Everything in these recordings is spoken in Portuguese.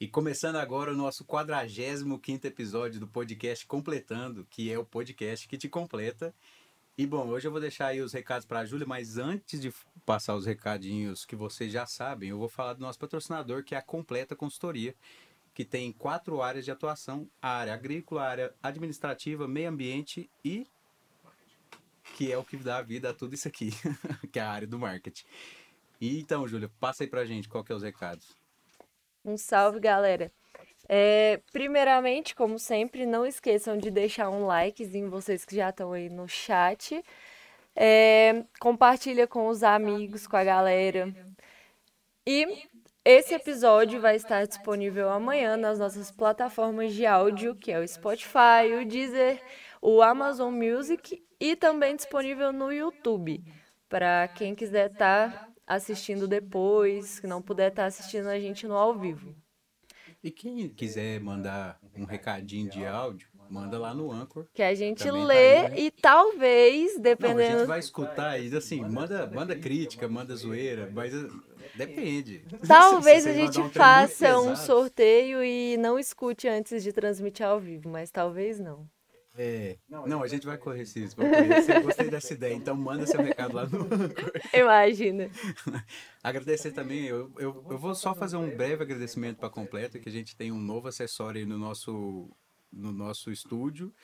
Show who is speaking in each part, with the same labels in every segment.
Speaker 1: E começando agora o nosso 45 episódio do podcast Completando, que é o podcast que te completa. E bom, hoje eu vou deixar aí os recados para a Júlia, mas antes de passar os recadinhos que vocês já sabem, eu vou falar do nosso patrocinador, que é a Completa Consultoria, que tem quatro áreas de atuação: a área agrícola, a área administrativa, meio ambiente e que é o que dá vida a tudo isso aqui, que é a área do marketing. E então, Júlia, passa aí pra gente qual que é os recados.
Speaker 2: Um salve, galera. É, primeiramente, como sempre, não esqueçam de deixar um likezinho, vocês que já estão aí no chat. É, compartilha com os amigos, com a galera. E esse episódio vai estar disponível amanhã nas nossas plataformas de áudio, que é o Spotify, o Deezer, o Amazon Music e também disponível no YouTube. Para quem quiser estar tá assistindo depois, que não puder estar tá assistindo a gente no ao vivo.
Speaker 1: E quem quiser mandar um recadinho de áudio, manda lá no Anchor.
Speaker 2: Que a gente
Speaker 1: Também tá
Speaker 2: lê
Speaker 1: aí, né?
Speaker 2: e talvez,
Speaker 1: Não, a
Speaker 2: dependendo.
Speaker 1: gente vai escutar e assim, manda, manda crítica, manda zoeira, mas eh, depende.
Speaker 2: Talvez
Speaker 1: Se
Speaker 2: a
Speaker 1: você mandar
Speaker 2: gente
Speaker 1: um trem muito
Speaker 2: faça um
Speaker 1: pesado,
Speaker 2: sorteio e não escute antes de transmitir ao vivo, mas talvez não.
Speaker 1: É. Não, a gente vai correr esse risco. vai correr. Se eu gostei dessa ideia, então manda seu recado lá no Anchor.
Speaker 2: Imagina.
Speaker 1: Agradecer também, eu, eu, eu vou só fazer um breve agradecimento para completo, que a gente tem um novo acessório aí no nosso, no nosso estúdio.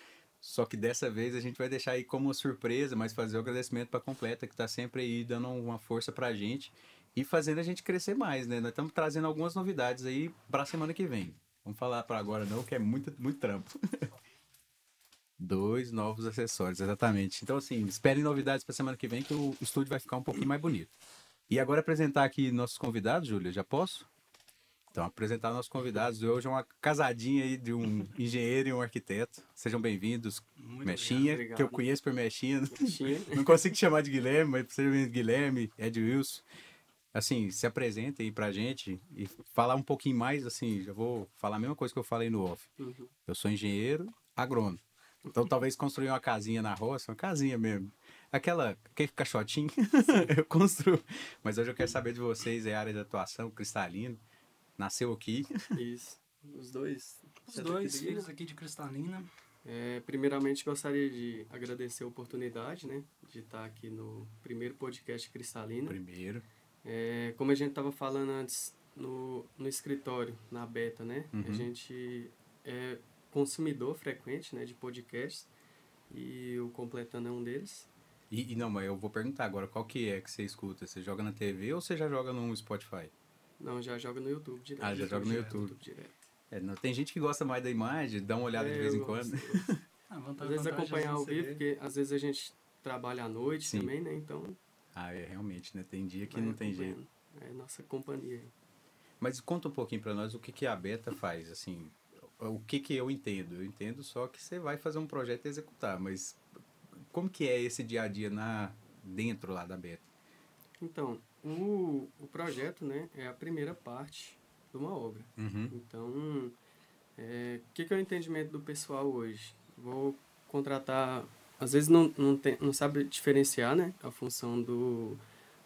Speaker 1: Só que dessa vez a gente vai deixar aí como surpresa, mas fazer o agradecimento para completa, que tá sempre aí dando uma força pra gente e fazendo a gente crescer mais, né? Nós estamos trazendo algumas novidades aí pra semana que vem. Vamos falar para agora não, que é muito, muito trampo. Dois novos acessórios, exatamente. Então, assim, esperem novidades pra semana que vem, que o estúdio vai ficar um pouquinho mais bonito. E agora apresentar aqui nossos convidados, Júlia, já posso? Então, apresentar nossos convidados. Hoje é uma casadinha aí de um engenheiro e um arquiteto. Sejam bem-vindos,
Speaker 3: Muito
Speaker 1: Mexinha,
Speaker 3: obrigado,
Speaker 1: que eu
Speaker 3: obrigado.
Speaker 1: conheço por Mexinha.
Speaker 3: Mexinha.
Speaker 1: Não consigo te chamar de Guilherme, mas seja bem-vindo, Guilherme, Ed Wilson. Assim, se apresentem aí pra gente e falar um pouquinho mais, assim, já vou falar a mesma coisa que eu falei no off.
Speaker 3: Uhum.
Speaker 1: Eu sou engenheiro agrônomo. Então, talvez construir uma casinha na roça, uma casinha mesmo. Aquela, aquele caixotinho, eu construo. Mas hoje eu quero saber de vocês, é área de atuação, cristalino. Nasceu aqui.
Speaker 3: Isso. Os dois.
Speaker 4: Os
Speaker 3: Já tô
Speaker 4: dois
Speaker 3: aqui
Speaker 4: filhos aqui de Cristalina.
Speaker 3: É, primeiramente, gostaria de agradecer a oportunidade, né? De estar aqui no primeiro podcast Cristalina.
Speaker 1: Primeiro.
Speaker 3: É, como a gente estava falando antes no, no escritório, na beta, né?
Speaker 1: Uhum.
Speaker 3: A gente é consumidor frequente, né? De podcasts. E o Completando é um deles.
Speaker 1: E, e não, mas eu vou perguntar agora, qual que é que você escuta? Você joga na TV ou você já joga no Spotify?
Speaker 3: Não, já joga no YouTube direto.
Speaker 1: Ah, já joga no
Speaker 3: Direto,
Speaker 1: YouTube.
Speaker 3: direto.
Speaker 1: É, não, tem gente que gosta mais da imagem, dá uma olhada de
Speaker 3: É,
Speaker 1: vez em
Speaker 3: eu
Speaker 1: quando.
Speaker 3: gosto.
Speaker 4: Ah, vantagem,
Speaker 3: Às vezes
Speaker 4: vantagem,
Speaker 3: acompanhar ao
Speaker 4: você
Speaker 3: vivo,
Speaker 4: vê.
Speaker 3: porque às vezes a gente trabalha à noite
Speaker 1: Sim.
Speaker 3: também, né? Então.
Speaker 1: Ah, é, realmente, né? Tem dia que
Speaker 3: vai
Speaker 1: não tem jeito.
Speaker 3: acompanhando. É nossa companhia. aí.
Speaker 1: Mas conta um pouquinho pra nós o que, que a Beta faz, assim. O que, que eu entendo? Eu entendo só que você vai fazer um projeto e executar, mas como que é esse dia a dia na, dentro lá da Beta?
Speaker 3: Então, o, o projeto, né? É a primeira parte de uma obra.
Speaker 1: Uhum.
Speaker 3: Então, é, o que, que é o entendimento do pessoal hoje? Vou contratar. Às vezes não, não, tem, não sabe diferenciar, né? A função do,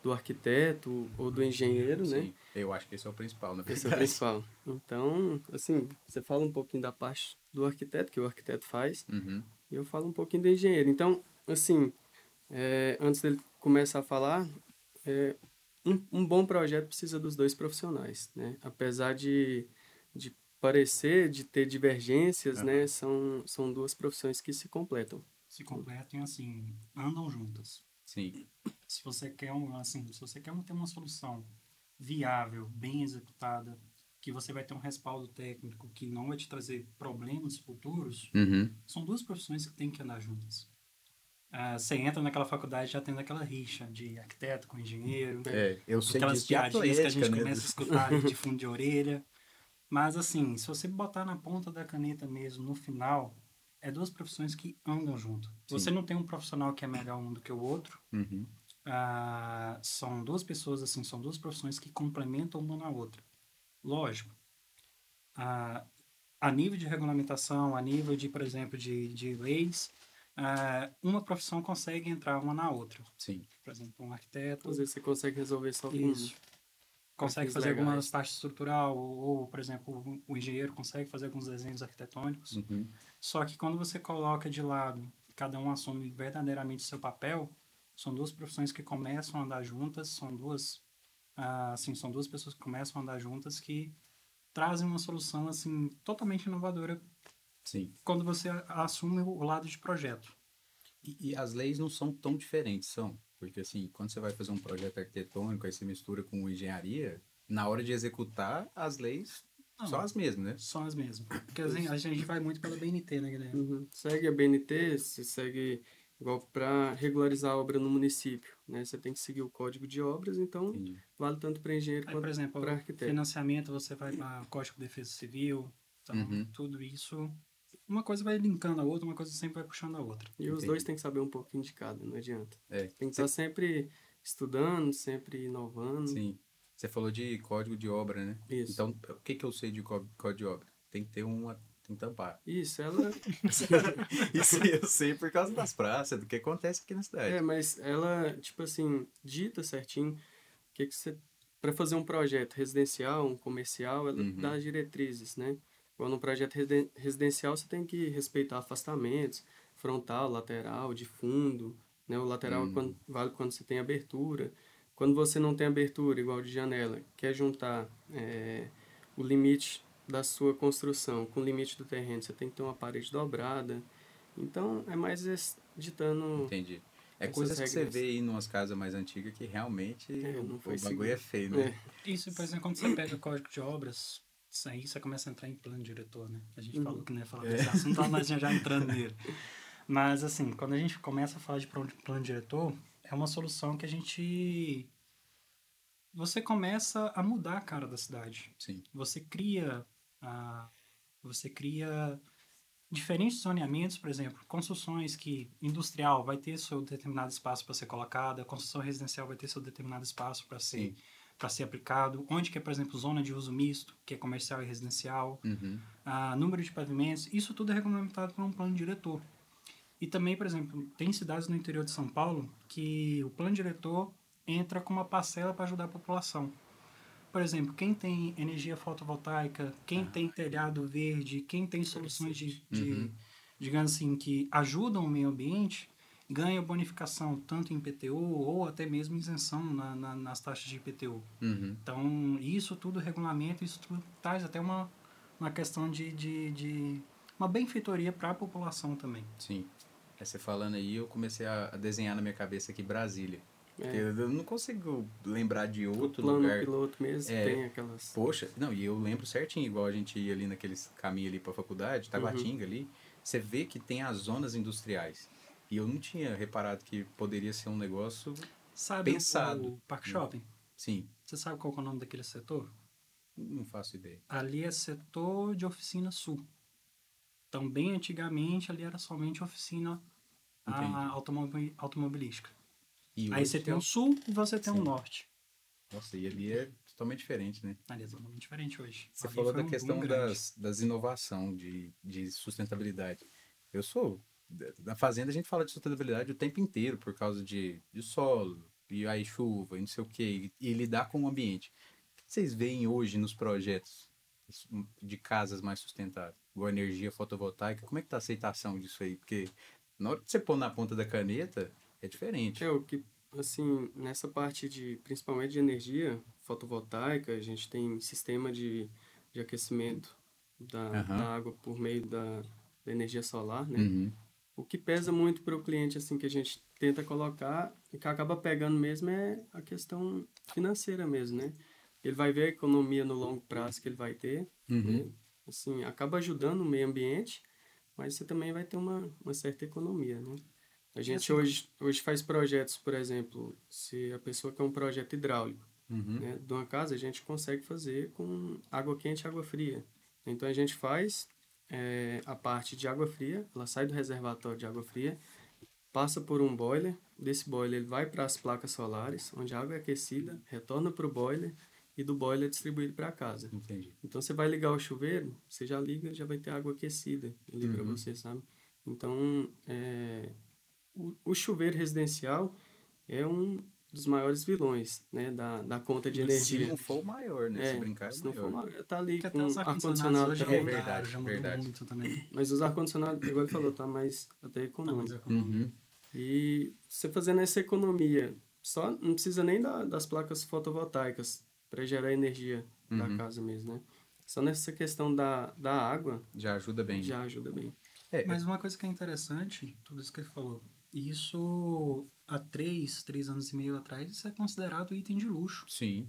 Speaker 3: do arquiteto ou do engenheiro, né?
Speaker 1: Sim, eu acho que esse é o principal, na
Speaker 3: Esse é o
Speaker 1: verdade.
Speaker 3: principal. Então, assim, você fala um pouquinho da parte do arquiteto, que o arquiteto faz,
Speaker 1: Uhum.
Speaker 3: e eu falo um pouquinho do engenheiro. Então, assim, é, antes dele começar a falar, é, um, um bom projeto precisa dos dois profissionais, né? Apesar de, de parecer, de ter divergências, né? São, são duas profissões que se completam.
Speaker 4: Se completam e assim, andam juntas.
Speaker 1: Sim.
Speaker 4: Se você quer um, assim, se você quer ter uma solução viável, bem executada, que você vai ter um respaldo técnico que não vai te trazer problemas futuros,
Speaker 1: Uhum.
Speaker 4: são duas profissões que têm que andar juntas. Ah, você entra naquela faculdade já tendo aquela rixa de arquiteto com engenheiro,
Speaker 1: É, eu sei
Speaker 4: aquelas
Speaker 1: disso de
Speaker 4: piadinhas que a gente
Speaker 1: atlética, né?
Speaker 4: começa a escutar ali de fundo de orelha. Mas assim, se você botar na ponta da caneta mesmo, no final, é duas profissões que andam junto. Você não tem um profissional que é melhor um do que o outro.
Speaker 1: Uhum.
Speaker 4: Ah, são duas pessoas assim, são duas profissões que complementam uma na outra. Lógico. ah, a nível de regulamentação, a nível de, por exemplo, de, de leis, ah, uma profissão consegue entrar uma na outra.
Speaker 1: Sim.
Speaker 4: Por exemplo, um arquiteto,
Speaker 3: Às vezes você consegue resolver só com um.
Speaker 4: isso. consegue
Speaker 3: Perfis
Speaker 4: fazer
Speaker 3: legais.
Speaker 4: algumas taxas estrutural, ou, ou, por exemplo, o engenheiro consegue fazer alguns desenhos arquitetônicos.
Speaker 3: Hum.
Speaker 1: Uhum.
Speaker 4: Só que quando você coloca de lado, cada um assume verdadeiramente o seu papel, são duas profissões que começam a andar juntas, são duas, ah, assim, são duas pessoas que começam a andar juntas que trazem uma solução assim totalmente inovadora
Speaker 1: Sim.
Speaker 4: quando você a- assume o lado de projeto.
Speaker 1: E, e as leis não são tão diferentes, são. Porque, assim, quando você vai fazer um projeto arquitetônico, aí você mistura com engenharia, na hora de executar, as leis
Speaker 4: Não,
Speaker 1: são as mesmas, né?
Speaker 4: são as mesmas. Porque assim, a gente vai muito pela BNT, né, Guilherme?
Speaker 3: Uhum. Segue a BNT, você segue igual para regularizar a obra no município, né? Você tem que seguir o código de obras, então
Speaker 1: Entendi.
Speaker 3: vale tanto para engenheiro
Speaker 4: Aí,
Speaker 3: quanto
Speaker 4: por exemplo,
Speaker 3: para arquiteto.
Speaker 4: financiamento, você vai para Código de Defesa Civil, então
Speaker 1: Uhum.
Speaker 4: tudo isso. Uma coisa vai linkando a outra, uma coisa sempre vai puxando a outra.
Speaker 3: E os
Speaker 1: Entendi.
Speaker 3: dois tem que saber um pouquinho de cada, não adianta.
Speaker 1: É.
Speaker 3: Tem que estar sempre estudando, sempre inovando.
Speaker 1: Sim. Você falou de código de obra, né?
Speaker 3: Isso.
Speaker 1: Então, o que, que eu sei de có- código de obra? Tem que ter uma. Tem que tampar.
Speaker 3: Isso, ela
Speaker 1: Isso eu sei por causa das praças, do que acontece aqui na cidade.
Speaker 3: É, mas ela, tipo assim, dita certinho o que que você para fazer um projeto residencial, um comercial, ela
Speaker 1: Uhum.
Speaker 3: dá as diretrizes, né? Igual no projeto residen- residencial você tem que respeitar afastamentos, frontal, lateral, de fundo, né? O lateral é
Speaker 1: Hum.
Speaker 3: quando, vale quando você tem abertura. Quando você não tem abertura, igual de janela, quer juntar é, o limite da sua construção com o limite do terreno, você tem que ter uma parede dobrada. Então, é mais esse- ditando
Speaker 1: Entendi. É
Speaker 3: Essas
Speaker 1: coisas que você
Speaker 3: regras.
Speaker 1: vê aí em umas casas mais antigas que realmente
Speaker 3: É,
Speaker 1: o-
Speaker 3: não
Speaker 1: o
Speaker 3: foi
Speaker 1: bagulho
Speaker 3: seguro.
Speaker 1: é feio, né?
Speaker 4: Isso, por exemplo, quando você pega o código de obras, isso aí você começa a entrar em plano diretor, né? A gente
Speaker 3: Uhum.
Speaker 4: falou que não ia falar
Speaker 1: É.
Speaker 4: desse assunto, mas a gente já entrando nele. Mas, assim, quando a gente começa a falar de plano plano diretor, é uma solução que a gente. Você começa a mudar a cara da cidade.
Speaker 1: Sim.
Speaker 4: Você cria. ah, você cria diferentes zoneamentos, por exemplo, construções que industrial vai ter seu determinado espaço para ser colocada, construção residencial vai ter seu determinado espaço para ser
Speaker 1: Sim.
Speaker 4: para ser aplicado, onde que é, por exemplo, zona de uso misto, que é comercial e residencial,
Speaker 1: Uhum.
Speaker 4: ah, número de pavimentos, isso tudo é regulamentado por um plano diretor. E também, por exemplo, tem cidades no interior de São Paulo que o plano diretor entra com uma parcela para ajudar a população. Por exemplo, quem tem energia fotovoltaica, quem tem telhado verde, quem tem soluções de, de-
Speaker 1: Uhum.
Speaker 4: digamos assim, que ajudam o meio ambiente, ganha bonificação tanto em IPTU ou até mesmo isenção na- na- nas taxas de IPTU.
Speaker 1: Uhum.
Speaker 4: Então, isso tudo, regulamento, isso tudo traz até uma, uma questão de, de, de uma benfeitoria para a população também.
Speaker 1: Sim. Aí você falando aí, eu comecei a a desenhar na minha cabeça aqui Brasília.
Speaker 3: É.
Speaker 1: Porque Eu não consigo lembrar de
Speaker 3: O
Speaker 1: outro
Speaker 3: plano
Speaker 1: lugar.
Speaker 3: piloto mesmo
Speaker 1: É.
Speaker 3: tem aquelas.
Speaker 1: Poxa, não, e eu lembro certinho, igual a gente ia ali naqueles caminhos ali pra faculdade, Taguatinga
Speaker 4: Uhum.
Speaker 1: ali, você vê que tem as zonas industriais. E eu não tinha reparado que poderia ser um negócio,
Speaker 4: Sabe
Speaker 1: Pensado.
Speaker 4: o Park Shopping?
Speaker 1: sim,
Speaker 4: Você sabe qual que é o nome daquele setor?
Speaker 1: não faço ideia.
Speaker 4: Ali é setor de oficina sul. Então, bem antigamente, ali era somente oficina a-
Speaker 1: Entendi.
Speaker 4: automobi- automobilística.
Speaker 1: E
Speaker 4: Ah, Aí
Speaker 1: hoje
Speaker 4: você tem um
Speaker 1: é
Speaker 4: o sul e você tem
Speaker 1: Sim.
Speaker 4: o norte.
Speaker 1: Nossa, e ali é totalmente diferente, né?
Speaker 4: Ali é totalmente diferente hoje.
Speaker 1: Você
Speaker 4: Ali
Speaker 1: falou
Speaker 4: foi
Speaker 1: da
Speaker 4: um boom
Speaker 1: questão
Speaker 4: grande.
Speaker 1: das, das inovação, de, de sustentabilidade. Eu sou. da- Da fazenda a gente fala de sustentabilidade o tempo inteiro por causa de, de solo, e aí chuva, e não sei o quê, e, e lidar com o ambiente. O que vocês veem hoje nos projetos hum, de casas mais sustentáveis? Ou energia fotovoltaica? Como é que tá a aceitação disso aí? Porque na hora que você pôr na ponta da caneta, é diferente.
Speaker 3: É o que, assim, nessa parte de, principalmente de energia fotovoltaica, a gente tem sistema de, de aquecimento da,
Speaker 1: Aham.
Speaker 3: da água por meio da, da energia solar, né?
Speaker 1: Uhum.
Speaker 3: O que pesa muito para o cliente, assim, que a gente tenta colocar e que acaba pegando mesmo é a questão financeira mesmo, né? Ele vai ver a economia no longo prazo que ele vai ter,
Speaker 1: Uhum.
Speaker 3: né? Assim, acaba ajudando o meio ambiente, mas você também vai ter uma, uma certa economia, né? A
Speaker 4: assim-
Speaker 3: gente hoje, hoje faz projetos, por exemplo, se a pessoa quer um projeto hidráulico,
Speaker 1: Uhum.
Speaker 3: né, de uma casa, a gente consegue fazer com água quente e água fria. Então a gente faz eh, a parte de água fria, ela sai do reservatório de água fria, passa por um boiler, desse boiler ele vai para as placas solares, onde a água é aquecida, retorna para o boiler e do boiler é distribuído para a casa.
Speaker 1: Entendi.
Speaker 3: Então você vai ligar o chuveiro, você já liga, já vai ter água aquecida ali pra
Speaker 1: Uhum.
Speaker 3: você, sabe? Então, é, o, o chuveiro residencial é um, dos maiores vilões, né? Da, da conta de energia.
Speaker 1: Se não for o maior, né?
Speaker 3: É,
Speaker 1: se brincar, é
Speaker 3: se
Speaker 1: o
Speaker 3: não for
Speaker 1: maior.
Speaker 3: maior, tá ali
Speaker 4: Porque
Speaker 3: com
Speaker 4: até os
Speaker 3: ar-condicionado
Speaker 4: ar-condicionados já
Speaker 1: também.
Speaker 3: também.
Speaker 1: É
Speaker 4: mudaram,
Speaker 1: verdade,
Speaker 4: já mudou
Speaker 1: verdade.
Speaker 4: muito também.
Speaker 3: Mas os ar-condicionados, igual ele falou, tá mais
Speaker 4: Não,
Speaker 3: até
Speaker 4: mas
Speaker 3: econômico.
Speaker 4: é como-
Speaker 1: Uhum.
Speaker 3: E você fazendo essa economia, só não precisa nem da- das placas fotovoltaicas para gerar energia da
Speaker 1: Uhum.
Speaker 3: casa mesmo, né? Só nessa questão da, da água
Speaker 1: Já ajuda bem.
Speaker 3: já ajuda bem.
Speaker 1: É,
Speaker 4: Mas uma coisa que é interessante, tudo isso que ele falou, isso há três, três anos e meio atrás, isso é considerado item de luxo.
Speaker 1: Sim.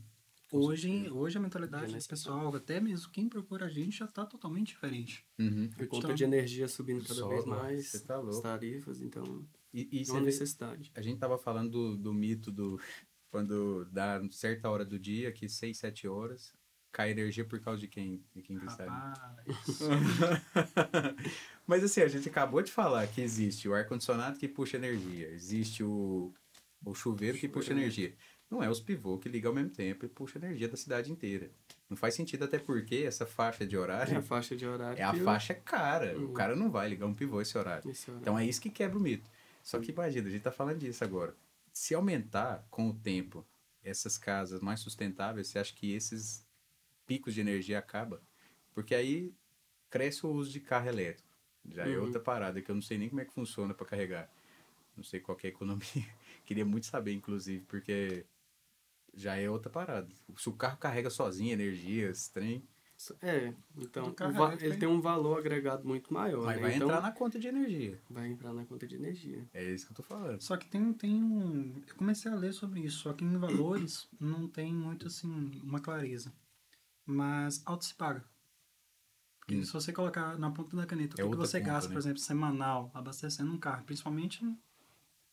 Speaker 1: Com
Speaker 4: Hoje,
Speaker 1: certeza.
Speaker 4: hoje a
Speaker 3: Já
Speaker 4: mentalidade
Speaker 3: é
Speaker 4: do pessoal, até mesmo quem procura a gente, já está totalmente diferente.
Speaker 1: Uhum.
Speaker 3: A conta
Speaker 4: Então,
Speaker 3: de energia subindo cada
Speaker 1: Sobe,
Speaker 3: vez
Speaker 1: Você
Speaker 3: mais,
Speaker 1: tá
Speaker 3: as
Speaker 1: louco.
Speaker 3: tarifas, então
Speaker 1: E, e
Speaker 3: é
Speaker 1: você
Speaker 3: uma
Speaker 1: vê-
Speaker 3: necessidade.
Speaker 1: a gente tava falando do, do mito do quando dá certa hora do dia, que 6, 7 horas, cai energia por causa de quem, de quem que sabe.
Speaker 4: Rapaz,
Speaker 1: Mas assim, a gente acabou de falar que existe o ar-condicionado que puxa energia, existe o, o chuveiro que puxa
Speaker 3: Chuveiro.
Speaker 1: energia. Não é os pivô que ligam ao mesmo tempo e puxa energia da cidade inteira. Não faz sentido até porque essa faixa de
Speaker 3: É a
Speaker 1: horário
Speaker 3: faixa de horário.
Speaker 1: é a
Speaker 3: que eu-
Speaker 1: faixa cara. O
Speaker 3: Uhum.
Speaker 1: cara não vai ligar um pivô esse horário.
Speaker 3: esse horário.
Speaker 1: Então é isso que quebra o mito. Só que imagina, a gente tá falando disso agora. Se aumentar com o tempo essas casas mais sustentáveis, você acha que esses picos de energia acabam? Porque aí cresce o uso de carro elétrico. Já é
Speaker 3: Uhum.
Speaker 1: outra parada que eu não sei nem como é que funciona para carregar. Não sei qual que é a economia. Queria muito saber, inclusive, porque já é outra parada. Se o carro carrega sozinho energia, esse trem,
Speaker 3: É, então
Speaker 4: Do carro
Speaker 3: o va-
Speaker 4: elétrico,
Speaker 3: ele
Speaker 4: hein?
Speaker 3: tem um valor agregado muito maior,
Speaker 1: mas
Speaker 3: né?
Speaker 1: vai
Speaker 3: então
Speaker 1: entrar na conta de energia.
Speaker 3: vai entrar na conta de energia.
Speaker 1: É isso que eu tô falando.
Speaker 4: Só que tem, tem um. Eu comecei a ler sobre isso, só que em valores não tem muito assim uma clareza. Mas auto se paga. Porque
Speaker 1: Hum.
Speaker 4: se você colocar na ponta da
Speaker 1: É
Speaker 4: caneta, o que que,
Speaker 1: outra
Speaker 4: você
Speaker 1: ponta,
Speaker 4: gasta,
Speaker 1: né?
Speaker 4: por exemplo, semanal, abastecendo um carro, principalmente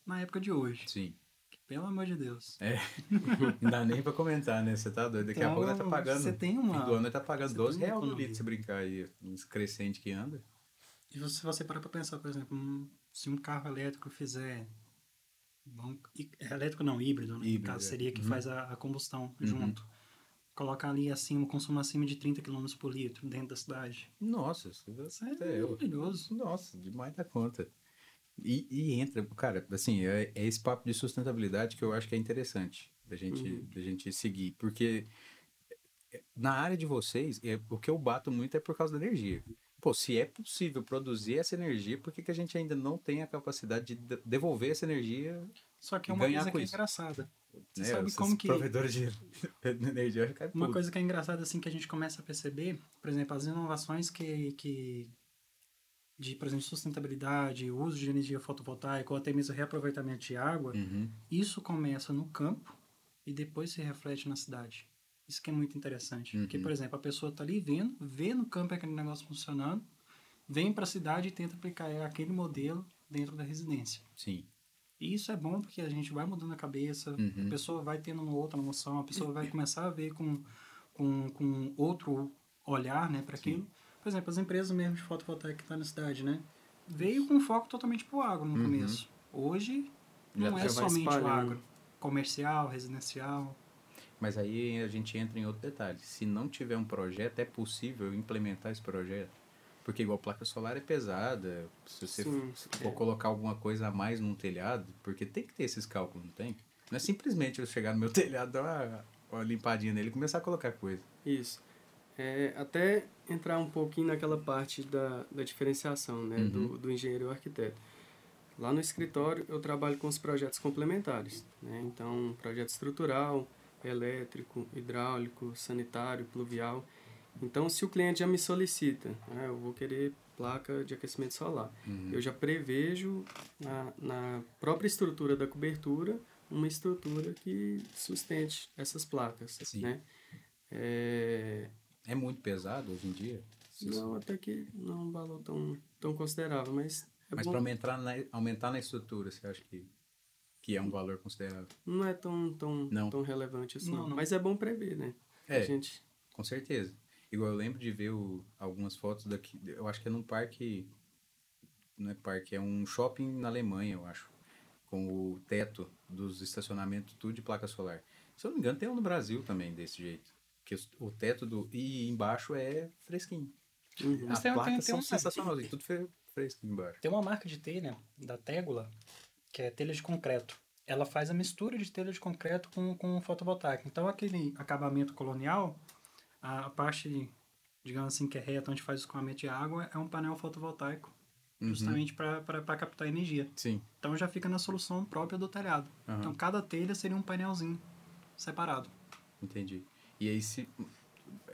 Speaker 4: na época de hoje.
Speaker 1: Sim.
Speaker 4: Pelo amor de Deus.
Speaker 1: Não dá nem pra comentar, né? Você tá doido. Daqui a
Speaker 4: Então,
Speaker 1: pouco nós tá pagando.
Speaker 4: Você tem
Speaker 1: No fim do ano
Speaker 4: uma.
Speaker 1: nós tá pagando
Speaker 4: você
Speaker 1: 12
Speaker 4: tem uma
Speaker 1: reais no
Speaker 4: economia.
Speaker 1: litro se brincar aí. Uns crescente que anda.
Speaker 4: E você- se você parar pra pensar, por exemplo, um- se um carro elétrico fizer. vamos- e- é elétrico não, híbrido, né?
Speaker 1: Híbrido,
Speaker 4: no caso,
Speaker 1: é.
Speaker 4: seria que
Speaker 1: Uhum.
Speaker 4: faz a, a combustão
Speaker 1: Uhum.
Speaker 4: junto. Colocar ali acima, um consumo acima de 30 km por litro dentro da cidade.
Speaker 1: Nossa, isso dá
Speaker 4: Isso é
Speaker 1: até eu.
Speaker 4: maravilhoso.
Speaker 1: Nossa, demais da conta. E, e entra, cara, assim, é, é esse papo de sustentabilidade que eu acho que é interessante da gente,
Speaker 3: Uhum.
Speaker 1: da gente seguir. Porque é, na área de vocês, é, o que eu bato muito é por causa da energia. Pô, se é possível produzir essa energia, por que, que a gente ainda não tem a capacidade de de- devolver essa energia
Speaker 4: Só que é
Speaker 1: E
Speaker 4: uma
Speaker 1: ganhar
Speaker 4: coisa
Speaker 1: com
Speaker 4: que é
Speaker 1: isso.
Speaker 4: engraçada. Você
Speaker 1: né,
Speaker 4: sabe
Speaker 1: esses
Speaker 4: como que-
Speaker 1: provedores de de energia ficar
Speaker 4: Uma
Speaker 1: puto.
Speaker 4: coisa que é engraçada, assim, que a gente começa a perceber, por exemplo, as inovações que, que de, por exemplo, sustentabilidade, uso de energia fotovoltaica ou até mesmo reaproveitamento de água,
Speaker 1: Uhum.
Speaker 4: isso começa no campo e depois se reflete na cidade. Isso que é muito interessante.
Speaker 1: Uhum.
Speaker 4: Porque, por exemplo, a pessoa está ali vendo, vê no campo aquele negócio funcionando, vem para a cidade e tenta aplicar aquele modelo dentro da residência.
Speaker 1: Sim.
Speaker 4: E isso é bom porque a gente vai mudando a cabeça,
Speaker 1: Uhum.
Speaker 4: a pessoa vai tendo uma outra noção, a pessoa vai começar a ver com, com, com outro olhar né, para
Speaker 1: Sim.
Speaker 4: aquilo. Por exemplo, as empresas mesmo de fotovoltaica que estão na cidade, né? Veio com foco totalmente para o agro no
Speaker 1: Uhum.
Speaker 4: começo. Hoje,
Speaker 1: Já
Speaker 4: não
Speaker 1: tá-
Speaker 4: é
Speaker 3: já vai
Speaker 4: somente o
Speaker 3: espalhando.
Speaker 4: agro. Comercial, residencial.
Speaker 1: Mas aí a gente entra em outro detalhe. Se não tiver um projeto, é possível implementar esse projeto? Porque igual placa solar é pesada, se você
Speaker 3: Sim,
Speaker 1: for
Speaker 3: é.
Speaker 1: colocar alguma coisa a mais num telhado, porque tem que ter esses cálculos, não tem? Não é simplesmente eu chegar no meu telhado, dar uma, uma limpadinha nele e começar a colocar coisa.
Speaker 3: Isso. É, até entrar um pouquinho naquela parte da, da diferenciação né,
Speaker 1: Uhum.
Speaker 3: do, do engenheiro e arquiteto. Lá no escritório eu trabalho com os projetos complementares. Né? Então, projeto estrutural, elétrico, hidráulico, sanitário, pluvial. Então, se o cliente já me solicita, ah, eu vou querer placa de aquecimento solar.
Speaker 1: Uhum.
Speaker 3: Eu já prevejo na, na própria estrutura da cobertura uma estrutura que sustente essas placas,
Speaker 1: Sim.
Speaker 3: né? É,
Speaker 1: É muito pesado hoje em dia?
Speaker 3: não, até que não é um valor tão, tão considerável, mas é
Speaker 1: Mas
Speaker 3: bom-
Speaker 1: para aumentar na, aumentar na estrutura, você acha que, que é um valor considerável?
Speaker 3: não é tão, tão,
Speaker 1: Não.
Speaker 3: tão relevante assim.
Speaker 4: Não,
Speaker 3: não.
Speaker 4: não.
Speaker 3: Mas é bom prever, né?
Speaker 1: É.
Speaker 3: A gente
Speaker 1: Com certeza. Igual eu lembro de ver o- algumas fotos daqui. Eu acho que é num parque. Não é parque, é um shopping na Alemanha, eu acho. Com o teto dos estacionamentos, tudo de placa solar. Se eu não me engano, tem um no Brasil também desse jeito. Que os- o teto do. E embaixo é fresquinho.
Speaker 3: uhum,
Speaker 1: As
Speaker 4: tem-
Speaker 1: placas
Speaker 4: tem- tem
Speaker 1: são
Speaker 4: um-
Speaker 1: sensacionais. e Tudo fre- fresco embaixo.
Speaker 4: né? Tem uma marca de telha, da Tegula, que é telha de concreto. ela faz a mistura de telha de concreto com, com fotovoltaico. Então, aquele acabamento colonial, a parte, digamos assim, que é reta, onde faz o escoamento de água, é um painel fotovoltaico,
Speaker 1: Uhum.
Speaker 4: justamente para captar energia.
Speaker 1: Sim.
Speaker 4: Então, já fica na solução própria do telhado.
Speaker 1: Aham.
Speaker 3: Ah.
Speaker 4: Então, cada telha seria um painelzinho separado.
Speaker 1: Entendi. E aí se.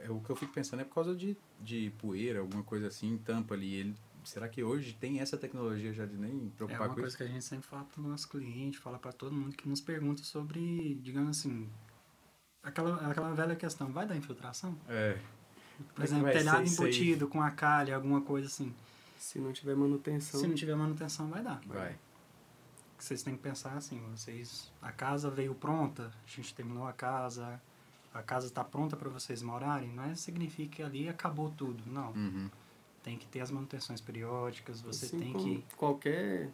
Speaker 1: É, o que eu fico pensando é por causa de, de poeira, alguma coisa assim, tampa ali. Ele, será que hoje tem essa tecnologia já de nem
Speaker 4: É
Speaker 1: preocupar
Speaker 4: uma
Speaker 1: com
Speaker 4: coisa
Speaker 1: isso?
Speaker 4: que a gente sempre fala para os nossos clientes, fala para todo mundo que nos pergunta sobre, digamos assim, aquela, aquela velha questão, vai dar infiltração?
Speaker 1: É.
Speaker 4: Por
Speaker 1: Como é que vai
Speaker 4: exemplo,
Speaker 1: ser
Speaker 4: telhado
Speaker 1: isso aí?
Speaker 4: embutido com a calha, alguma coisa assim.
Speaker 3: Se não tiver manutenção,
Speaker 4: Se não tiver manutenção, vai dar.
Speaker 1: Vai.
Speaker 4: Vocês têm que pensar assim, vocês, a casa veio pronta, a gente terminou a casa, a casa está pronta para vocês morarem, não é significa que ali acabou tudo, não.
Speaker 1: Uhum.
Speaker 4: Tem que ter as manutenções periódicas, você
Speaker 3: assim
Speaker 4: tem
Speaker 3: como
Speaker 4: que...
Speaker 3: qualquer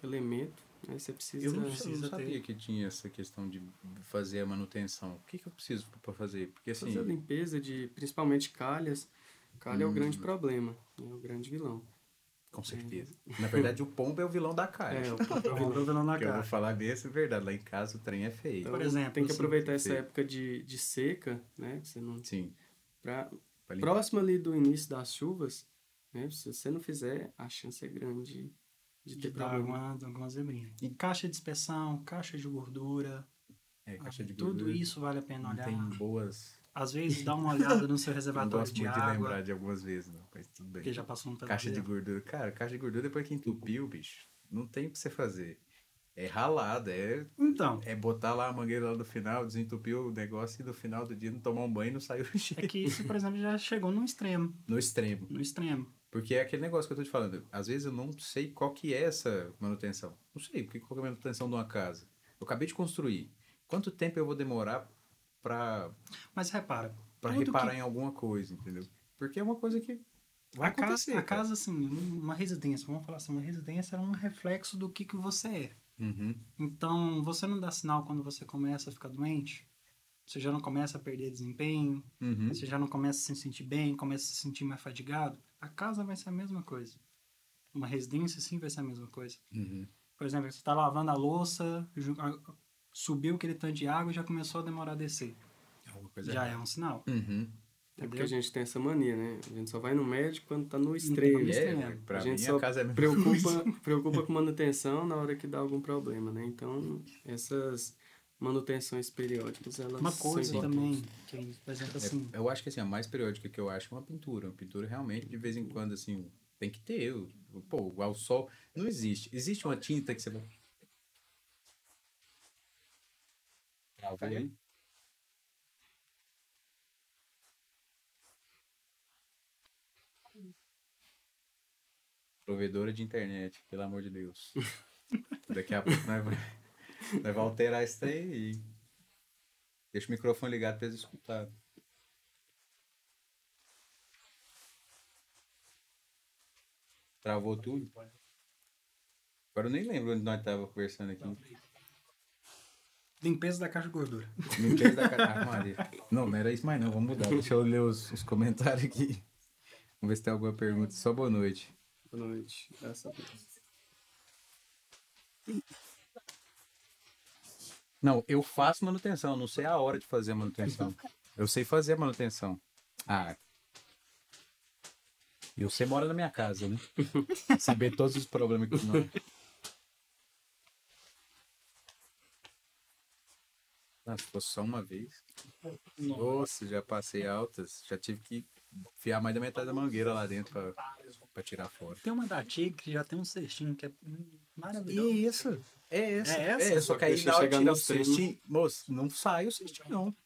Speaker 3: elemento, né, você precisa...
Speaker 1: Eu não, eu não
Speaker 4: precisa
Speaker 1: sabia
Speaker 4: ter.
Speaker 1: que tinha essa questão de fazer a manutenção. O que, que eu preciso para fazer? Porque assim.
Speaker 3: Fazer a limpeza de, principalmente calhas, calha é o
Speaker 1: Hum.
Speaker 3: grande problema, né, o grande vilão.
Speaker 1: Com certeza. Na verdade, o pombo é o vilão da cara.
Speaker 3: É, o
Speaker 4: Vamos lá na
Speaker 1: Que eu vou
Speaker 4: cara.
Speaker 1: falar desse, é verdade. Lá em casa o trem é feio.
Speaker 3: Então,
Speaker 4: Por exemplo,
Speaker 3: tem que
Speaker 4: assim,
Speaker 3: aproveitar essa
Speaker 1: sim.
Speaker 3: época de, de seca, né? Você não,
Speaker 1: Sim.
Speaker 3: pra,
Speaker 1: pra limpar.
Speaker 3: próximo ali do início das chuvas, né? Se você não fizer, a chance é grande de,
Speaker 4: de
Speaker 3: ter
Speaker 4: dar
Speaker 3: problema. É
Speaker 4: alguma, alguma zebrinha. E caixa de inspeção, caixa de gordura,
Speaker 1: É, caixa de
Speaker 4: tudo
Speaker 1: gordura.
Speaker 4: isso vale a pena
Speaker 1: Não
Speaker 4: olhar.
Speaker 1: tem boas.
Speaker 4: Às vezes dá uma olhada no seu
Speaker 1: Eu não
Speaker 4: reservatório
Speaker 1: gosto
Speaker 4: de
Speaker 1: muito de
Speaker 4: água,
Speaker 1: lembrar de algumas vezes, não. Mas tudo bem.
Speaker 4: porque já passou um pedaço.
Speaker 1: Caixa de gordura. Cara, caixa de gordura depois que entupiu, bicho, não tem o que você fazer. É ralada, é,
Speaker 4: Então,
Speaker 1: é botar lá a mangueira lá no final, desentupir o negócio e no final do dia não tomar um banho e não sair o
Speaker 4: é
Speaker 1: cheiro.
Speaker 4: que isso, por exemplo, já chegou no extremo,
Speaker 1: No extremo.
Speaker 4: no extremo.
Speaker 1: Porque é aquele negócio que eu tô te falando. Às vezes eu não sei qual que é essa manutenção. Não sei, porque qual que é a manutenção de uma casa? Eu acabei de construir. Quanto tempo eu vou demorar pra,
Speaker 4: Mas repara,
Speaker 1: pra
Speaker 4: Tudo
Speaker 1: reparar
Speaker 4: que-
Speaker 1: em alguma coisa, entendeu? Porque é uma coisa que vai
Speaker 4: a casa,
Speaker 1: acontecer.
Speaker 4: a
Speaker 1: cara.
Speaker 4: casa, assim, um- uma residência, vamos falar assim, uma residência é um reflexo do que, que você é.
Speaker 1: Uhum.
Speaker 4: Então, você não dá sinal quando você começa a ficar doente, você já não começa a perder desempenho,
Speaker 1: Uhum.
Speaker 4: Você já não começa a se sentir bem, começa a se sentir mais fadigado. A casa vai ser a mesma coisa. Uma residência, sim, vai ser a mesma coisa.
Speaker 1: Uhum.
Speaker 4: Por exemplo, você está lavando a louça, ju- a- subiu aquele tanto de água e já começou a demorar a descer.
Speaker 1: É uma coisa
Speaker 4: já
Speaker 1: errada.
Speaker 4: é um sinal.
Speaker 1: Uhum.
Speaker 3: É porque
Speaker 4: Entendeu?
Speaker 3: a gente tem essa mania, né? A gente só vai no médico quando tá no
Speaker 4: Então,
Speaker 3: extremo.
Speaker 4: isso
Speaker 1: É,
Speaker 4: mesmo.
Speaker 1: pra
Speaker 3: A
Speaker 1: mim
Speaker 3: gente
Speaker 1: a
Speaker 3: só
Speaker 1: casa é a mesma coisa.
Speaker 3: Preocupa, preocupa com manutenção na hora que dá algum problema, né? Então, essas manutenções periódicas, elas
Speaker 4: Uma
Speaker 3: são
Speaker 4: coisa
Speaker 3: importantes.
Speaker 4: também, que, por exemplo, assim,
Speaker 1: É, eu acho que assim, a mais periódica que eu acho é uma pintura. Uma pintura realmente, de vez em quando, assim, tem que ter. o- o- Pô, ao sol. Não existe. Existe uma tinta que você vai. Travou aí? Provedora de internet, pelo amor de Deus. Daqui a pouco nós vamos nós vamos alterar esse trem e. Deixa o microfone ligado pra eles escutarem. Travou tudo? Agora eu nem lembro onde nós tava conversando aqui.
Speaker 4: limpeza da caixa de gordura.
Speaker 1: Limpeza da ca- Ah, Maria. Não, não era isso mais não. Vamos mudar. Deixa eu ler os, os comentários aqui. Vamos ver se tem alguma pergunta. Só boa noite.
Speaker 3: Boa noite. Graças a Deus.
Speaker 1: Não, eu faço manutenção. Não sei a hora de fazer a manutenção. Eu sei fazer a manutenção. Ah. E você mora na minha casa, né? Saber todos os problemas que nós. Ah, se fosse só uma vez. Nossa, já passei altas. Já tive que enfiar mais da metade da mangueira lá dentro pra, pra tirar fora.
Speaker 4: Tem uma da Tigre que já tem um cestinho que é hum, maravilhoso.
Speaker 1: E isso? É essa.
Speaker 4: É essa?
Speaker 1: só que aí
Speaker 3: Deixa
Speaker 1: na hora de
Speaker 3: chegar
Speaker 1: tirar o
Speaker 3: nos trinta.
Speaker 1: cestinho, moço, não sai o cestinho, não.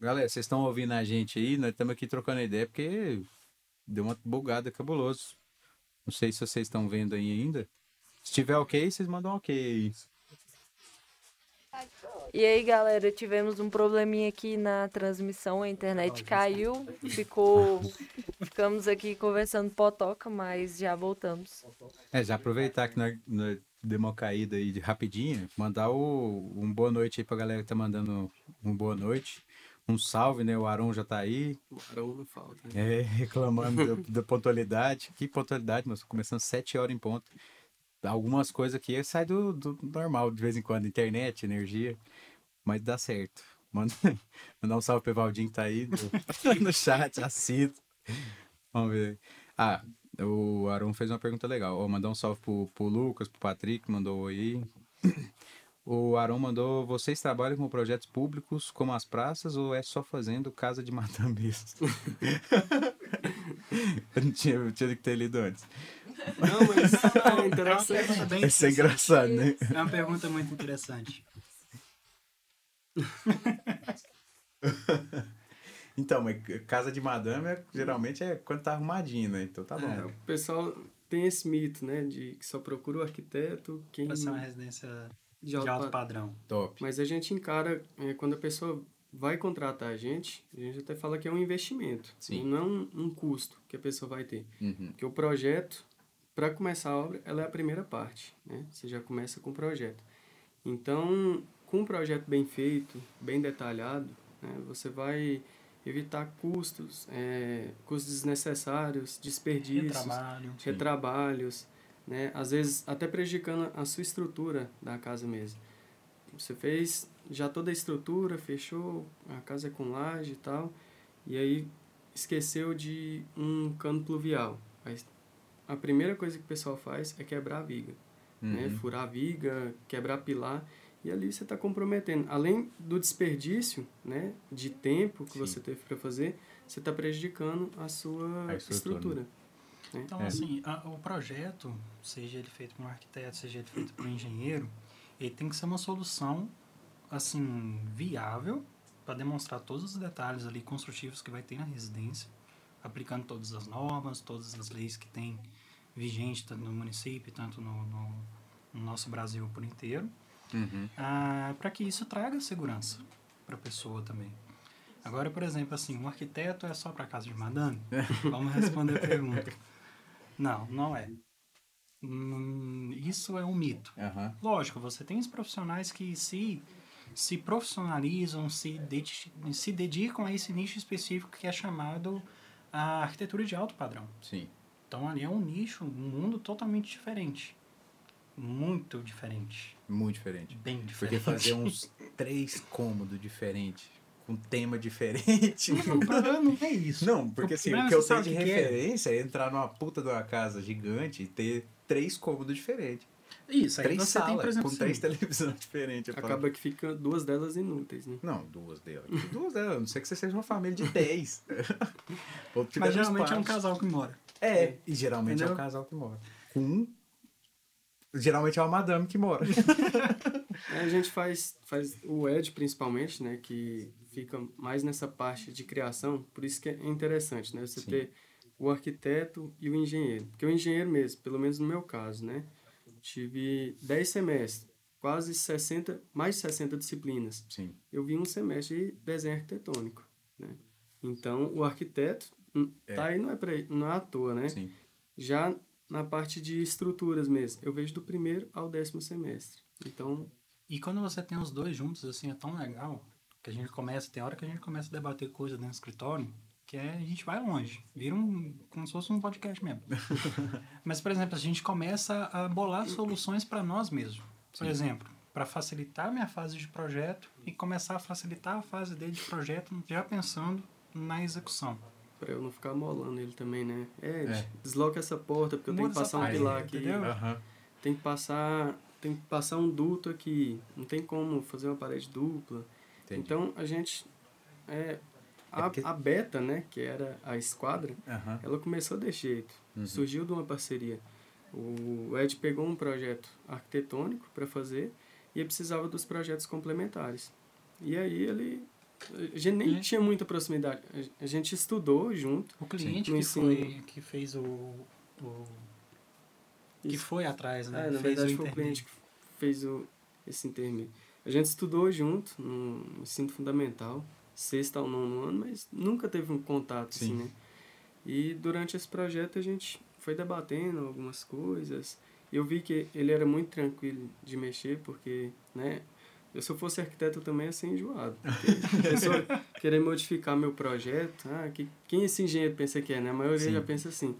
Speaker 1: Galera, vocês estão ouvindo a gente aí? Nós estamos aqui trocando ideia porque deu uma bugada cabuloso. Não sei se vocês estão vendo aí ainda. Se tiver ok, vocês mandam ok aí.
Speaker 2: E aí, galera, tivemos um probleminha aqui na transmissão, a internet caiu, ficou. Ficamos aqui conversando potoca, mas já voltamos.
Speaker 1: É, já aproveitar que nós, nós demos uma caída aí de rapidinho, mandar o, um boa noite aí pra galera que tá mandando um boa noite. Um salve, né? O Aron já tá aí.
Speaker 3: Barão não falta. né?
Speaker 1: É, reclamando da, da pontualidade. Que pontualidade, mas começando sete horas em ponto. algumas coisas que sai do, do normal de vez em quando, internet, energia, mas dá certo. Manda, mandar um salve pro Evaldinho que tá aí no, no chat, assito. Vamos ver. Ah, o Aron fez uma pergunta legal. Ó, mandar um salve pro, pro Lucas, pro Patrick, mandou um oi aí. O Aron mandou, vocês trabalham com projetos públicos como as praças ou é só fazendo casa de matambeiros? eu não tinha, eu tinha que ter lido antes.
Speaker 3: Não, mas isso é uma
Speaker 4: É uma
Speaker 3: interação.
Speaker 4: pergunta bem
Speaker 1: Isso é
Speaker 4: interessante.
Speaker 1: engraçado, né?
Speaker 4: É uma pergunta muito interessante.
Speaker 1: Então, mas casa de madame é- geralmente é quando tá arrumadinho, né? Então tá bom.
Speaker 3: É, o pessoal tem esse mito, né? De que só procura o arquiteto, quem... tá
Speaker 4: Vai ser uma residência
Speaker 3: Hum. de
Speaker 4: de
Speaker 3: alto
Speaker 4: alto
Speaker 3: padrão.
Speaker 4: padrão.
Speaker 1: Top.
Speaker 3: Mas a gente encara, é, quando a pessoa vai contratar a gente, a gente até fala que é um investimento.
Speaker 1: Sim.
Speaker 3: Não é um, um custo que a pessoa vai ter.
Speaker 1: Uhum.
Speaker 3: Porque o projeto, para começar a obra, ela é a primeira parte, né? Você já começa com o projeto. Então, com um projeto bem feito, bem detalhado, né, você vai evitar custos, é, custos desnecessários,
Speaker 4: De
Speaker 3: desperdícios,
Speaker 4: trabalho.
Speaker 1: Sim.
Speaker 3: retrabalhos, né? Às vezes até prejudicando a sua estrutura da casa mesmo. Você fez já toda a estrutura, fechou, a casa é com laje e tal, e aí esqueceu de um cano pluvial. Aí a primeira coisa que o pessoal faz é quebrar a viga, né?
Speaker 4: É.
Speaker 1: Uhum.
Speaker 3: Furar a viga, quebrar pilar, e ali você está comprometendo. Além do desperdício, né? De tempo que
Speaker 1: Sim.
Speaker 3: você teve para fazer, você está prejudicando a sua
Speaker 1: A estrutura, né?
Speaker 3: estrutura.
Speaker 4: Então,
Speaker 1: É.
Speaker 4: assim, a- o projeto, seja ele feito por um arquiteto, seja ele feito por um engenheiro, ele tem que ser uma solução, assim, viável, para demonstrar todos os detalhes ali construtivos que vai ter na residência, aplicando todas as normas, todas as leis que tem vigente, tanto no município, tanto no, no- no nosso Brasil por inteiro,
Speaker 1: Uhum.
Speaker 4: para que isso traga segurança para a pessoa também. Agora, por exemplo, assim, um arquiteto é só para casa de madame? Vamos responder a pergunta. Não, não é. Hum, isso é um mito.
Speaker 1: Aham.
Speaker 4: Lógico, você tem os profissionais que se, se profissionalizam, se, dedi- se dedicam a esse nicho específico que é chamado a arquitetura de alto padrão.
Speaker 1: Sim.
Speaker 4: Então ali é um nicho, um mundo totalmente diferente. Muito diferente.
Speaker 1: Muito diferente.
Speaker 4: Bem
Speaker 1: Porque
Speaker 4: diferente.
Speaker 1: fazer uns três cômodos diferentes, com tema diferente.
Speaker 4: Não, o problema não é isso.
Speaker 1: Não, porque assim,
Speaker 4: Não,
Speaker 1: o que eu
Speaker 4: você
Speaker 1: sei
Speaker 4: sabe
Speaker 1: de
Speaker 4: o que que é.
Speaker 1: referência é entrar numa puta de uma casa gigante e ter três cômodos diferentes.
Speaker 4: Isso, aí
Speaker 1: Três
Speaker 4: você tem, por
Speaker 1: salas,
Speaker 4: exemplo,
Speaker 1: com três
Speaker 4: assim,
Speaker 1: televisões diferentes. Eu falo,
Speaker 3: Acaba que fica duas delas inúteis, né?
Speaker 1: Não, duas delas. Duas delas, a não ser que você seja uma família de 10. Ou tiver
Speaker 4: Mas geralmente é um
Speaker 1: espaço.
Speaker 4: casal que mora.
Speaker 1: É, e geralmente é
Speaker 4: Entendeu?
Speaker 1: o casal que mora. Com um, geralmente é uma madame que mora.
Speaker 3: É, A gente faz, faz o Ed principalmente, né? Que fica mais nessa parte de criação, por isso que é interessante, né? Você
Speaker 1: Sim.
Speaker 3: ter o arquiteto e o engenheiro. Porque o engenheiro mesmo, pelo menos no meu caso, né? Tive 10 semestres, quase 60, mais de 60 disciplinas.
Speaker 1: Sim.
Speaker 3: Eu vi um semestre de desenho arquitetônico, né? Então, o arquiteto hum,
Speaker 1: É.
Speaker 3: tá aí, não é, pra, não é à toa, né?
Speaker 1: Sim.
Speaker 3: Já na parte de estruturas mesmo, eu vejo do primeiro ao décimo semestre. Então,
Speaker 4: E quando você tem os dois juntos, assim, é tão legal que a gente começa, tem hora que a gente começa a debater coisa dentro do escritório, que é, a gente vai longe. Vira um, como se fosse um podcast mesmo. Mas, por exemplo, a gente começa a bolar soluções para nós mesmos. Por
Speaker 1: Sim.
Speaker 4: exemplo, para facilitar a minha fase de projeto e começar a facilitar a fase dele de projeto já pensando na execução.
Speaker 3: Pra eu não ficar molando ele também, né? Ed,
Speaker 1: É.
Speaker 3: desloca essa porta, porque eu
Speaker 4: Muda
Speaker 3: tenho que
Speaker 4: essa
Speaker 3: passar um
Speaker 4: parede,
Speaker 3: pilar aqui.
Speaker 4: entendeu?
Speaker 1: Aham.
Speaker 3: Tem que passar. Tem que passar um duto aqui. Não tem como fazer uma parede dupla.
Speaker 1: Entendi.
Speaker 3: Então a gente. É, a,
Speaker 1: É porque-
Speaker 3: a beta, né? Que era a esquadra,
Speaker 1: Aham.
Speaker 3: ela começou desse jeito.
Speaker 1: Uhum.
Speaker 3: Surgiu de uma parceria. O Ed pegou um projeto arquitetônico para fazer e ele precisava dos projetos complementares. E aí ele. A gente nem
Speaker 4: É.
Speaker 1: Uhum.
Speaker 3: tinha muita proximidade. A- A gente estudou junto.
Speaker 4: O cliente
Speaker 3: No
Speaker 4: que,
Speaker 3: ensino.
Speaker 4: foi, que fez o... o- que
Speaker 3: Isso.
Speaker 4: foi atrás, né?
Speaker 3: É, na
Speaker 4: fez
Speaker 3: verdade foi o
Speaker 4: intermédio.
Speaker 3: cliente que fez o, esse intermédio. A gente estudou junto no ensino fundamental, sexta ao nono ano, mas nunca teve um contato assim,
Speaker 1: Sim.
Speaker 3: né? E durante esse projeto a gente foi debatendo algumas coisas. Eu vi que ele era muito tranquilo de mexer, porque, né? Eu, se eu fosse arquiteto eu também ia ser enjoado. porque A pessoa querer modificar meu projeto, ah, que, quem esse engenheiro pensa que é, né? A maioria
Speaker 1: Sim.
Speaker 3: já pensa assim.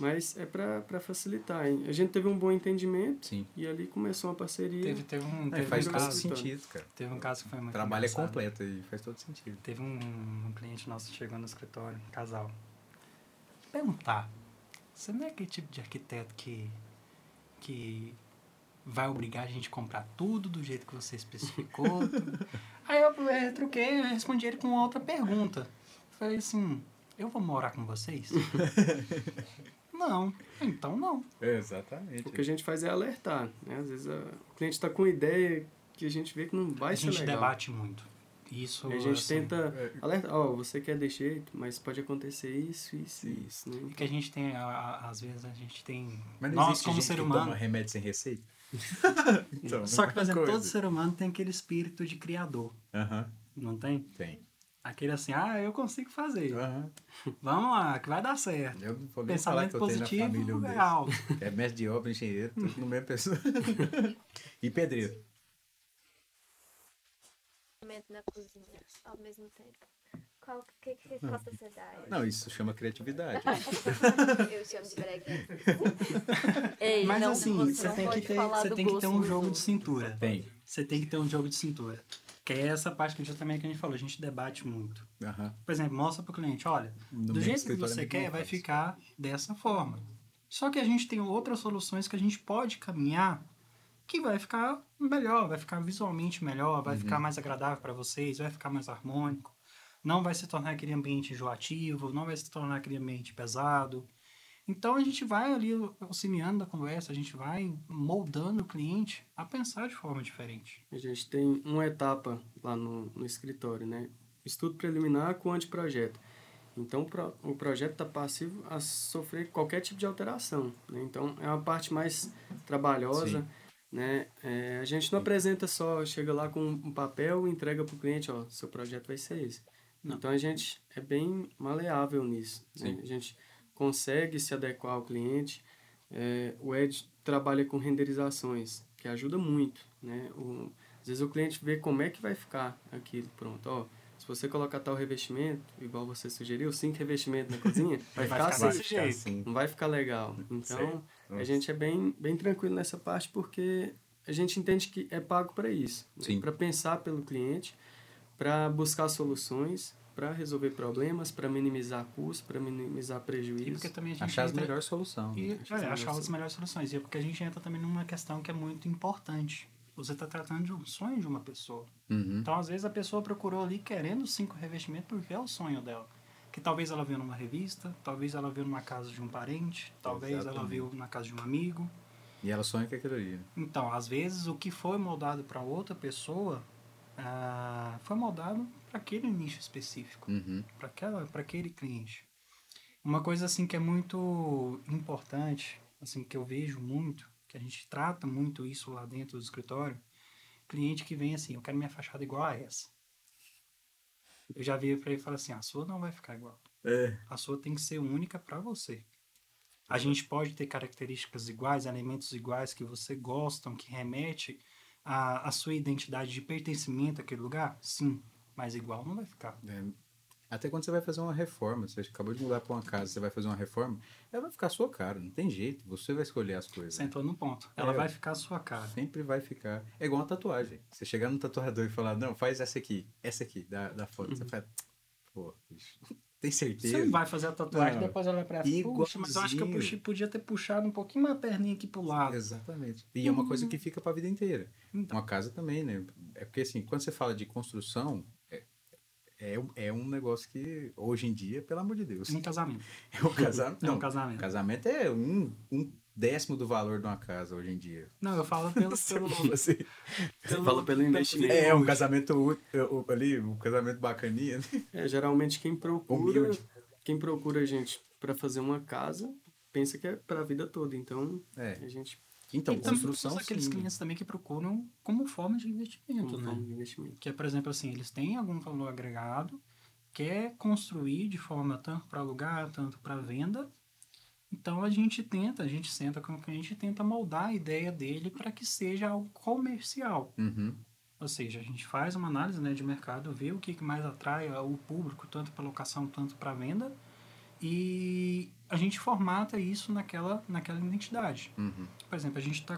Speaker 3: Mas é para facilitar. Hein? A gente teve um bom entendimento
Speaker 1: Sim.
Speaker 3: e ali começou uma parceria.
Speaker 4: Teve, teve um.
Speaker 1: É,
Speaker 4: Teve
Speaker 1: faz
Speaker 4: um
Speaker 1: todo
Speaker 4: caso,
Speaker 1: sentido, cara.
Speaker 4: teve um caso que foi
Speaker 1: O
Speaker 4: muito.
Speaker 1: trabalho é
Speaker 4: engraçado.
Speaker 1: completo e faz todo sentido.
Speaker 4: Teve um, um cliente nosso que chegou no escritório, um casal. Perguntar. Você não é aquele tipo de arquiteto que, que vai obrigar a gente a comprar tudo do jeito que você especificou? tudo?" Aí eu eh, troquei, eu respondi ele com outra pergunta. Falei assim, eu vou morar com vocês? não. Então não.
Speaker 1: Exatamente.
Speaker 3: O que a gente faz é alertar. Né? Às vezes a- o cliente está com ideia que a gente vê que não vai
Speaker 4: a
Speaker 3: ser
Speaker 4: gente
Speaker 3: legal.
Speaker 4: debate muito. Isso
Speaker 3: E a gente
Speaker 4: assim,
Speaker 3: tenta
Speaker 1: É.
Speaker 3: alertar. Ó, você quer desse jeito, mas pode acontecer isso, isso e isso. Né?
Speaker 4: que a gente tem, a- a- às vezes a gente tem.
Speaker 1: Mas não
Speaker 4: nós,
Speaker 1: existe
Speaker 4: como
Speaker 1: gente
Speaker 4: ser
Speaker 1: que
Speaker 4: humano.
Speaker 1: toma remédio sem receita? então,
Speaker 4: Só que, por exemplo,
Speaker 1: coisa.
Speaker 4: todo ser humano tem aquele espírito de criador,
Speaker 1: Aham,
Speaker 4: não tem?
Speaker 1: tem.
Speaker 4: Aquele assim, ah, eu consigo fazer. Tipo,
Speaker 1: Aham.
Speaker 4: Vamos lá, que vai dar certo.
Speaker 1: É. Eu não vou nem falar que
Speaker 4: Pensamento
Speaker 1: eu tenho na família um
Speaker 4: positivo é
Speaker 1: desses.
Speaker 4: alto.
Speaker 1: É mestre de obra, engenheiro, tudo no mesmo pessoa. e pedreiro.
Speaker 5: momento na cozinha ao mesmo tempo. Qual o que, é que falta você dar?
Speaker 1: Não, isso chama criatividade.
Speaker 5: Eu chamo de breguete.
Speaker 2: Ei,
Speaker 4: Mas
Speaker 2: não,
Speaker 4: assim,
Speaker 2: você,
Speaker 4: você
Speaker 2: não
Speaker 4: tem que
Speaker 2: pode
Speaker 4: ter,
Speaker 2: falar
Speaker 4: você
Speaker 2: do
Speaker 4: tem que ter
Speaker 2: gosto
Speaker 4: um
Speaker 2: dos
Speaker 4: jogo de
Speaker 2: outros.
Speaker 4: cintura.
Speaker 1: Tem.
Speaker 4: Você tem que ter um jogo de cintura. Que é essa parte que justamente que a gente falou, a gente debate muito.
Speaker 1: Aham.
Speaker 4: Por exemplo, mostra pro cliente, olha,
Speaker 1: No
Speaker 4: do
Speaker 1: meu
Speaker 4: jeito que
Speaker 1: escritório é
Speaker 4: você
Speaker 1: muito
Speaker 4: quer,
Speaker 1: mais
Speaker 4: vai
Speaker 1: fácil.
Speaker 4: ficar dessa forma. Só que a gente tem outras soluções que a gente pode caminhar que vai ficar melhor, vai ficar visualmente melhor, vai
Speaker 1: Uhum.
Speaker 4: ficar mais agradável para vocês, vai ficar mais harmônico. Não vai se tornar aquele ambiente enjoativo, não vai se tornar aquele ambiente pesado. Então a gente vai ali auxiliando a conversa, a gente vai moldando o cliente a pensar de forma diferente.
Speaker 3: A gente tem uma etapa lá no, no escritório, né? Estudo preliminar com anteprojeto. Então, o pro- o projeto está passivo a sofrer qualquer tipo de alteração. né? Então, é uma parte mais trabalhosa,
Speaker 1: Sim.
Speaker 3: né? É, a gente não apresenta só, chega lá com um papel e entrega para o cliente, ó, seu projeto vai ser esse.
Speaker 4: Não.
Speaker 3: Então, a gente é bem maleável nisso. né?
Speaker 1: Sim.
Speaker 3: A gente consegue se adequar ao cliente, é, o Ed trabalha com renderizações, que ajuda muito, né? O, às vezes o cliente vê como é que vai ficar aquilo, pronto, ó. Se você colocar tal revestimento, igual você sugeriu, cinco revestimentos na cozinha, vai, ficar
Speaker 4: ficar
Speaker 3: assim.
Speaker 4: desse jeito.
Speaker 1: assim.
Speaker 3: Não vai ficar legal. Então, a gente é bem, bem tranquilo nessa parte porque a gente entende que é pago para isso.
Speaker 1: Sim.
Speaker 3: Para pensar pelo cliente, para buscar soluções, para resolver problemas, para minimizar custos, para minimizar
Speaker 4: E
Speaker 3: prejuízos.
Speaker 4: porque também a gente
Speaker 1: Achar as
Speaker 4: entra-
Speaker 1: melhores soluções.
Speaker 4: E
Speaker 3: Acho que
Speaker 4: olha,
Speaker 3: são
Speaker 4: achar
Speaker 3: essas.
Speaker 4: as melhores soluções. E é porque a gente entra também numa questão que é muito importante. Você está tratando de um sonho de uma pessoa.
Speaker 1: Uhum.
Speaker 4: Então, às vezes, a pessoa procurou ali querendo cinco revestimentos porque é o sonho dela. Que talvez ela viu numa revista, talvez ela viu numa casa de um parente, talvez ela
Speaker 1: Exatamente.
Speaker 4: viu na casa de um amigo.
Speaker 1: E ela sonha com aquilo ali. né?
Speaker 4: Então, às vezes, o que foi moldado para outra pessoa ah, foi moldado para aquele nicho específico
Speaker 1: Uhum.
Speaker 4: para aquela para aquele cliente uma coisa assim que é muito importante assim que eu vejo muito que a gente trata muito isso lá dentro do escritório cliente que vem assim eu quero minha fachada igual a essa eu já vi para ele e falar assim a sua não vai ficar igual
Speaker 1: É.
Speaker 4: a sua tem que ser única para você a gente pode ter características iguais elementos iguais que você gostam que remete à, à sua identidade de pertencimento àquele lugar sim mas igual não vai ficar
Speaker 1: É. Até quando você vai fazer uma reforma, você acabou de mudar para uma casa, você vai fazer uma reforma, ela vai ficar a sua cara, não tem jeito, você vai escolher as coisas.
Speaker 4: Você entrou no ponto. Ela
Speaker 1: É.
Speaker 4: vai ficar a sua cara.
Speaker 1: Sempre vai ficar. É igual uma tatuagem. Você chegar no tatuador e falar, não, faz essa aqui, essa aqui, da, da foto.
Speaker 4: Uhum.
Speaker 1: Você fala, pô, bicho, tem
Speaker 4: é
Speaker 1: certeza?
Speaker 4: Você não vai fazer a tatuagem
Speaker 1: Não.
Speaker 4: depois olhar pra frente. Puxa, mas eu acho que eu
Speaker 1: Igualzinho.
Speaker 4: puxei, podia ter puxado um pouquinho mais a perninha aqui pro lado.
Speaker 1: Exatamente. E é uma coisa que fica pra vida inteira.
Speaker 4: Então.
Speaker 1: Uma casa também, né? É porque, assim, quando você fala de construção, é, é, um- é um negócio que, hoje em dia, pelo amor de Deus,
Speaker 4: Um casamento.
Speaker 1: é um casamento.
Speaker 4: É um
Speaker 1: Não,
Speaker 4: casamento.
Speaker 1: casamento é um, um décimo do valor de uma casa hoje em dia.
Speaker 4: Não, eu falo pelo.
Speaker 1: Você
Speaker 4: pelo-
Speaker 1: fala assim,
Speaker 3: Você fala pelo investimento.
Speaker 1: é um casamento ú- ú- ali, um casamento bacaninha. né?
Speaker 3: É, geralmente quem procura,
Speaker 1: Humilde.
Speaker 3: quem procura a gente para fazer uma casa, pensa que é para a vida toda. Então,
Speaker 1: É.
Speaker 3: a gente
Speaker 1: Então,
Speaker 4: e também
Speaker 1: construção.
Speaker 4: temos aqueles
Speaker 1: sim.
Speaker 4: clientes também que procuram como forma de investimento,
Speaker 3: como
Speaker 4: né?
Speaker 3: forma de investimento.
Speaker 4: Que é, por exemplo, assim, eles têm algum valor agregado, quer construir de forma tanto para alugar, tanto para venda. Então a gente tenta, a gente senta com o cliente e tenta moldar a ideia dele para que seja algo comercial.
Speaker 1: Uhum.
Speaker 4: Ou seja, a gente faz uma análise né, de mercado, vê o que que mais atrai o público, tanto para locação, tanto para venda, E a gente formata isso naquela, naquela identidade.
Speaker 1: uhum.
Speaker 4: Por exemplo, a gente está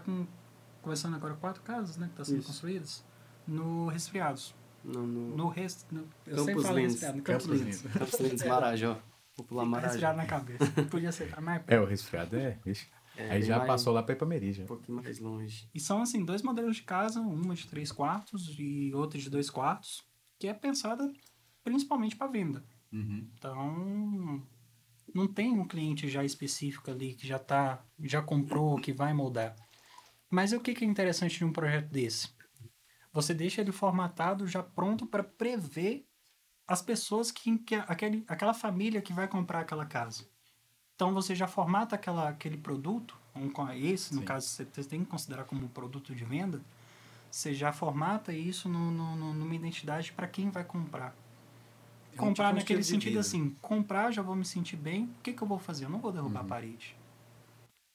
Speaker 4: conversando agora quatro casas né, que estão sendo
Speaker 3: Isso.
Speaker 4: construídas no Resfriados.
Speaker 3: No, no...
Speaker 4: No res, no, eu
Speaker 3: Campos
Speaker 4: sempre falo
Speaker 3: Lins.
Speaker 4: resfriado, no Campos,
Speaker 1: Campos
Speaker 4: Lins.
Speaker 1: Lins.
Speaker 3: Campos Lins, Tá Marajó. Popular
Speaker 4: Fica Resfriado
Speaker 3: Marajó.
Speaker 4: na cabeça. Podia ser. Mas,
Speaker 1: É, o resfriado é. vixe.
Speaker 3: É,
Speaker 1: Aí
Speaker 3: bem
Speaker 1: já
Speaker 3: mais-
Speaker 1: passou lá pra Ipameri já.
Speaker 3: Um pouquinho mais longe.
Speaker 4: E são, assim, dois modelos de casa, uma de três quartos e outra de dois quartos, que é pensada principalmente para venda.
Speaker 1: Uhum.
Speaker 4: Então, não tem um cliente já específico ali que já tá, já comprou, que vai moldar. Mas o que que é interessante de um projeto desse? Você deixa ele formatado já pronto para prever as pessoas que, que aquele, aquela família que vai comprar aquela casa. Então você já formata aquela, aquele produto, um, co- esse no
Speaker 1: Sim.
Speaker 4: caso você tem que considerar como um produto de venda. Você já formata isso no, no- no- numa identidade para quem vai comprar
Speaker 1: É um
Speaker 4: comprar
Speaker 1: tipo de
Speaker 4: naquele
Speaker 1: estilo de
Speaker 4: sentido
Speaker 1: vida.
Speaker 4: assim, comprar já vou me sentir bem, o que, que eu vou fazer? Eu não vou derrubar
Speaker 1: Uhum.
Speaker 4: a parede.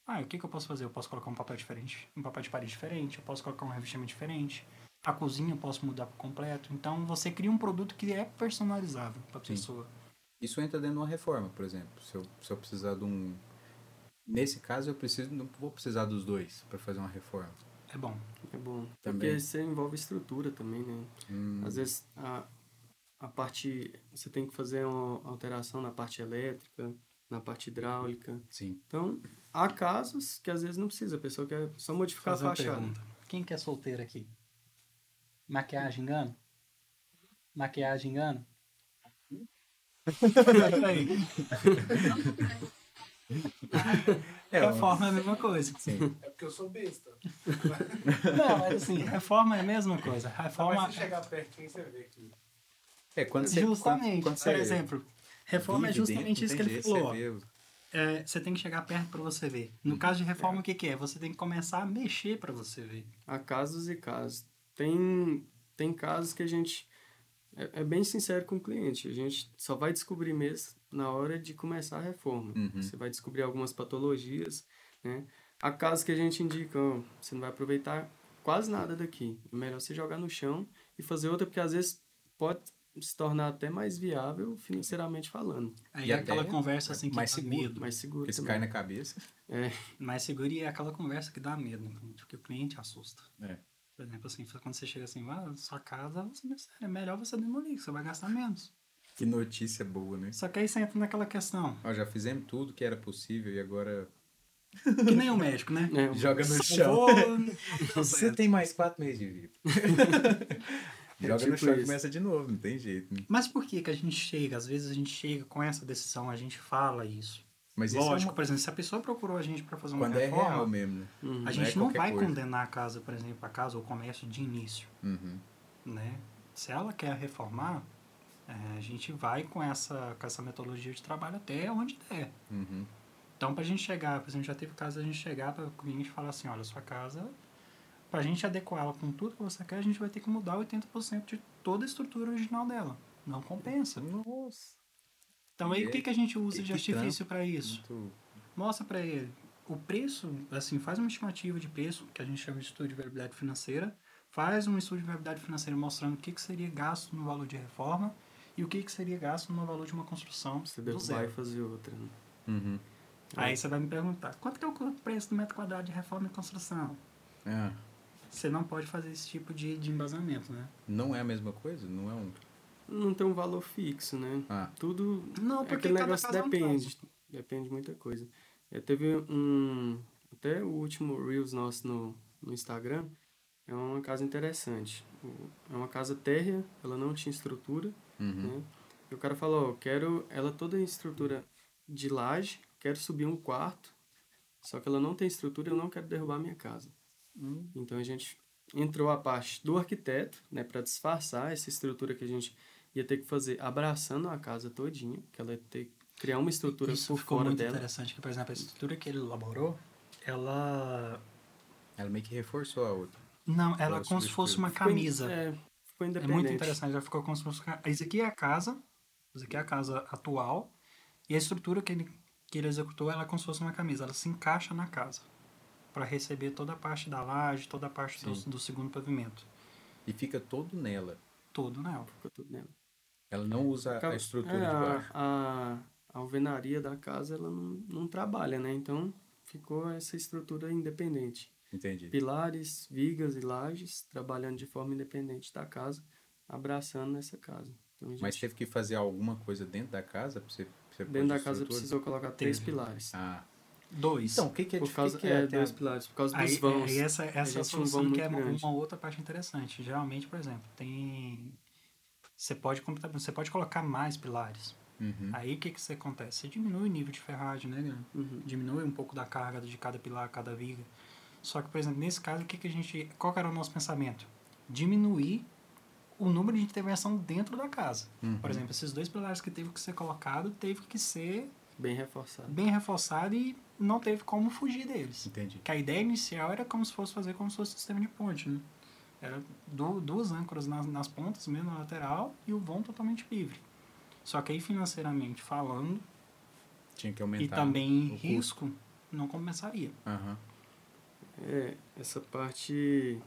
Speaker 4: Ah, e o que, que eu posso fazer? Eu posso colocar um papel diferente, um papel de parede diferente, eu posso colocar um revestimento diferente, a cozinha eu posso mudar por completo. Então você cria um produto que é personalizável para a
Speaker 1: Sim.
Speaker 4: pessoa.
Speaker 1: Isso entra dentro de uma reforma, por exemplo. Se eu, se eu precisar de um. Nesse caso, eu preciso, não vou precisar dos dois para fazer uma reforma.
Speaker 4: É bom.
Speaker 3: É bom.
Speaker 1: Também.
Speaker 3: Porque você envolve estrutura também, né? Às vezes a, a parte. Você tem que fazer uma alteração na parte elétrica, na parte hidráulica.
Speaker 1: Sim.
Speaker 3: Então, há casos que às vezes não precisa, a pessoa quer só modificar
Speaker 4: Fazer uma
Speaker 3: a fachada.
Speaker 4: pergunta. Quem que é solteiro aqui? Maquiagem engano? Maquiagem engano?
Speaker 1: É,
Speaker 4: Reforma é a mesma coisa.
Speaker 6: É porque eu sou besta.
Speaker 4: Não, mas assim, reforma é a mesma coisa. Reforma
Speaker 6: Mas se chegar pertinho, você vê que...
Speaker 1: é quando você.
Speaker 4: justamente,
Speaker 1: Quando, quando
Speaker 4: por exemplo, reforma é
Speaker 1: vive
Speaker 4: justamente
Speaker 1: dentro,
Speaker 4: isso
Speaker 1: não
Speaker 4: que
Speaker 1: tem
Speaker 4: ele
Speaker 1: jeito,
Speaker 4: falou.
Speaker 1: você vê
Speaker 4: ó.
Speaker 1: Uhum. os-
Speaker 4: É, você tem que chegar perto para você ver. No caso de reforma, o que, que é? Você tem que começar a mexer para você ver.
Speaker 3: Há casos e casos. Tem, tem casos que a gente é, é bem sincero com o cliente. A gente só vai descobrir mesmo na hora de começar a reforma.
Speaker 1: Uhum.
Speaker 3: Você vai descobrir algumas patologias, né? Há casos que a gente indica, ó, você não vai aproveitar quase nada daqui. É melhor você jogar no chão e fazer outra, porque às vezes pode se tornar até mais viável financeiramente falando.
Speaker 4: Aí
Speaker 1: E
Speaker 4: é aquela
Speaker 1: até
Speaker 4: conversa assim que
Speaker 1: mais
Speaker 4: dá
Speaker 1: seguro.
Speaker 4: medo.
Speaker 3: Mais seguro
Speaker 1: Porque se
Speaker 3: também.
Speaker 1: cai na cabeça.
Speaker 4: Mais seguro e é aquela conversa que dá medo, né? porque o cliente assusta.
Speaker 1: É.
Speaker 4: Por exemplo, assim, quando você chega assim, ah, sua casa, você não- é melhor você demolir, que você vai gastar menos.
Speaker 1: Que notícia boa, né?
Speaker 4: Só que aí você entra naquela questão,
Speaker 1: Ó, já fizemos tudo que era possível e agora.
Speaker 4: que nem o médico, né?
Speaker 3: É,
Speaker 1: Joga no
Speaker 4: Vou-
Speaker 1: Você tem mais quatro meses de vida.
Speaker 4: É
Speaker 1: Joga
Speaker 3: tipo
Speaker 1: no chão
Speaker 3: isso.
Speaker 1: e começa de novo, não tem jeito. né?
Speaker 4: Mas por que que a gente chega? Às vezes a gente chega com essa decisão, a gente fala isso.
Speaker 1: Mas isso
Speaker 4: Lógico,
Speaker 1: é
Speaker 4: por exemplo, se a pessoa procurou a gente para fazer
Speaker 1: uma...
Speaker 4: uma
Speaker 1: quando é
Speaker 4: reforma,
Speaker 1: real mesmo, né?
Speaker 3: Uhum.
Speaker 4: A
Speaker 1: é
Speaker 4: gente não,
Speaker 1: qualquer
Speaker 4: vai
Speaker 1: coisa.
Speaker 4: condenar a casa, por exemplo, a casa ou o comércio de início,
Speaker 1: Uhum.
Speaker 4: né? Se ela quer reformar, eh, a gente vai com essa, com essa metodologia de trabalho até onde der.
Speaker 1: Uhum.
Speaker 4: Então, pra gente chegar, por exemplo, já teve caso da gente chegar para o cliente e falar assim, olha, sua casa, pra gente adequar ela com tudo que você quer, a gente vai ter que mudar 80% de toda a estrutura original dela. Não compensa.
Speaker 1: Nossa.
Speaker 4: Então, aí
Speaker 1: E
Speaker 4: o
Speaker 1: é-
Speaker 4: que, que a gente usa
Speaker 1: e
Speaker 4: de
Speaker 1: que
Speaker 4: artifício para isso?
Speaker 1: Muito...
Speaker 4: mostra pra ele o preço, assim, faz uma estimativa de preço, que a gente chama de estudo de viabilidade financeira, faz um estudo de viabilidade financeira mostrando o que, que seria gasto no valor de reforma e o que, que seria gasto no valor de uma construção
Speaker 3: Você
Speaker 4: do
Speaker 3: derrubar e
Speaker 4: zero.
Speaker 3: fazer outra. né?
Speaker 1: Uhum.
Speaker 4: Aí você vai me perguntar, quanto que é o preço do metro quadrado de reforma e construção?
Speaker 1: Ah,
Speaker 4: Você não pode fazer esse tipo de, de embasamento, né?
Speaker 1: não é a mesma coisa? Não é um...
Speaker 3: Não tem um valor fixo, né?
Speaker 1: Ah,
Speaker 3: Tudo
Speaker 4: Não,
Speaker 3: É aquele negócio
Speaker 4: um
Speaker 3: depende. Depende de muita coisa. Eu teve um. Até o último Reels nosso no, no Instagram. É uma casa interessante. O- É uma casa térrea, ela não tinha estrutura.
Speaker 1: uhum.
Speaker 3: Né? E o cara falou: ó, quero ela toda em estrutura de laje, quero subir um quarto. Só que ela não tem estrutura e eu não quero derrubar a minha casa.
Speaker 4: Hum.
Speaker 3: Então a gente entrou a parte do arquiteto, né, para disfarçar essa estrutura que a gente ia ter que fazer abraçando a casa todinha, que ela ia ter que criar uma estrutura
Speaker 4: Isso
Speaker 3: por
Speaker 4: ficou
Speaker 3: fora
Speaker 4: muito
Speaker 3: dela.
Speaker 4: interessante, que, por exemplo, a estrutura que ele elaborou, ela...
Speaker 1: Ela meio que reforçou a outra.
Speaker 4: Não, ela é
Speaker 1: Ela
Speaker 4: como se fosse uma
Speaker 3: Ficou in-
Speaker 4: camisa.
Speaker 3: é, ficou
Speaker 4: É
Speaker 3: independente.
Speaker 4: muito interessante, já ficou como se fosse... ca- Isso aqui é a casa, isso aqui é a casa atual, e a estrutura que ele, que ele executou, ela é como se fosse uma camisa, ela se encaixa na casa, para receber toda a parte da laje, toda a parte do,
Speaker 1: Sim.
Speaker 4: do segundo pavimento, né?
Speaker 1: E fica todo nela.
Speaker 4: todo nela.
Speaker 3: Ficou tudo nela.
Speaker 1: Ela não usa
Speaker 3: Acaba-
Speaker 1: a estrutura
Speaker 3: é,
Speaker 1: de
Speaker 3: a-
Speaker 1: baixo.
Speaker 3: A, a alvenaria da casa ela não, não trabalha, né? Então ficou essa estrutura independente.
Speaker 1: Entendi.
Speaker 3: Pilares, vigas e lajes trabalhando de forma independente da casa, abraçando essa casa. Então, a gente,
Speaker 1: Mas teve que fazer alguma coisa dentro da casa pra você, pra você pôr
Speaker 3: dentro da
Speaker 1: de
Speaker 3: casa
Speaker 1: estrutura?
Speaker 3: precisou colocar três
Speaker 4: Teve.
Speaker 3: pilares.
Speaker 1: Ah.
Speaker 4: Dois.
Speaker 1: Então, o que, que é
Speaker 3: Por
Speaker 1: dif-
Speaker 3: causa
Speaker 1: que que
Speaker 3: é,
Speaker 1: tem a-
Speaker 3: dois pilares, por causa dos
Speaker 4: Aí,
Speaker 3: vãos.
Speaker 4: aí essa, essa é a
Speaker 3: gente tinha um
Speaker 4: solução
Speaker 3: vão
Speaker 4: que é
Speaker 3: muito grande.
Speaker 4: uma outra parte interessante. Geralmente, por exemplo, tem... Você pode, completar- você pode colocar mais pilares.
Speaker 1: Uhum.
Speaker 4: Aí o que, que você acontece? Você diminui o nível de ferragem, né, Guilherme?
Speaker 3: Uhum.
Speaker 4: diminui um pouco da carga de cada pilar, cada viga. Só que, por exemplo, nesse caso, o que que a gente, qual que era o nosso pensamento? Diminuir o número de intervenção dentro da casa.
Speaker 1: Uhum.
Speaker 4: Por exemplo, esses dois pilares que teve que ser colocado, teve que ser
Speaker 3: Bem reforçado.
Speaker 4: bem reforçado e não teve como fugir deles.
Speaker 1: Entendi.
Speaker 4: Que a ideia inicial era como se fosse fazer como se fosse um sistema de ponte, né? Era du- duas âncoras nas, nas pontas, mesmo na lateral, e o vão totalmente livre. Só que aí, financeiramente falando,
Speaker 1: Tinha que
Speaker 4: e
Speaker 1: aumentar.
Speaker 4: também
Speaker 1: o custo.
Speaker 4: risco, não compensaria.
Speaker 1: Aham.
Speaker 3: É, essa parte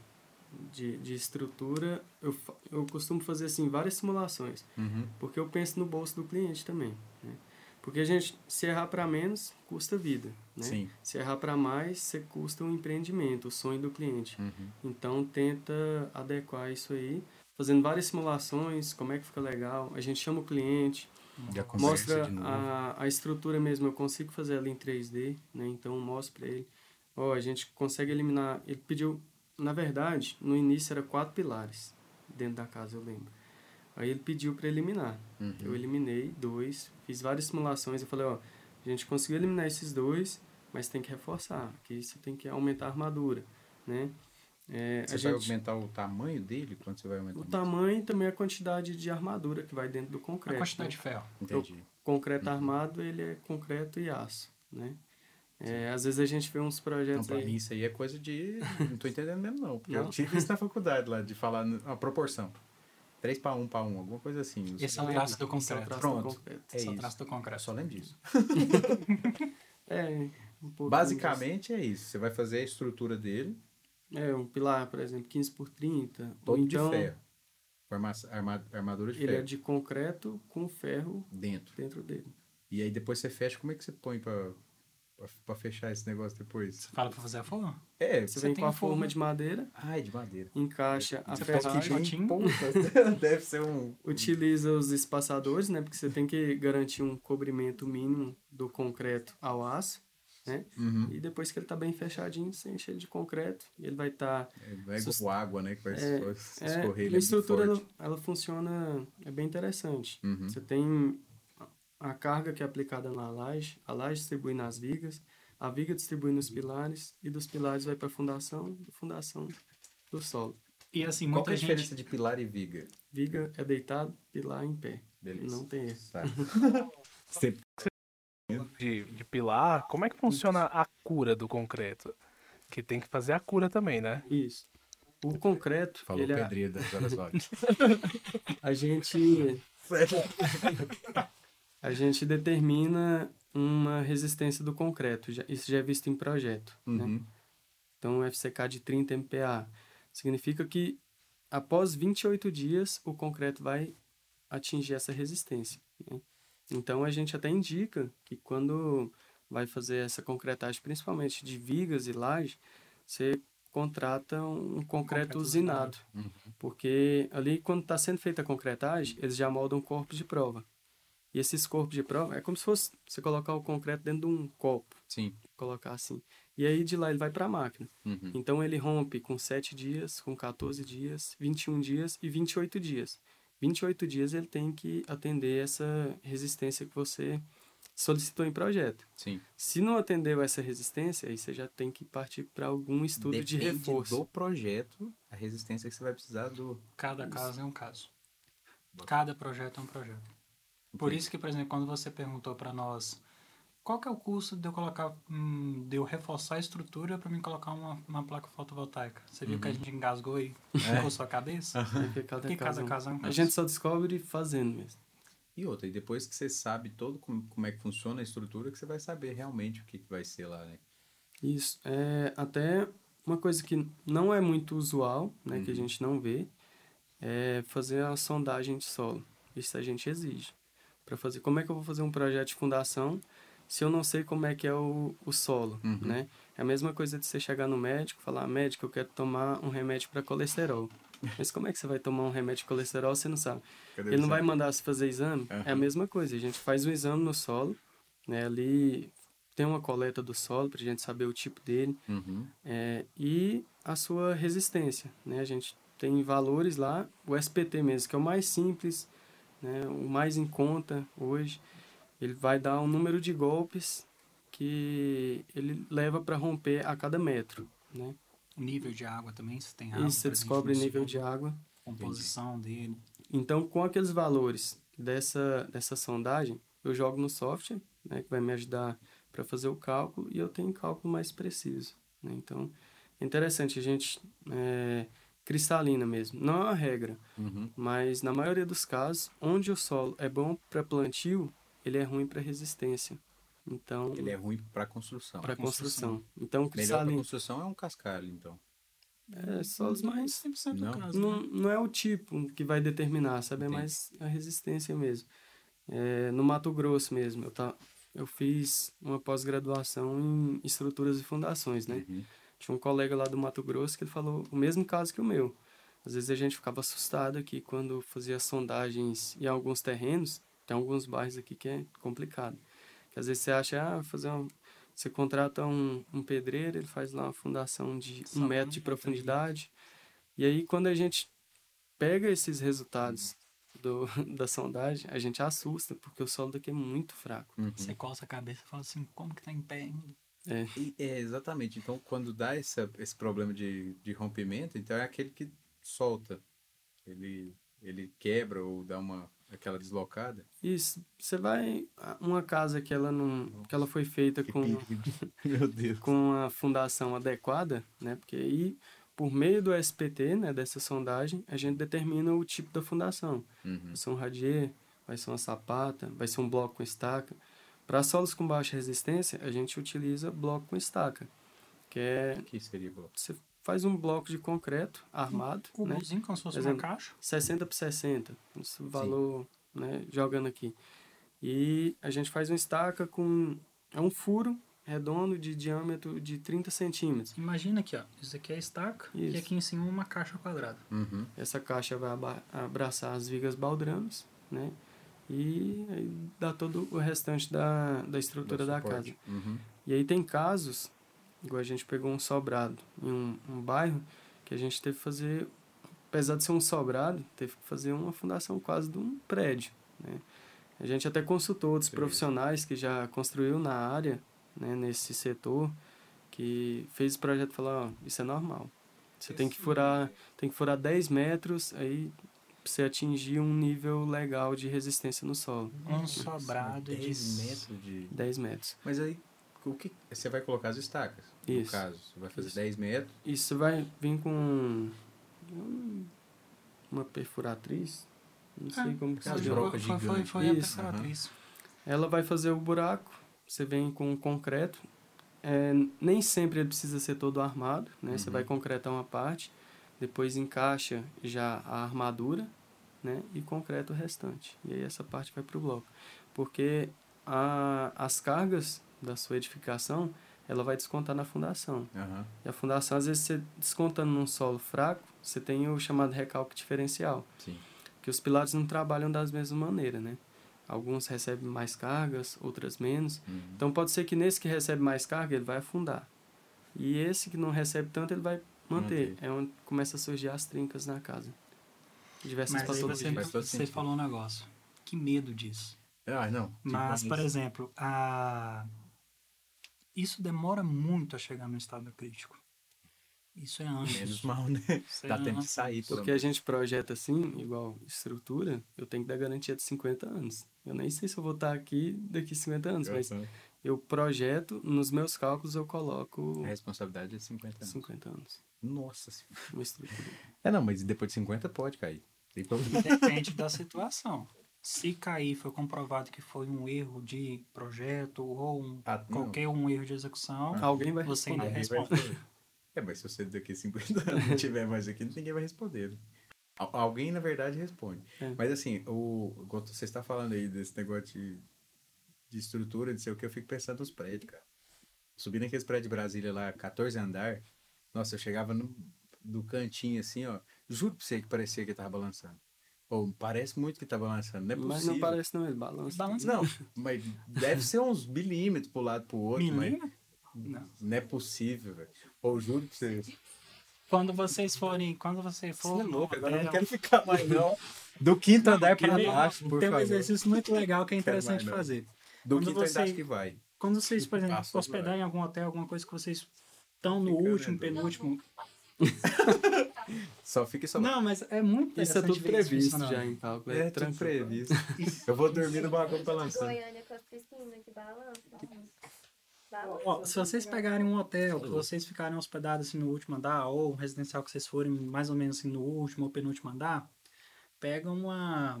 Speaker 3: de, de estrutura, eu, fa- eu costumo fazer assim várias simulações.
Speaker 1: Uhum.
Speaker 3: Porque eu penso no bolso do cliente também. Né? Porque a gente, se errar para menos, custa vida. Né?
Speaker 1: Sim.
Speaker 3: Se errar para mais, você custa o empreendimento, o sonho do cliente.
Speaker 1: Uhum.
Speaker 3: Então, tenta adequar isso aí, fazendo várias simulações, como é que fica legal. A gente chama o cliente,
Speaker 1: Já conversa
Speaker 3: mostra
Speaker 1: de novo.
Speaker 3: a, a estrutura mesmo. Eu consigo fazer ela em 3D, né? então eu mostro para ele. Ó, a gente consegue eliminar. Ele pediu, na verdade, no início era quatro pilares dentro da casa, eu lembro. Aí ele pediu para eliminar.
Speaker 1: Uhum.
Speaker 3: Eu eliminei dois, fiz várias simulações. Eu falei, ó, a gente conseguiu eliminar esses dois, mas tem que reforçar, que você tem que aumentar a armadura, né? É,
Speaker 1: Você
Speaker 3: a
Speaker 1: vai
Speaker 3: gente,
Speaker 1: aumentar o tamanho dele quando você vai aumentar?
Speaker 3: o
Speaker 1: mais?
Speaker 3: tamanho e também é a quantidade de armadura que vai dentro do
Speaker 4: A
Speaker 3: concreto.
Speaker 4: quantidade de
Speaker 3: né?
Speaker 4: ferro.
Speaker 1: Entendi.
Speaker 3: Concreto
Speaker 1: Uhum.
Speaker 3: armado, ele é concreto e aço, né? É, às vezes a gente vê uns
Speaker 1: Não,
Speaker 3: projetos
Speaker 1: pra
Speaker 3: aí...
Speaker 1: mim isso aí é coisa de... Não tô entendendo mesmo, não. Porque eu
Speaker 3: Não?
Speaker 1: tive isso na faculdade lá, de falar no- a proporção. 3 para 1 para 1, alguma coisa assim. Eu
Speaker 4: Esse é
Speaker 1: só
Speaker 4: o
Speaker 1: lembro-
Speaker 4: traço do
Speaker 3: esse é o
Speaker 4: concreto.
Speaker 3: traço do
Speaker 1: Pronto.
Speaker 3: concreto.
Speaker 1: É
Speaker 4: Esse é o
Speaker 1: isso.
Speaker 4: traço do
Speaker 1: Eu
Speaker 4: concreto.
Speaker 1: só lembro disso.
Speaker 3: É, um pouquinho
Speaker 1: Basicamente é isso. Você vai fazer a estrutura dele,
Speaker 3: disso. É, um pilar, por exemplo, 15 por 30. ou
Speaker 1: todo
Speaker 3: então,
Speaker 1: de ferro. Com arma- arma- armadura de
Speaker 3: ele é
Speaker 1: ferro
Speaker 3: de concreto com ferro
Speaker 1: dentro.
Speaker 3: dentro dele.
Speaker 1: E aí depois você fecha. Como é que você põe pra, pra, pra fechar esse negócio depois?
Speaker 4: Você fala pra fazer a forma?
Speaker 1: É,
Speaker 3: Você,
Speaker 4: Você
Speaker 3: vem
Speaker 4: tem
Speaker 3: com a
Speaker 4: a forma.
Speaker 3: forma de madeira,
Speaker 1: ai, de madeira.
Speaker 3: encaixa a
Speaker 1: Só
Speaker 4: Você
Speaker 1: que
Speaker 4: faz
Speaker 3: ferragem,
Speaker 1: nem
Speaker 4: Ferragem.
Speaker 1: ponta. Deve ser um...
Speaker 3: utiliza os espaçadores, né? Porque você tem que garantir um cobrimento mínimo do concreto ao aço. né?
Speaker 1: Uhum.
Speaker 3: E depois que ele tá bem fechadinho, você enche ele de concreto. E ele vai estar... Tá,
Speaker 1: É, não é
Speaker 3: Sust-
Speaker 1: igual água, né? Que vai
Speaker 3: É,
Speaker 1: só
Speaker 3: é,
Speaker 1: escorrer. ele
Speaker 3: a
Speaker 1: é
Speaker 3: estrutura,
Speaker 1: muito
Speaker 3: ela,
Speaker 1: forte.
Speaker 3: ela funciona... É bem interessante.
Speaker 1: Uhum.
Speaker 3: Você tem a carga que é aplicada na laje, a laje distribui nas vigas, a viga distribui nos
Speaker 1: Uhum.
Speaker 3: pilares, e dos pilares vai para a fundação, da fundação do solo.
Speaker 4: E assim,
Speaker 1: Qual
Speaker 4: muita
Speaker 1: que é a
Speaker 4: gente.
Speaker 1: diferença de pilar e viga?
Speaker 3: Viga é deitado, pilar em pé.
Speaker 1: Beleza.
Speaker 3: Não tem erro.
Speaker 1: Tá.
Speaker 6: De, de pilar, como é que funciona a cura do concreto? Que tem que fazer a cura também, né?
Speaker 3: Isso. O concreto,
Speaker 1: Falou
Speaker 3: ele é-
Speaker 1: pedreiro das horas vagas.
Speaker 3: a gente a gente determina uma resistência do concreto. Já- Isso já é visto em projeto, né?
Speaker 1: Uhum.
Speaker 3: Então, um FCK de 30 MPa. Significa que após 28 dias, o concreto vai atingir essa resistência. né? Então, a gente até indica que quando vai fazer essa concretagem, principalmente de vigas e laje, você contrata um concreto,
Speaker 4: Concreto
Speaker 3: usinado.
Speaker 4: usinado. Uhum.
Speaker 3: Porque ali, quando está sendo feita a concretagem, eles já moldam corpos de prova. E esses corpos de prova, é como se fosse você colocar o concreto dentro de um copo,
Speaker 1: Sim.
Speaker 3: colocar assim. E aí, de lá, ele vai para a máquina.
Speaker 1: Uhum.
Speaker 3: Então ele rompe com 7 dias, com 14 dias, 21 dias e 28 dias. 28 dias ele tem que atender essa resistência que você solicitou em projeto.
Speaker 1: Sim.
Speaker 3: Se não atendeu essa resistência, aí você já tem que partir para algum estudo de
Speaker 1: Depende
Speaker 3: reforço.
Speaker 1: do projeto, a resistência que você vai precisar do...
Speaker 4: Cada caso é um caso. Cada projeto é um projeto. Por
Speaker 1: Entendi.
Speaker 4: isso que, por exemplo, quando você perguntou pra nós qual que é o custo de eu colocar, hum, de eu reforçar a estrutura pra mim colocar uma, uma placa fotovoltaica? Você viu que a
Speaker 1: Uhum.
Speaker 4: gente engasgou aí?
Speaker 1: É.
Speaker 4: Ficou sua cabeça?
Speaker 3: Porque cada
Speaker 4: Porque
Speaker 3: caso
Speaker 4: cada
Speaker 3: é um-
Speaker 4: caso é um
Speaker 3: A
Speaker 4: caso.
Speaker 3: gente só descobre fazendo mesmo.
Speaker 1: E outra, e depois que você sabe todo como, como é que funciona a estrutura, que você vai saber realmente o que, que vai ser lá, né?
Speaker 3: Isso. É até uma coisa que não é muito usual, né, que a gente não vê, é fazer a sondagem de solo. Isso a gente exige. para fazer. Como é que eu vou fazer um projeto de fundação se eu não sei como é que é o, o solo,
Speaker 1: Uhum.
Speaker 3: né? É a mesma coisa de você chegar no médico e falar, médico, eu quero tomar um remédio para colesterol. Mas como é que você vai tomar um remédio de colesterol se você não sabe?
Speaker 1: Cadê
Speaker 3: Ele não
Speaker 1: você?
Speaker 3: vai mandar você fazer exame? É a
Speaker 1: Aham.
Speaker 3: mesma coisa. A gente faz um exame no solo, né? Ali tem uma coleta do solo para a gente saber o tipo dele
Speaker 1: Uhum.
Speaker 3: é, e a sua resistência, né? A gente tem valores lá, o SPT mesmo, que é o mais simples, né? O mais em conta hoje. Ele vai dar um número de golpes que ele leva para romper a cada metro, né?
Speaker 4: Nível de água também, se
Speaker 1: Ah,
Speaker 4: tem água.
Speaker 3: E você
Speaker 4: presente
Speaker 3: descobre
Speaker 4: no
Speaker 3: nível
Speaker 1: né?
Speaker 4: solo,
Speaker 3: de água
Speaker 4: Composição dele.
Speaker 3: Então, com aqueles valores dessa, dessa sondagem, eu jogo no software, né, que vai me ajudar para fazer o cálculo, e eu tenho um cálculo mais preciso. né? Então, é interessante, a gente é, cristalina mesmo. Não é uma regra,
Speaker 1: Uhum.
Speaker 3: mas na maioria dos casos, onde o solo é bom para plantio, ele é ruim para resistência. Então,
Speaker 1: Ele é ruim para construção.
Speaker 3: para
Speaker 4: construção.
Speaker 3: construção. Então,
Speaker 1: Melhor para
Speaker 3: cristalina.
Speaker 1: construção é um cascalho, então.
Speaker 3: É, solos mais
Speaker 4: 100%
Speaker 1: Não.
Speaker 4: do caso.
Speaker 3: Não,
Speaker 4: né?
Speaker 3: não é o tipo que vai determinar, sabe? É
Speaker 1: Entendi.
Speaker 3: mais a resistência mesmo. É, no Mato Grosso mesmo, eu, tá, eu fiz uma pós-graduação em estruturas e fundações, né?
Speaker 1: Uhum.
Speaker 3: Tinha um colega lá do Mato Grosso que ele falou o mesmo caso que o meu. Às vezes a gente ficava assustado aqui quando fazia sondagens em alguns terrenos, tem alguns bairros aqui que é complicado. Que às vezes você acha, ah, fazer um, você contrata um, um pedreiro, ele faz lá uma fundação de um
Speaker 4: Salão,
Speaker 3: metro de
Speaker 4: né?
Speaker 3: profundidade. E aí quando a gente pega esses resultados do, da sondagem, a gente assusta, porque o solo daqui é muito fraco.
Speaker 1: Uhum.
Speaker 4: Você coça a cabeça e fala assim, como que tá em pé
Speaker 3: Né?
Speaker 4: ainda?
Speaker 1: E- é, exatamente. Então, quando dá essa- esse problema de, de rompimento, então é aquele que solta. Ele, ele quebra ou dá uma aquela deslocada.
Speaker 3: Isso, você vai uma casa que ela não, que ela foi feita
Speaker 1: Que
Speaker 3: com
Speaker 1: perigo. Meu Deus.
Speaker 3: com a fundação adequada, né? Porque aí, por meio do SPT, né, dessa sondagem, a gente determina o tipo da fundação.
Speaker 1: Uhum.
Speaker 3: Vai ser um radier, vai ser uma sapata, vai ser um bloco com estaca. Para solos com baixa resistência, a gente utiliza bloco com estaca, que é
Speaker 1: Que seria bom.
Speaker 3: você faz um bloco de concreto armado, né?
Speaker 4: Cubozinho, como se fosse
Speaker 3: Exemplo.
Speaker 4: uma caixa.
Speaker 3: 60 por 60, esse valor, né, jogando aqui. E a gente faz uma estaca com é um furo redondo de diâmetro de 30 centímetros.
Speaker 4: Imagina aqui, ó. Isso aqui é a estaca
Speaker 3: Isso.
Speaker 4: e aqui em cima uma caixa quadrada.
Speaker 1: Uhum.
Speaker 3: Essa caixa vai aba- abraçar as vigas baldrames, né? E aí dá todo o restante da, da estrutura
Speaker 1: Dá
Speaker 3: da
Speaker 1: suporte.
Speaker 3: casa.
Speaker 1: Uhum.
Speaker 3: E aí tem casos, igual a gente pegou um sobrado em um, um bairro, que a gente teve que fazer, apesar de ser um sobrado, teve que fazer uma fundação quase de um prédio, né? A gente até consultou outros
Speaker 1: Beleza.
Speaker 3: profissionais que já construiu na área, né, nesse setor, que fez o projeto e falou, ó, isso é normal. Você tem que furar, tem que furar 10 metros, aí pra você atingir um nível legal de resistência no solo.
Speaker 4: Um sobrado de
Speaker 1: 10 metros de.
Speaker 3: 10 metros.
Speaker 1: Mas aí, o que. Você vai colocar as estacas. No
Speaker 3: Isso.
Speaker 1: caso, você vai fazer
Speaker 3: Isso.
Speaker 1: 10 metros.
Speaker 3: Isso vai vir com hum, uma perfuratriz, não sei
Speaker 4: É,
Speaker 3: como que
Speaker 1: aquelas
Speaker 3: se
Speaker 4: Foi,
Speaker 3: chama.
Speaker 1: brocas
Speaker 4: foi, foi, foi,
Speaker 1: gigantes.
Speaker 4: a
Speaker 3: Isso,
Speaker 4: perfuratriz.
Speaker 3: Ela vai fazer o buraco, você vem com o concreto. É, nem sempre ele precisa ser todo armado, né? Você
Speaker 1: Uhum.
Speaker 3: vai concretar uma parte, depois encaixa já a armadura, né? E concreta o restante. E aí essa parte vai pro bloco. Porque a, as cargas da sua edificação, ela vai descontar na fundação.
Speaker 1: Aham.
Speaker 3: E a fundação, às vezes, você descontando num solo fraco, você tem o chamado recalque diferencial,
Speaker 1: Sim.
Speaker 3: que os pilares não trabalham das mesmas maneiras, né? Alguns recebem mais cargas, outras menos.
Speaker 1: Uhum.
Speaker 3: Então, pode ser que nesse que recebe mais carga, ele vai afundar. E esse que não recebe tanto, ele vai manter.
Speaker 1: Manter.
Speaker 3: É onde começa a surgir as trincas na casa.
Speaker 4: Mas
Speaker 3: Diversas
Speaker 4: aí você,
Speaker 1: Faz
Speaker 3: patologias.
Speaker 1: todo
Speaker 4: você
Speaker 1: sentido.
Speaker 4: falou um negócio. Que medo disso.
Speaker 1: Ah, não.
Speaker 4: Mas, por exemplo, a... isso demora muito a chegar no estado crítico. Isso é anos.
Speaker 1: Menos mal, né?
Speaker 4: Isso é
Speaker 1: Dá tempo de
Speaker 4: anos.
Speaker 1: sair, pelo
Speaker 3: Porque a gente projeta assim, igual estrutura, eu tenho que dar garantia de 50 anos. Eu nem sei se eu vou estar aqui daqui 50 anos, mas
Speaker 1: menos.
Speaker 3: eu projeto, nos meus cálculos eu coloco
Speaker 1: A responsabilidade é 50 anos.
Speaker 3: 50 anos.
Speaker 1: Nossa senhora.
Speaker 3: Uma estrutura.
Speaker 1: É, não, mas depois de 50 pode cair. Tem problema.
Speaker 4: Depende da situação. Se cair foi comprovado que foi um erro de projeto ou um-
Speaker 1: Ah, não.
Speaker 4: qualquer um erro de execução,
Speaker 1: Ah,
Speaker 3: Alguém vai
Speaker 4: você
Speaker 3: responder.
Speaker 4: ainda
Speaker 1: Ninguém vai
Speaker 4: responde.
Speaker 1: responder. É, mas se você daqui a 50 anos não tiver mais aqui, ninguém vai responder. né? Al- Alguém, na verdade, responde.
Speaker 3: É.
Speaker 1: Mas assim, o, enquanto você está falando aí desse negócio de, de estrutura, de sei o que, eu fico pensando nos prédios, cara. Subindo aqueles prédios de Brasília lá, 14 andar, nossa, eu chegava no, do cantinho assim, ó. Juro pra você que parecia que tava balançando. Ou parece muito que tá balançando, não é
Speaker 3: Mas
Speaker 1: possível.
Speaker 3: não parece não, ele balança.
Speaker 4: Balança
Speaker 1: Não, mas deve ser uns milímetros pro lado pro outro, mas
Speaker 4: menina? Não.
Speaker 1: não é possível, velho. Ou juro pra você.
Speaker 4: Quando vocês forem, quando você for.
Speaker 1: Você é louco, agora eu não
Speaker 4: hotel,
Speaker 1: quero ficar mais não. Do quinto andar
Speaker 4: quer
Speaker 1: pra
Speaker 4: ver?
Speaker 1: baixo, por
Speaker 4: Tem um
Speaker 1: favor.
Speaker 4: exercício muito legal que é
Speaker 1: Quero
Speaker 4: interessante
Speaker 1: mais não.
Speaker 4: fazer.
Speaker 1: Do
Speaker 4: Quando
Speaker 1: quinto
Speaker 4: você-
Speaker 1: andar acho que vai.
Speaker 4: Quando vocês, por exemplo,
Speaker 1: Passa,
Speaker 4: hospedar em algum hotel, alguma coisa que vocês estão no
Speaker 1: Fica
Speaker 4: último,
Speaker 1: lendo.
Speaker 4: penúltimo.
Speaker 1: tá Só fique só.
Speaker 4: Não, mas é muito
Speaker 3: Isso é
Speaker 4: interessante
Speaker 3: tudo
Speaker 4: ver isso
Speaker 3: previsto
Speaker 4: funcionando.
Speaker 3: já em cálculo.
Speaker 1: é tudo
Speaker 3: tranquilo.
Speaker 1: previsto. Eu vou dormir no balcão balançando.
Speaker 5: Goiânia com a piscina que balança.
Speaker 4: Ó, se vocês pegarem um hotel, que vocês ficarem hospedados assim, no último andar, ou um residencial que vocês forem mais ou menos assim, no último ou penúltimo andar, pega uma.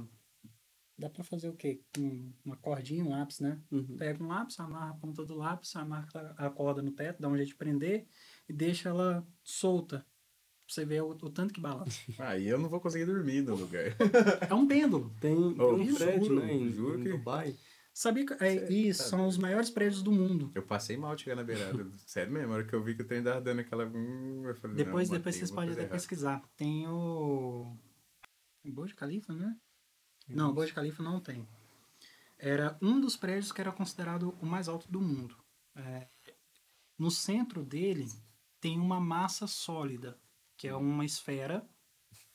Speaker 4: Dá pra fazer o quê? Um- uma cordinha, um lápis, né?
Speaker 3: Uhum.
Speaker 4: Pega um lápis, amarra a ponta do lápis, amarra a corda no teto, dá um jeito de prender e deixa ela solta. Pra você ver o, o tanto que balança.
Speaker 1: Aí Ah, eu não vou conseguir dormir no lugar.
Speaker 4: É um pêndulo.
Speaker 3: Tem, tem
Speaker 1: Oh,
Speaker 3: um
Speaker 1: juro,
Speaker 3: prédio, né, em,
Speaker 1: juro
Speaker 3: em
Speaker 1: que-
Speaker 3: Dubai.
Speaker 4: Sabia que é, isso, são os maiores prédios do mundo.
Speaker 1: Eu passei mal chegando na beirada. Sério mesmo, a hora que eu vi que o trem tava dando aquela. hum, eu falei,
Speaker 4: Depois,
Speaker 1: não,
Speaker 4: depois
Speaker 1: botei
Speaker 4: vocês
Speaker 1: alguma
Speaker 4: podem
Speaker 1: coisa
Speaker 4: até
Speaker 1: errada.
Speaker 4: pesquisar. Tem o. o Burj Khalifa, né? Não, Burj Khalifa não tem. Era um dos prédios que era considerado o mais alto do mundo. É, no centro dele tem uma massa sólida, que é uma esfera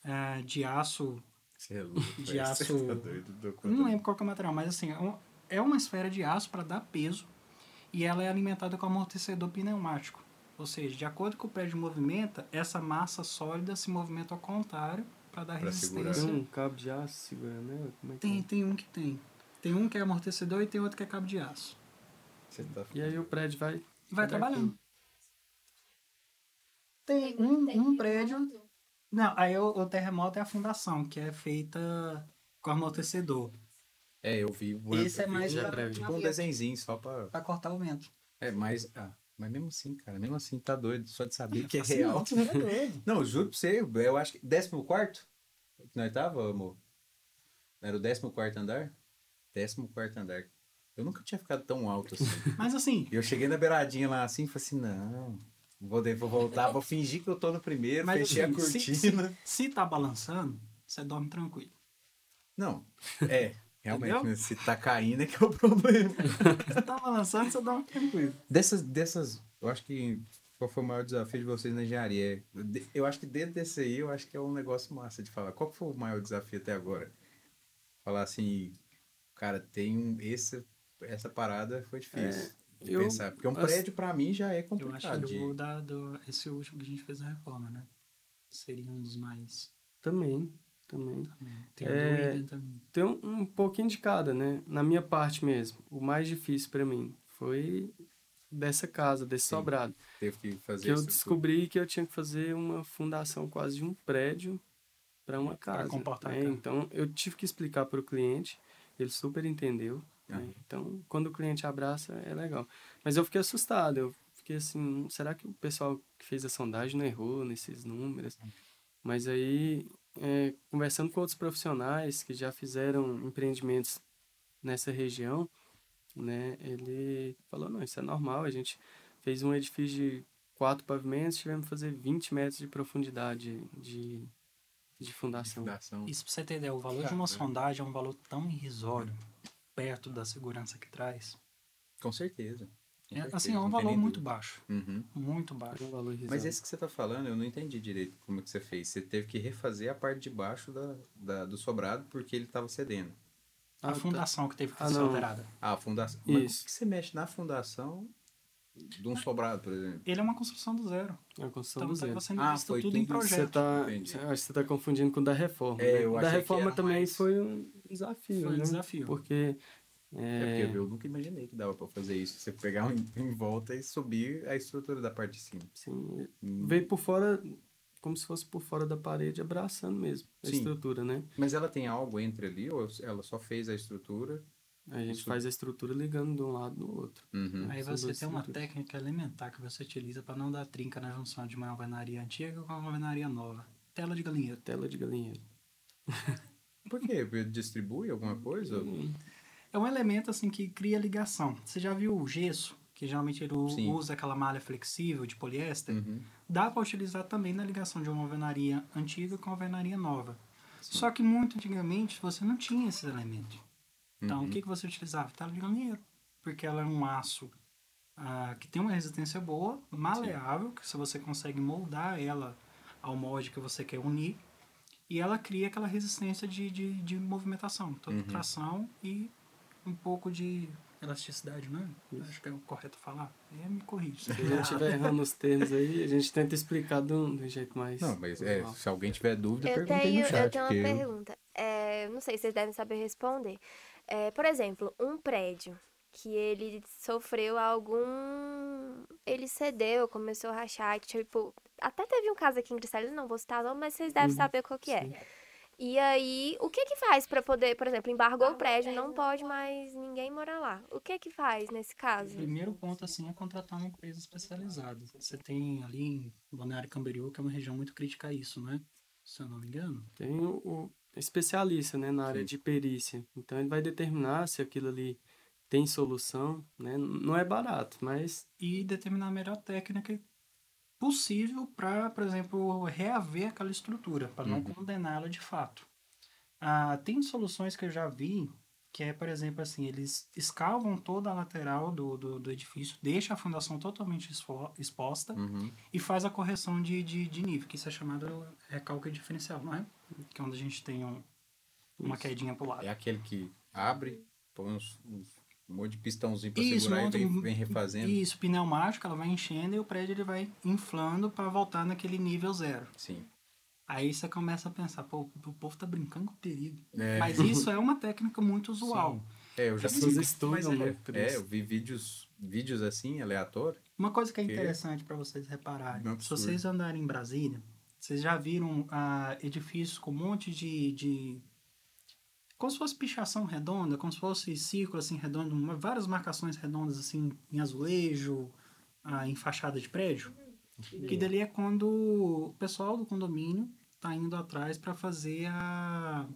Speaker 4: é, de aço.
Speaker 1: Você é louco.
Speaker 4: De
Speaker 1: velho, você
Speaker 4: aço.
Speaker 1: Tá doido, do
Speaker 4: eu Não lembro qual que é o material, mas assim, é um- é uma esfera de aço para dar peso e ela é alimentada com amortecedor pneumático. Ou seja, de acordo com o prédio movimenta, essa massa sólida se movimenta ao contrário para dar
Speaker 1: Pra segurar.
Speaker 4: resistência.
Speaker 3: Tem um cabo de aço segurando, né? Como é que
Speaker 4: Tem,
Speaker 3: é?
Speaker 4: tem um que tem. Tem um que é amortecedor e tem outro que é cabo de aço.
Speaker 1: Você tá
Speaker 3: E aí o prédio vai...
Speaker 4: E vai
Speaker 3: Cada
Speaker 4: trabalhando. Tem um, um prédio. Não, aí o, o terremoto é a fundação, que é feita com amortecedor.
Speaker 1: É, eu vi. o-
Speaker 4: Esse
Speaker 1: eu
Speaker 4: é
Speaker 1: vi
Speaker 4: mais
Speaker 1: um-
Speaker 3: já
Speaker 4: pra,
Speaker 3: prévio.
Speaker 1: Tipo um desenzinho só pra.
Speaker 4: pra cortar o vento.
Speaker 1: É, mas. ah, mas mesmo assim, cara, mesmo assim tá doido. Só de saber que é
Speaker 4: Assim,
Speaker 1: real.
Speaker 4: não, é doido.
Speaker 1: Não, juro pra você, eu acho que. Décimo quarto? Nós tava, amor? Era o décimo quarto andar? Décimo quarto andar. Eu nunca tinha ficado tão alto assim.
Speaker 4: Mas assim,
Speaker 1: E eu cheguei na beiradinha lá assim e falei assim, não. Vou, de- vou voltar, vou fingir que eu tô no primeiro,
Speaker 4: Mas
Speaker 1: fechei
Speaker 4: assim,
Speaker 1: a cortina.
Speaker 4: se- Se tá balançando, você dorme tranquilo.
Speaker 1: Não, é, realmente,
Speaker 4: Entendeu?
Speaker 1: né, se tá caindo é que é o problema.
Speaker 4: Se tá balançando, você dorme tranquilo.
Speaker 1: Dessas, dessas, eu acho que qual foi o maior desafio de vocês na engenharia? De- Eu acho que dentro desse aí, eu acho que é um negócio massa de falar. Qual que foi o maior desafio até agora? Falar assim, cara, tem um, esse, essa parada foi difícil de
Speaker 3: eu-
Speaker 1: pensar. Porque um
Speaker 3: as-
Speaker 1: prédio, pra mim, já é
Speaker 4: É, Eu acho
Speaker 1: complicado.
Speaker 4: que
Speaker 1: de-
Speaker 4: eu vou dar do- esse último que a gente fez a reforma, né? Seria um dos mais.
Speaker 3: Também, também.
Speaker 4: Tem então. o
Speaker 3: É.
Speaker 4: do William também.
Speaker 3: tem um, um pouquinho de cada, né? Na minha parte mesmo, o mais difícil pra mim foi dessa casa, desse
Speaker 1: Sim.
Speaker 3: sobrado.
Speaker 1: Teve que fazer
Speaker 3: Que eu
Speaker 1: isso.
Speaker 3: descobri que eu tinha que fazer uma fundação quase de um prédio para uma casa.
Speaker 4: comportar a
Speaker 3: né?
Speaker 4: casa.
Speaker 3: Então, eu tive que explicar para o cliente, ele super entendeu. né?
Speaker 1: Aham.
Speaker 3: Então, quando o cliente abraça, é legal. Mas eu fiquei assustado, eu fiquei assim, será que o pessoal que fez a sondagem não errou nesses números? Mas aí, é, conversando com outros profissionais que já fizeram empreendimentos nessa região, né, ele falou, não, isso é normal, a gente fez um edifício de quatro pavimentos, tivemos que fazer 20 metros de profundidade de, de fundação.
Speaker 1: Fundação.
Speaker 4: Isso pra você ter ideia, o valor de uma
Speaker 1: Cara.
Speaker 4: sondagem é um valor tão irrisório, perto da segurança que traz.
Speaker 1: Com certeza. Com
Speaker 4: É,
Speaker 1: certeza,
Speaker 4: assim, é um
Speaker 1: não tem
Speaker 4: valor
Speaker 1: nem
Speaker 4: muito
Speaker 1: dúvida.
Speaker 4: baixo.
Speaker 1: Uhum.
Speaker 4: Muito baixo.
Speaker 3: Era um valor
Speaker 1: Mas
Speaker 3: irrisório.
Speaker 1: esse que você tá falando, eu não entendi direito como é que você fez. Você teve que refazer a parte de baixo da, da- do sobrado porque ele tava cedendo.
Speaker 3: Ah,
Speaker 4: A
Speaker 3: tá.
Speaker 4: fundação que teve que
Speaker 3: Ah,
Speaker 4: ser
Speaker 3: não.
Speaker 4: alterada.
Speaker 1: Ah, a fundação. Mas como
Speaker 3: Isso.
Speaker 1: que você mexe na fundação de um sobrado, por exemplo?
Speaker 4: Ele é uma construção do zero.
Speaker 3: É a construção
Speaker 4: Então
Speaker 3: do
Speaker 4: tá
Speaker 3: zero.
Speaker 4: sendo
Speaker 1: Ah,
Speaker 4: visto
Speaker 1: foi
Speaker 4: tudo em
Speaker 1: tudo- você
Speaker 3: Você
Speaker 4: projeto.
Speaker 3: tá,
Speaker 1: Entendi.
Speaker 3: acho que você tá confundindo com o da reforma.
Speaker 1: É,
Speaker 3: né?
Speaker 1: eu
Speaker 3: O da
Speaker 1: achei que
Speaker 3: reforma
Speaker 1: era
Speaker 3: também
Speaker 1: mais-
Speaker 3: foi um desafio,
Speaker 4: Foi um
Speaker 3: né?
Speaker 4: desafio.
Speaker 3: Porque...
Speaker 1: É
Speaker 3: é,
Speaker 1: porque eu nunca imaginei que dava pra fazer isso. Você pegar um em- em volta e subir a estrutura da parte de cima.
Speaker 3: Sim,
Speaker 1: Hum.
Speaker 3: veio por fora, como se fosse por fora da parede, abraçando mesmo a
Speaker 1: Sim.
Speaker 3: estrutura, né?
Speaker 1: Mas ela tem algo entre ali ou ela só fez a estrutura?
Speaker 3: A gente
Speaker 1: Isso.
Speaker 3: faz a estrutura ligando de um lado no outro.
Speaker 1: Uhum.
Speaker 4: Aí
Speaker 3: São
Speaker 4: você
Speaker 3: duas
Speaker 4: tem uma
Speaker 3: estruturas.
Speaker 4: técnica elementar que você utiliza para não dar trinca na junção de uma alvenaria antiga com uma alvenaria nova. tela de galinheiro.
Speaker 3: Tela de galinheiro.
Speaker 1: Por quê? Porque Distribui alguma coisa?
Speaker 4: É um elemento assim que cria ligação. Você já viu o gesso? Que geralmente ele u-
Speaker 1: Sim.
Speaker 4: usa aquela malha flexível de poliéster.
Speaker 1: Uhum.
Speaker 4: Dá para utilizar também na ligação de uma alvenaria antiga com a alvenaria nova. Só que muito antigamente você não tinha esses elementos. Então,
Speaker 1: Uhum.
Speaker 4: o que, que você utilizava? Tela de galinheiro. Porque ela é um aço ah, que tem uma resistência boa, maleável, que se você consegue moldar ela ao molde que você quer unir, e ela cria aquela resistência de, de, de movimentação, tanto
Speaker 1: Uhum.
Speaker 4: tração e um pouco de elasticidade, né? Acho que é o correto falar. É, me corrige. se
Speaker 3: Se
Speaker 4: eu
Speaker 3: a gente estiver errando os termos aí, a gente tenta explicar de um, de um jeito mais.
Speaker 1: Não, mas é,
Speaker 3: normal.
Speaker 1: se alguém tiver dúvida,
Speaker 5: Eu
Speaker 1: pergunta aí
Speaker 5: tenho,
Speaker 1: no chat.
Speaker 5: eu tenho uma
Speaker 1: porque
Speaker 5: pergunta. É, eu não sei se vocês devem saber responder. É, por exemplo, um prédio que ele sofreu algum. Ele cedeu, começou a rachar, que, tipo. Até teve um caso aqui em Cristalina, não vou citar não, mas vocês
Speaker 1: Uhum.
Speaker 5: devem saber qual que é. E aí, o que que faz pra poder, por exemplo, embargou o prédio, não pode mais ninguém morar lá. O que que faz nesse
Speaker 4: O
Speaker 5: caso?
Speaker 4: primeiro ponto, assim, é contratar uma empresa especializada. Você tem ali em Balneário Camboriú, que é uma região muito crítica a isso, né? Se eu não me engano.
Speaker 3: Tem o, o especialista, né, na área de perícia. Então ele vai determinar se aquilo ali tem solução, né? Não é barato, mas
Speaker 4: E determinar a melhor técnica possível para, por exemplo, reaver aquela estrutura, para não
Speaker 1: Uhum.
Speaker 4: condená-la de fato. Ah, tem soluções que eu já vi, que é, por exemplo, assim, eles escavam toda a lateral do, do, do edifício, deixa a fundação totalmente esfo- exposta,
Speaker 1: Uhum.
Speaker 4: e faz a correção de, de, de nível, que isso é chamado recalque diferencial, não é? Que é onde a gente tem um- uma
Speaker 3: Isso.
Speaker 4: quedinha pro lado.
Speaker 1: É aquele que abre, põe uns, uns- um monte de pistãozinho pra
Speaker 4: Isso,
Speaker 1: segurar e
Speaker 4: monta
Speaker 1: vem,
Speaker 4: um-
Speaker 1: vem refazendo.
Speaker 4: Isso, pneumático, ela vai enchendo e o prédio ele vai inflando para voltar naquele nível zero.
Speaker 1: Sim.
Speaker 4: Aí você começa a pensar, pô, o povo tá brincando com o perigo.
Speaker 1: É,
Speaker 4: Mas isso é uma técnica muito usual.
Speaker 1: é, eu já
Speaker 3: as pessoas
Speaker 1: vi,
Speaker 4: mas
Speaker 3: estudam
Speaker 4: é-
Speaker 3: muito por
Speaker 1: é,
Speaker 3: isso.
Speaker 1: eu vi vídeos, vídeos assim, aleatórios.
Speaker 4: Uma coisa que é
Speaker 1: Que-
Speaker 4: interessante para vocês repararem,
Speaker 1: Não é
Speaker 4: se
Speaker 1: absurdo.
Speaker 4: vocês andarem em Brasília, vocês já viram ah, edifícios com um monte de, de... Como se fosse pichação redonda, como se fosse círculo assim redondo, uma- várias marcações redondas assim em azulejo, ah, em fachada de prédio. Que dali é quando o pessoal do condomínio tá indo atrás para fazer a...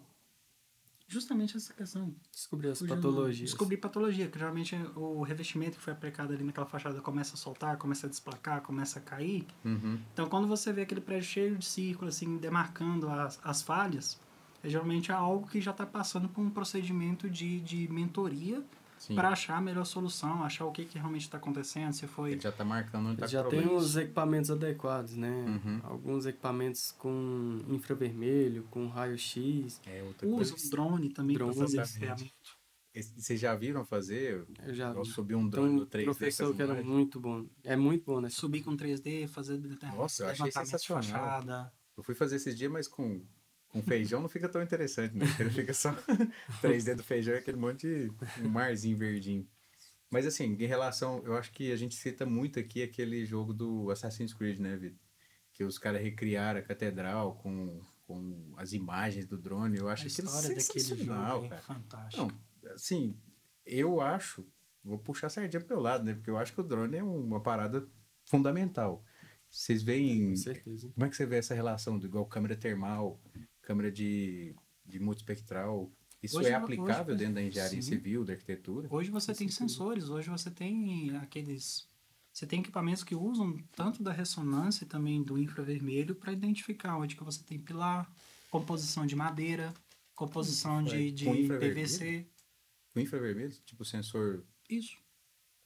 Speaker 4: Justamente essa questão.
Speaker 3: Descobrir as
Speaker 4: Fugiu, não.
Speaker 3: patologias.
Speaker 4: Descobri patologia, que geralmente é o revestimento que foi aplicado ali naquela fachada começa a soltar, começa a desplacar, começa a cair.
Speaker 1: Uhum.
Speaker 4: Então, quando você vê aquele prédio cheio de círculo, assim, demarcando as, as falhas, é geralmente algo que já está passando por um procedimento de, de mentoria
Speaker 1: Sim.
Speaker 4: para achar a melhor solução, achar o que, que realmente está acontecendo, se foi
Speaker 1: Ele já tá marcando onde tá
Speaker 3: Ele
Speaker 1: com
Speaker 3: já tem é,
Speaker 1: problema.
Speaker 3: os equipamentos adequados, né?
Speaker 1: Uhum.
Speaker 3: Alguns equipamentos com infravermelho, com raio-x.
Speaker 1: É outra
Speaker 4: usa
Speaker 1: coisa.
Speaker 4: um drone também para
Speaker 3: Drone,
Speaker 4: fazer esse
Speaker 1: exatamente.
Speaker 4: ferramenta.
Speaker 1: Esse- Vocês já viram fazer?
Speaker 3: Eu já
Speaker 1: Eu
Speaker 3: vi.
Speaker 1: subi um
Speaker 3: Então,
Speaker 1: drone
Speaker 3: um
Speaker 1: do 3D.
Speaker 3: professor
Speaker 1: essas
Speaker 3: que era
Speaker 1: imagens.
Speaker 3: muito bom. É muito bom, né?
Speaker 4: Subir com 3D, fazer determinado
Speaker 1: Nossa, eu achei
Speaker 4: levantamento de
Speaker 1: sensacional.
Speaker 4: fachada.
Speaker 1: Eu fui fazer esses dias, mas com, com feijão não fica tão interessante, né? Ele fica só 3D do feijão e aquele monte de um marzinho verdinho. Mas assim, em relação, eu acho que a gente cita muito aqui aquele jogo do Assassin's Creed, né, Vitor? Que os caras recriaram a catedral com, com as imagens do drone. Eu acho
Speaker 4: A
Speaker 1: aquilo
Speaker 4: história daquele
Speaker 1: sensacional,
Speaker 4: jogo é
Speaker 1: cara.
Speaker 4: fantástica.
Speaker 1: Não, assim, eu acho, vou puxar sardinha pro meu lado, né? Porque eu acho que o drone é uma parada fundamental. Vocês veem
Speaker 3: Com certeza.
Speaker 1: como é que você vê essa relação do igual câmera termal, câmera de, de multiespectral? Isso
Speaker 4: Hoje
Speaker 1: é
Speaker 4: eu- hoje,
Speaker 1: aplicável
Speaker 4: por
Speaker 1: dentro da engenharia
Speaker 4: sim.
Speaker 1: civil, da arquitetura?
Speaker 4: Hoje você tem sensores, hoje você tem aqueles. Você tem equipamentos que usam tanto da ressonância e também do infravermelho para identificar onde que você tem pilar, composição de madeira, composição de, de
Speaker 1: Hum, é, Com infravermelho?
Speaker 4: PVC.
Speaker 1: O infravermelho, tipo sensor.
Speaker 4: Isso.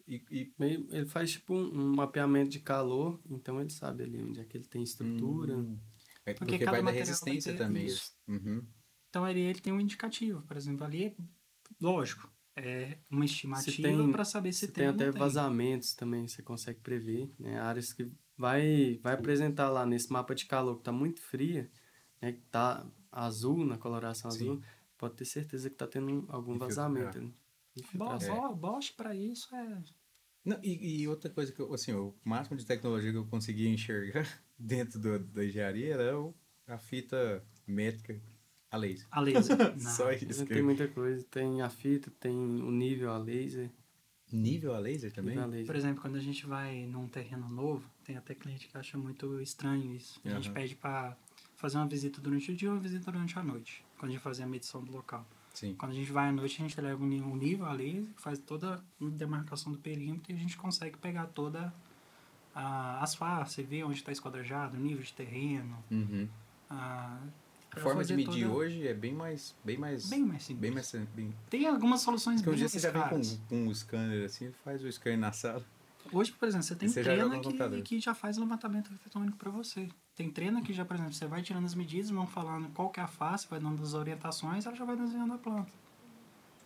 Speaker 1: E, e-
Speaker 3: Meio- Ele faz tipo um, um mapeamento de calor, então ele sabe ali onde é que ele tem estrutura.
Speaker 1: Hum. É
Speaker 4: Porque
Speaker 1: porque,
Speaker 4: cada
Speaker 1: vai da
Speaker 4: material vai
Speaker 1: resistência
Speaker 4: ter
Speaker 1: também.
Speaker 4: isso.
Speaker 1: Uhum.
Speaker 4: Então ele, ele tem um indicativo, por exemplo, ali é lógico. É uma estimativa
Speaker 3: tem-
Speaker 4: para saber se
Speaker 3: Você
Speaker 4: tem,
Speaker 3: tem
Speaker 4: ou não
Speaker 3: até
Speaker 4: tem.
Speaker 3: vazamentos também, você consegue prever, né? Áreas que vai, vai apresentar lá nesse mapa de calor que tá muito fria, né? Que tá azul, na coloração
Speaker 1: Sim.
Speaker 3: azul, pode ter certeza que tá tendo algum
Speaker 1: Infiltrar.
Speaker 3: vazamento. né?
Speaker 4: Bo-
Speaker 3: Infiltração.
Speaker 4: bo- Bosch para isso é
Speaker 1: Não, e, e outra coisa que eu, assim, o máximo de tecnologia que eu conseguia enxergar dentro do, da engenharia era o- a fita métrica a laser.
Speaker 4: a laser.
Speaker 1: Só
Speaker 3: Mas é,
Speaker 1: isso. que-
Speaker 3: Tem muita coisa, tem a fita, tem o nível a laser,
Speaker 1: Nível a laser também?
Speaker 3: nível a
Speaker 4: Por
Speaker 3: laser.
Speaker 4: exemplo, quando a
Speaker 1: Uhum.
Speaker 4: gente vai num terreno novo, tem até cliente que acha muito estranho isso. A gente
Speaker 1: Aham.
Speaker 4: pede para fazer uma visita durante o dia e uma visita durante a noite, quando a gente fazia a medição do local.
Speaker 1: Sim.
Speaker 4: Quando a gente vai à noite, a gente leva um ni- um nível ali, faz toda a demarcação do perímetro e a gente consegue pegar toda a, as faces, ver onde está esquadrajado, o nível de terreno.
Speaker 1: Uhum.
Speaker 4: A,
Speaker 1: A forma de medir
Speaker 4: hoje
Speaker 1: hoje é bem mais. Bem mais.
Speaker 4: Bem mais simples.
Speaker 1: Bem mais. Bem...
Speaker 4: Tem algumas soluções
Speaker 1: Porque um
Speaker 4: bem
Speaker 1: dia
Speaker 4: mais
Speaker 1: você já vem
Speaker 4: caras.
Speaker 1: com, com um scanner assim, faz o scanner na sala.
Speaker 4: Hoje, por exemplo, você tem
Speaker 1: Você já joga
Speaker 4: trena
Speaker 1: no computador.
Speaker 4: que, que já faz levantamento arquitetônico para você. Tem trena que já, por exemplo, você vai tirando as medidas, vão falando qual que é a face, vai dando as orientações, ela já vai desenhando a planta.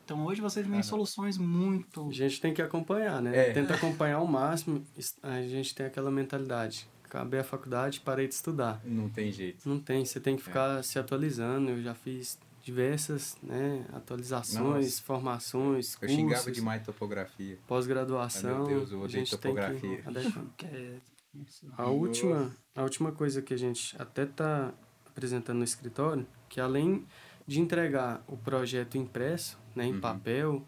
Speaker 4: Então hoje vocês têm
Speaker 1: Caramba.
Speaker 4: soluções muito...
Speaker 3: A gente tem que acompanhar, né?
Speaker 1: É.
Speaker 3: Tenta acompanhar ao máximo. es- A gente tem aquela mentalidade. Acabei a faculdade, parei de estudar.
Speaker 1: Não tem jeito.
Speaker 3: Não tem, você
Speaker 1: É.
Speaker 3: tem que ficar se atualizando. Eu já fiz diversas né, atualizações,
Speaker 1: Nossa.
Speaker 3: formações,
Speaker 1: Eu
Speaker 3: cursos,
Speaker 1: xingava demais topografia.
Speaker 3: É.
Speaker 1: Ai,
Speaker 3: pós-graduação.
Speaker 1: meu Deus, eu
Speaker 3: a
Speaker 1: odeio
Speaker 3: gente tem que
Speaker 1: topografia.
Speaker 3: adequar.
Speaker 4: que é-
Speaker 3: A última, a última coisa que a gente até está apresentando no escritório, que além de entregar o projeto impresso, né, em
Speaker 1: Uhum.
Speaker 3: papel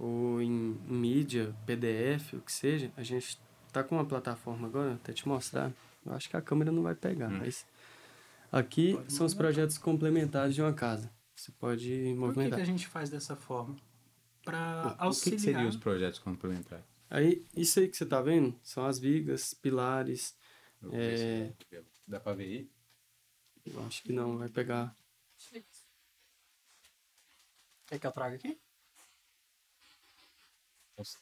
Speaker 3: ou em mídia, PDF, o que seja, a gente tá com uma plataforma agora, até te mostrar. Eu acho que a câmera não vai pegar,
Speaker 1: Hum.
Speaker 3: mas aqui
Speaker 4: Pode
Speaker 3: são os
Speaker 4: movimentar.
Speaker 3: projetos complementares de uma casa. Você pode
Speaker 4: Por que, que
Speaker 3: movimentar.
Speaker 4: a gente faz dessa forma? Para
Speaker 1: O que, que seriam
Speaker 4: auxiliar...
Speaker 1: os projetos complementares?
Speaker 3: Aí, isso aí que você tá vendo são as vigas, pilares.
Speaker 1: Eu vou ver
Speaker 3: É.
Speaker 1: se dá- Dá pra ver aí?
Speaker 3: Eu acho que não vai pegar.
Speaker 4: Quer que eu traga aqui?
Speaker 1: Nossa,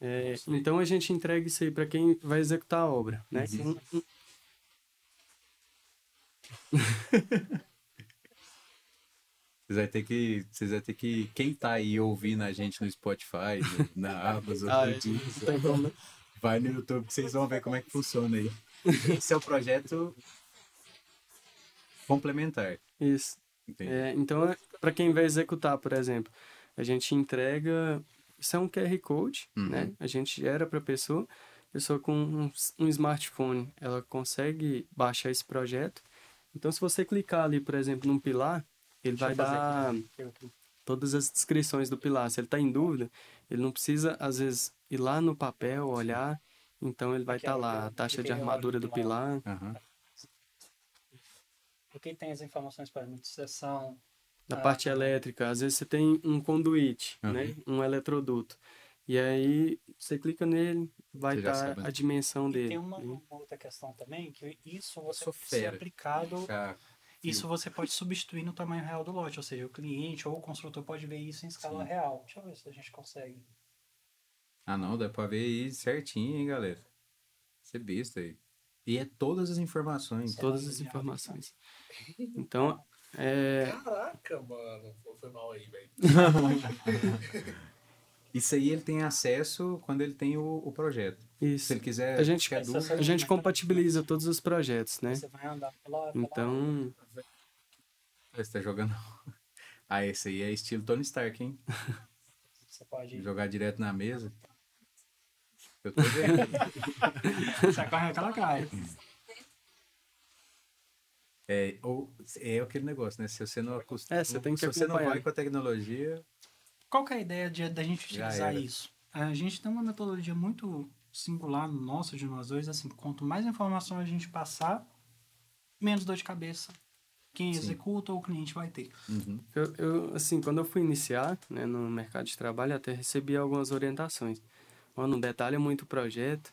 Speaker 3: É, então a gente entrega isso aí para quem vai executar a obra, né?
Speaker 1: Uhum.
Speaker 3: Um- um-
Speaker 1: Vocês vão ter que. Vocês vão ter que. Quem tá aí ouvindo a gente no Spotify, no- na Amazon,
Speaker 3: Ah,
Speaker 1: no
Speaker 3: é.
Speaker 1: Deezer,
Speaker 3: Tem problema.
Speaker 1: vai no YouTube que vocês vão ver como é que funciona aí. Esse é o projeto complementar.
Speaker 3: Isso.
Speaker 1: Entendi.
Speaker 3: É, então, para quem vai executar, por exemplo, a gente entrega. Isso é um QR Code,
Speaker 1: Uhum.
Speaker 3: né? A gente gera para a pessoa. A pessoa com um, s- um smartphone, ela consegue baixar esse projeto. Então, se você clicar ali, por exemplo, num pilar, ele
Speaker 4: Deixa
Speaker 3: vai
Speaker 4: eu fazer
Speaker 3: dar
Speaker 4: aqui. Tem outro.
Speaker 3: todas as descrições do pilar. Se ele está em dúvida, ele não precisa, às vezes, ir lá no papel, olhar. Então, ele vai
Speaker 4: Aqui é
Speaker 3: estar
Speaker 4: o
Speaker 3: lá,
Speaker 4: pilar.
Speaker 3: a taxa
Speaker 4: Aqui
Speaker 3: de
Speaker 4: é o
Speaker 3: armadura do
Speaker 4: pilar.
Speaker 3: pilar,
Speaker 1: Aham.
Speaker 4: Aqui tem as informações para nutrição.
Speaker 3: da
Speaker 4: Ah,
Speaker 3: parte
Speaker 4: tá.
Speaker 3: elétrica. Às vezes você tem um conduíte,
Speaker 1: Aham.
Speaker 3: né? Um eletroduto. E aí você clica nele, vai
Speaker 1: Você já
Speaker 3: estar
Speaker 1: sabe, né?
Speaker 3: a dimensão
Speaker 4: E
Speaker 3: dele.
Speaker 4: tem uma,
Speaker 3: né?
Speaker 4: uma outra questão também, que isso você
Speaker 1: Uhum. Sou
Speaker 4: se
Speaker 1: fera.
Speaker 3: Então,
Speaker 4: aplicado,
Speaker 1: Já-
Speaker 4: isso você pode substituir no tamanho real do lote, ou seja, o cliente ou o construtor pode ver isso em escala
Speaker 1: Sim. Né?
Speaker 4: real. Deixa eu ver se a gente consegue.
Speaker 1: Ah, não, dá pra ver aí certinho, hein, galera? Você besta aí. E é todas as informações.
Speaker 3: Todas
Speaker 4: né?
Speaker 3: as informações. Então, é,
Speaker 7: Caraca, mano. Pô, Foi mal aí, velho.
Speaker 1: Isso aí ele tem acesso quando ele tem o, o projeto. Se
Speaker 3: isso.
Speaker 1: ele quiser.
Speaker 3: A gente,
Speaker 1: quer dúvida,
Speaker 3: a gente compatibiliza todos os projetos, né?
Speaker 4: Você vai andar pela, pela
Speaker 3: Então,
Speaker 1: você tá jogando. Ah, esse aí é estilo Tony Stark, hein?
Speaker 4: você pode
Speaker 1: Jogar direto na mesa. Eu tô vendo.
Speaker 4: você corre Tá aquela cara.
Speaker 1: É, ou, é aquele negócio, né? Se você não acostuma.
Speaker 3: É, você tem que
Speaker 1: Se você não
Speaker 3: acompanhar.
Speaker 1: vai com a tecnologia.
Speaker 4: Qual que é a ideia de- da gente
Speaker 1: Já
Speaker 4: utilizar
Speaker 1: era.
Speaker 4: isso? A gente tem uma metodologia muito singular nossa de nós dois, assim, quanto mais informação a gente passar, menos dor de cabeça quem
Speaker 1: Sim.
Speaker 4: executa ou o cliente vai ter.
Speaker 1: Uhum.
Speaker 3: Eu, eu, assim, quando eu fui iniciar né, no mercado de trabalho, até recebi algumas orientações. Ó, não detalha muito o projeto,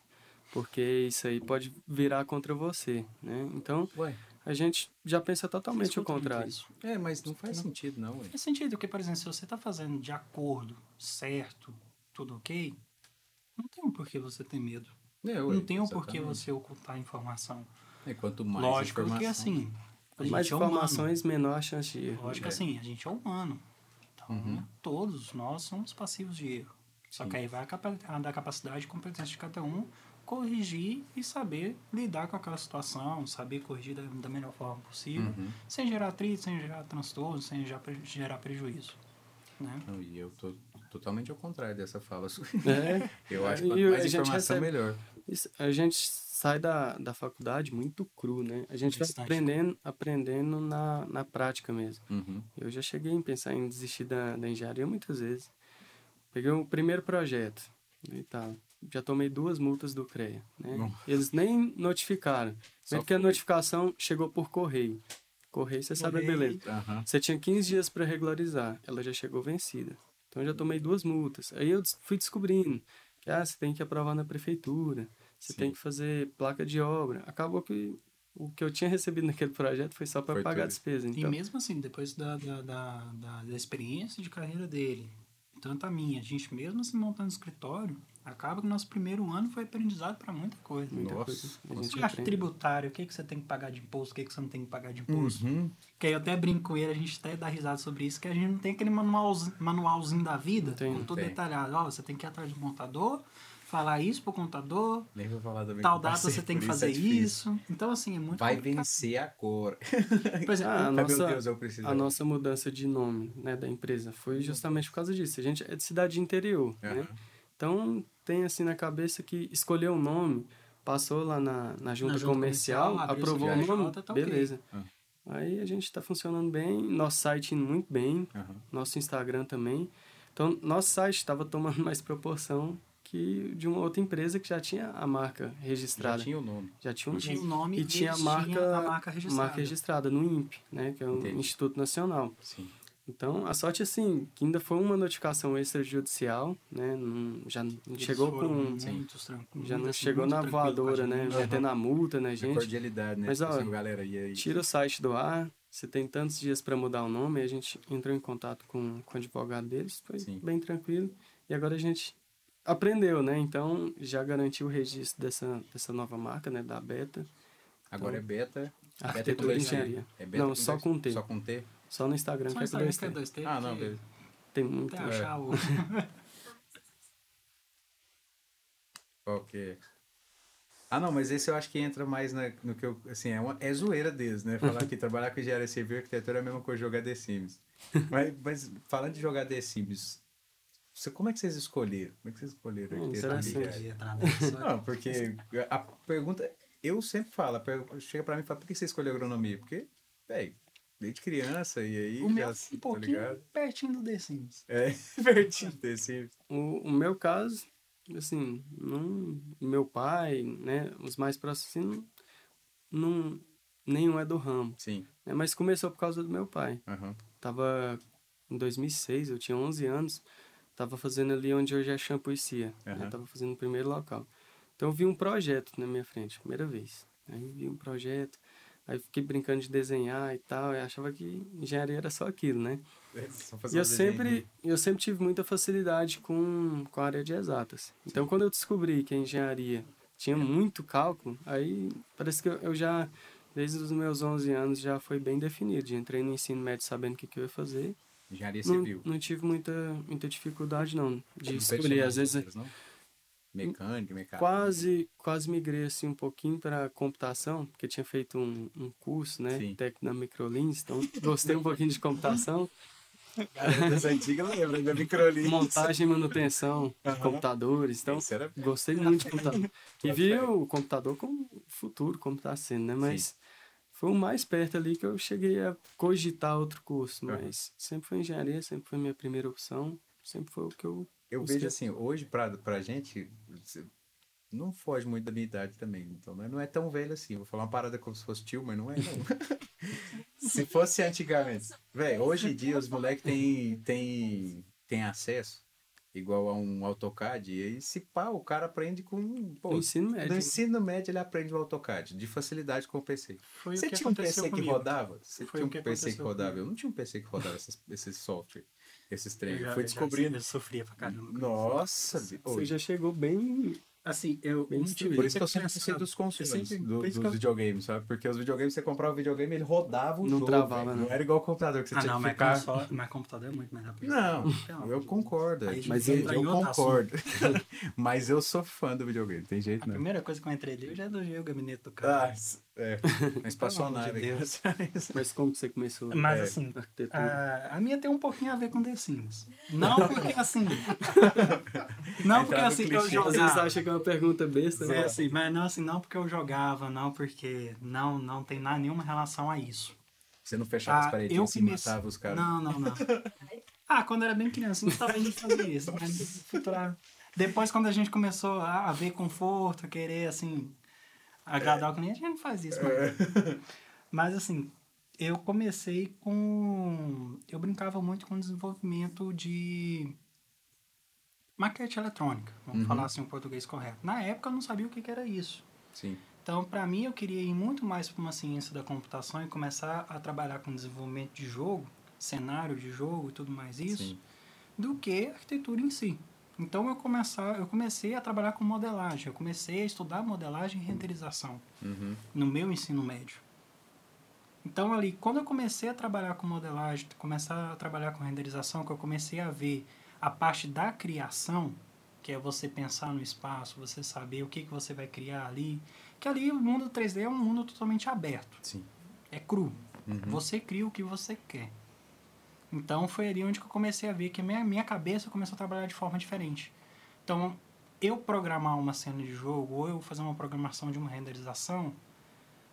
Speaker 3: porque isso aí pode virar contra você, né? Então,
Speaker 1: Ué.
Speaker 3: a gente já pensa totalmente o
Speaker 4: Escuta muito
Speaker 3: contrário.
Speaker 4: isso.
Speaker 1: É, mas não faz sentido, não, ué.
Speaker 4: Faz sentido, porque, por exemplo, se você está fazendo de acordo, certo, tudo ok, não tem um porquê você ter medo.
Speaker 1: É, ué,
Speaker 4: não tem um porquê
Speaker 1: exatamente.
Speaker 4: você ocultar a informação.
Speaker 1: É, quanto mais
Speaker 4: Lógico,
Speaker 1: informação.
Speaker 4: porque assim. A
Speaker 3: Quanto
Speaker 4: gente
Speaker 3: mais
Speaker 4: é humano.
Speaker 3: informações, menor a chance de erro.
Speaker 4: Lógico
Speaker 1: É.
Speaker 4: assim, a gente é humano. Então,
Speaker 1: Uhum.
Speaker 4: todos nós somos passivos de erro. Só que
Speaker 1: Sim.
Speaker 4: aí vai a capa- a da capacidade e competência de cada um corrigir e saber lidar com aquela situação, saber corrigir da, da melhor forma possível,
Speaker 1: Uhum.
Speaker 4: sem gerar atrito, sem gerar transtorno, sem gerar, pre- gerar prejuízo. Né?
Speaker 1: Não, e eu tô totalmente ao contrário dessa fala. sua.
Speaker 3: É,
Speaker 1: Eu acho
Speaker 3: E
Speaker 1: que quanto
Speaker 3: a
Speaker 1: mais
Speaker 3: gente
Speaker 1: informação, é
Speaker 3: recebe-
Speaker 1: melhor.
Speaker 3: isso- a gente sai da, da faculdade muito cru, né? A gente vai
Speaker 4: Bastante.
Speaker 3: aprendendo, aprendendo na, na prática mesmo.
Speaker 1: Uhum.
Speaker 3: Eu já cheguei a pensar em desistir da, da engenharia muitas vezes. Peguei o primeiro projeto e tal. já tomei duas multas do CREA. Né?
Speaker 1: Bom.
Speaker 3: Eles nem notificaram.
Speaker 1: Só
Speaker 3: Mesmo que a notificação chegou por correio. Correio, você sabe a
Speaker 4: Correio.
Speaker 3: beleza.
Speaker 1: Aham.
Speaker 3: Você tinha 15 dias para regularizar, ela já chegou vencida. Então eu já tomei duas multas. Aí eu des- fui descobrindo que ah, você tem que aprovar na prefeitura, você
Speaker 1: Sim.
Speaker 3: tem que fazer placa de obra. Acabou que o que eu tinha recebido naquele projeto foi só para
Speaker 1: Foi
Speaker 3: pagar a
Speaker 1: tudo.
Speaker 3: despesa.
Speaker 4: E
Speaker 3: Então,
Speaker 4: mesmo assim, depois da, da, da, da, da experiência de carreira dele, tanto a minha, a gente mesmo se montando no escritório, acaba que o nosso primeiro ano foi aprendizado para muita coisa. Então,
Speaker 3: muita
Speaker 1: Nossa,
Speaker 3: coisa. A
Speaker 1: com
Speaker 3: gente
Speaker 4: Você acha
Speaker 3: aprende.
Speaker 4: tributário, o que, que você tem que pagar de imposto, o que, que você não tem que pagar de imposto.
Speaker 1: Uhum.
Speaker 4: Que aí eu até brinco com ele, a gente até dá risada sobre isso, que a gente não tem aquele manualzinho, manualzinho da vida,
Speaker 3: Tem.
Speaker 4: com todo
Speaker 1: Tem.
Speaker 4: detalhado. Ó, você tem que ir atrás do contador, falar isso pro contador,
Speaker 1: Nem vou falar também.
Speaker 4: tal
Speaker 1: que eu
Speaker 4: data
Speaker 1: passei
Speaker 4: você tem
Speaker 1: por
Speaker 4: que fazer
Speaker 1: é difícil.
Speaker 4: isso. Então, assim, é muito
Speaker 1: Vai
Speaker 4: complicado.
Speaker 1: vencer a cor.
Speaker 4: Por exemplo,
Speaker 3: Ah, a
Speaker 1: Ai, Meu
Speaker 3: nossa-
Speaker 1: Deus, eu preciso.
Speaker 3: a nossa mudança de nome né, da empresa foi justamente por causa disso. A gente é de cidade de interior, né?
Speaker 1: Uhum. Aham.
Speaker 3: Então tem assim na cabeça que escolheu o nome, passou lá na, na junta
Speaker 4: junta
Speaker 3: comercial,
Speaker 4: comercial, abriu
Speaker 3: aprovou
Speaker 4: o
Speaker 3: o
Speaker 4: CNPJ,
Speaker 3: nome,
Speaker 4: tá ok.
Speaker 3: beleza.
Speaker 1: Ah.
Speaker 3: Aí a gente está funcionando bem, nosso site indo muito bem,
Speaker 1: Aham.
Speaker 3: nosso Instagram também. Então nosso site estava tomando mais proporção que de uma outra empresa que já tinha a marca
Speaker 1: Já
Speaker 3: registrada.
Speaker 1: tinha o nome.
Speaker 3: já tinha um
Speaker 4: tinha
Speaker 3: nome.
Speaker 4: o nome
Speaker 3: E tinha a
Speaker 4: eles
Speaker 3: marca-
Speaker 4: tinham a marca registrada.
Speaker 3: Marca registrada no INPE, né, que é o
Speaker 1: Entendi.
Speaker 3: Instituto Nacional.
Speaker 1: Sim.
Speaker 3: Então, a sorte, assim, que ainda foi uma notificação extrajudicial, né? Não, já não
Speaker 4: Eles
Speaker 3: chegou
Speaker 4: foram
Speaker 3: com...
Speaker 4: muitos tranquilos,
Speaker 3: Já não
Speaker 4: assim,
Speaker 3: chegou
Speaker 4: muito
Speaker 3: na
Speaker 4: tranquilo com a
Speaker 3: voadora,
Speaker 4: gente.
Speaker 3: né?
Speaker 1: Aham.
Speaker 3: Metendo a multa, né,
Speaker 1: Gente,
Speaker 3: gente?
Speaker 1: cordialidade, né?
Speaker 3: mas,
Speaker 1: Tipo
Speaker 3: ó,
Speaker 1: assim, galera, e aí?
Speaker 3: Tira o site do ar, você tem tantos dias para mudar o nome, aí a gente entrou em contato com, com o advogado deles, foi
Speaker 1: Sim.
Speaker 3: bem tranquilo. E agora a gente aprendeu, né? Então, já garantiu o registro dessa, dessa nova marca, né? Da Beta.
Speaker 1: Agora é beta. Beta com
Speaker 3: Arquitetura e
Speaker 1: dois T.
Speaker 3: Engenharia.
Speaker 1: É beta
Speaker 3: Não,
Speaker 1: com
Speaker 3: só
Speaker 1: dois-
Speaker 3: com T.
Speaker 1: Só com T?
Speaker 3: Só no Instagram
Speaker 4: Só
Speaker 3: que é com dois
Speaker 4: Instagram
Speaker 3: T.
Speaker 4: dois T,
Speaker 1: Ah, não,
Speaker 4: porque
Speaker 1: beleza.
Speaker 3: Tem muito.
Speaker 4: Até
Speaker 1: É.
Speaker 4: achar o...
Speaker 1: Ok. Ah, não, mas esse eu acho que entra mais na- no que eu. Assim, é, uma, é zoeira deles, né? Falar que trabalhar com engenharia civil e arquitetura é a mesma coisa que jogar The Sims. Mas, mas falando de jogar The Sims, você- como é que vocês escolheram? Como é que vocês escolheram
Speaker 3: Hum,
Speaker 1: arquitetura? e
Speaker 3: interessante.
Speaker 1: engenharia?
Speaker 4: Não,
Speaker 1: Não, porque a pergunta. Eu sempre falo, a pergu- chega pra mim e fala, por que você escolheu agronomia? Porque, velho, desde criança e aí.
Speaker 4: o meu é um
Speaker 1: tá ligado?
Speaker 4: pouquinho pertinho do The Sims.
Speaker 1: É, divertido The Sims.
Speaker 3: O, o meu caso, assim, não, meu pai, né, os mais próximos, assim, não, não- nenhum é do ramo,
Speaker 1: Sim.
Speaker 3: né, mas começou por causa do meu pai.
Speaker 1: Aham.
Speaker 3: Tava em 2006, eu tinha 11 anos, tava fazendo ali onde hoje é Champuicia, né,
Speaker 1: Aham.
Speaker 3: tava fazendo o primeiro local. Então eu vi um projeto na minha frente, primeira vez. Aí vi um projeto, aí fiquei brincando de desenhar e tal, eu achava que engenharia era só aquilo, né?
Speaker 1: É, só
Speaker 3: E
Speaker 1: fazer
Speaker 3: eu
Speaker 1: um desenho.
Speaker 3: sempre, eu sempre tive muita facilidade com, com a área de exatas. Então, quando eu descobri que a engenharia tinha muito cálculo, aí parece que eu, eu já, desde os meus 11 anos, já foi bem definido. Já entrei no ensino médio sabendo o que, que eu ia fazer.
Speaker 1: Engenharia
Speaker 3: Não,
Speaker 1: civil.
Speaker 3: não tive muita, muita dificuldade, não, de
Speaker 1: Não
Speaker 3: descobrir.
Speaker 1: personagens
Speaker 3: Às vezes,
Speaker 1: outras, não? Mecânica, mecânica.
Speaker 3: quase, quase migrei assim, um pouquinho para computação, porque eu tinha feito um, um curso, né?
Speaker 1: Sim.
Speaker 3: Técnico na Microlins, então gostei um pouquinho de computação.
Speaker 1: Galera das antigas lembra da microlinha.
Speaker 3: montagem e manutenção de
Speaker 1: Aham.
Speaker 3: computadores. Então,
Speaker 1: Isso era-
Speaker 3: gostei muito de computador. E
Speaker 1: Tá
Speaker 3: vi
Speaker 1: certo.
Speaker 3: o computador como o futuro, como está sendo, né? Mas foi o mais perto ali que eu cheguei a cogitar outro curso.
Speaker 1: Aham.
Speaker 3: Mas sempre foi engenharia, sempre foi minha primeira opção, sempre foi o que eu...
Speaker 1: Eu
Speaker 3: Os
Speaker 1: vejo
Speaker 3: que-
Speaker 1: assim, hoje pra, pra gente, cê- não foge muito da minha idade também. Então né, não é tão velho assim. Vou falar uma parada como se fosse tio, mas não é não. se fosse antigamente. Véi, hoje em dia os moleques têm tem, tem acesso igual a um AutoCAD. E aí, se pá, o cara aprende com. Pô,
Speaker 3: o ensino
Speaker 1: do
Speaker 3: médio.
Speaker 1: ensino médio ele aprende o AutoCAD, de facilidade com o PC.
Speaker 4: Foi
Speaker 1: Você
Speaker 4: o que
Speaker 1: tinha um PC
Speaker 4: aconteceu
Speaker 1: que
Speaker 4: comigo.
Speaker 1: rodava? Você
Speaker 4: Foi
Speaker 1: tinha
Speaker 4: o
Speaker 1: um
Speaker 4: que
Speaker 1: PC que
Speaker 4: aconteceu
Speaker 1: rodava?
Speaker 4: comigo.
Speaker 1: Eu não tinha um PC que rodava esses, esses software, esses
Speaker 4: Eu
Speaker 1: trem.
Speaker 4: já-
Speaker 1: Eu
Speaker 4: eu
Speaker 1: fui
Speaker 4: já-
Speaker 1: descobrindo.
Speaker 4: Eu sofria pra caramba.
Speaker 1: Nossa, vi-
Speaker 3: Você
Speaker 1: Oi.
Speaker 3: já chegou bem...
Speaker 4: Assim, eu
Speaker 3: Bem
Speaker 4: não
Speaker 3: destruído.
Speaker 4: tive
Speaker 1: Por isso que eu
Speaker 4: muita
Speaker 1: sempre
Speaker 4: criança-
Speaker 1: sei dos consoles,
Speaker 3: sempre-
Speaker 1: do-
Speaker 3: por
Speaker 1: dos
Speaker 3: isso que eu-
Speaker 1: videogames, sabe? Porque os videogames, você comprava o videogame, ele rodava o
Speaker 3: Não
Speaker 1: jogo.
Speaker 3: travava,
Speaker 1: velho.
Speaker 3: né?
Speaker 1: Não era igual o computador, que você
Speaker 4: Ah,
Speaker 1: tinha
Speaker 4: não,
Speaker 1: que
Speaker 4: mas,
Speaker 1: ficar...
Speaker 4: console, mas computador é muito mais rápido.
Speaker 1: Não, eu concordo.
Speaker 4: Aí a gente
Speaker 1: Mas
Speaker 4: entra
Speaker 1: eu,
Speaker 4: em
Speaker 1: eu
Speaker 4: outro
Speaker 1: concordo. mas eu sou fã do videogame, tem jeito
Speaker 4: A
Speaker 1: não.
Speaker 4: primeira coisa que eu entrei ali, eu já elogiei o gabinete do
Speaker 1: Ah,
Speaker 4: cara.
Speaker 1: s- é. Uma espaçonave.
Speaker 4: de Deus.
Speaker 3: Mas como que você começou
Speaker 4: Mas
Speaker 1: É.
Speaker 4: assim,
Speaker 3: a arquitetura?
Speaker 4: a, a minha tem um pouquinho a ver com The Sims. Não porque assim... não porque
Speaker 1: no
Speaker 4: assim que eu
Speaker 1: clichê.
Speaker 3: Às vezes
Speaker 4: jogava.
Speaker 3: acha que é uma pergunta besta,
Speaker 4: É,
Speaker 3: né?
Speaker 4: assim, mas não assim, não porque eu jogava, não porque... Não, não tem nada, nenhuma relação a isso.
Speaker 1: Você não fechava as
Speaker 4: Ah, eu
Speaker 1: paredinhas assim,
Speaker 4: comecei-
Speaker 1: matava os caras.
Speaker 4: Não, não, não. Ah, quando eu era bem criança, não estava indo fazer isso. Mas futura- Depois, quando a gente começou a, a ver conforto, a querer, assim, agradar o cliente, a gente não faz isso. mais. Mas, assim, eu comecei com... Eu brincava muito com desenvolvimento de maquete eletrônica. Vamos
Speaker 1: Uhum.
Speaker 4: falar, assim, o português correto. Na época, eu não sabia o que que era isso.
Speaker 1: Sim.
Speaker 4: Então, para mim, eu queria ir muito mais para uma ciência da computação e começar a trabalhar com desenvolvimento de jogo, cenário de jogo e tudo mais isso,
Speaker 1: Sim.
Speaker 4: do que arquitetura em si. Então, eu, começar, eu comecei a trabalhar com modelagem, eu comecei a estudar modelagem e renderização
Speaker 1: Uhum.
Speaker 4: no meu ensino médio. Então, ali, quando eu comecei a trabalhar com modelagem, começar a trabalhar com renderização, que eu comecei a ver a parte da criação, que é você pensar no espaço, você saber o que, que você vai criar ali, que ali o mundo 3D é um mundo totalmente aberto,
Speaker 1: Sim.
Speaker 4: é cru.
Speaker 1: Uhum.
Speaker 4: Você cria o que você quer. Então foi ali onde que eu comecei a ver que a minha, minha cabeça começou a trabalhar de forma diferente. Então, eu programar uma cena de jogo ou eu fazer uma programação de uma renderização,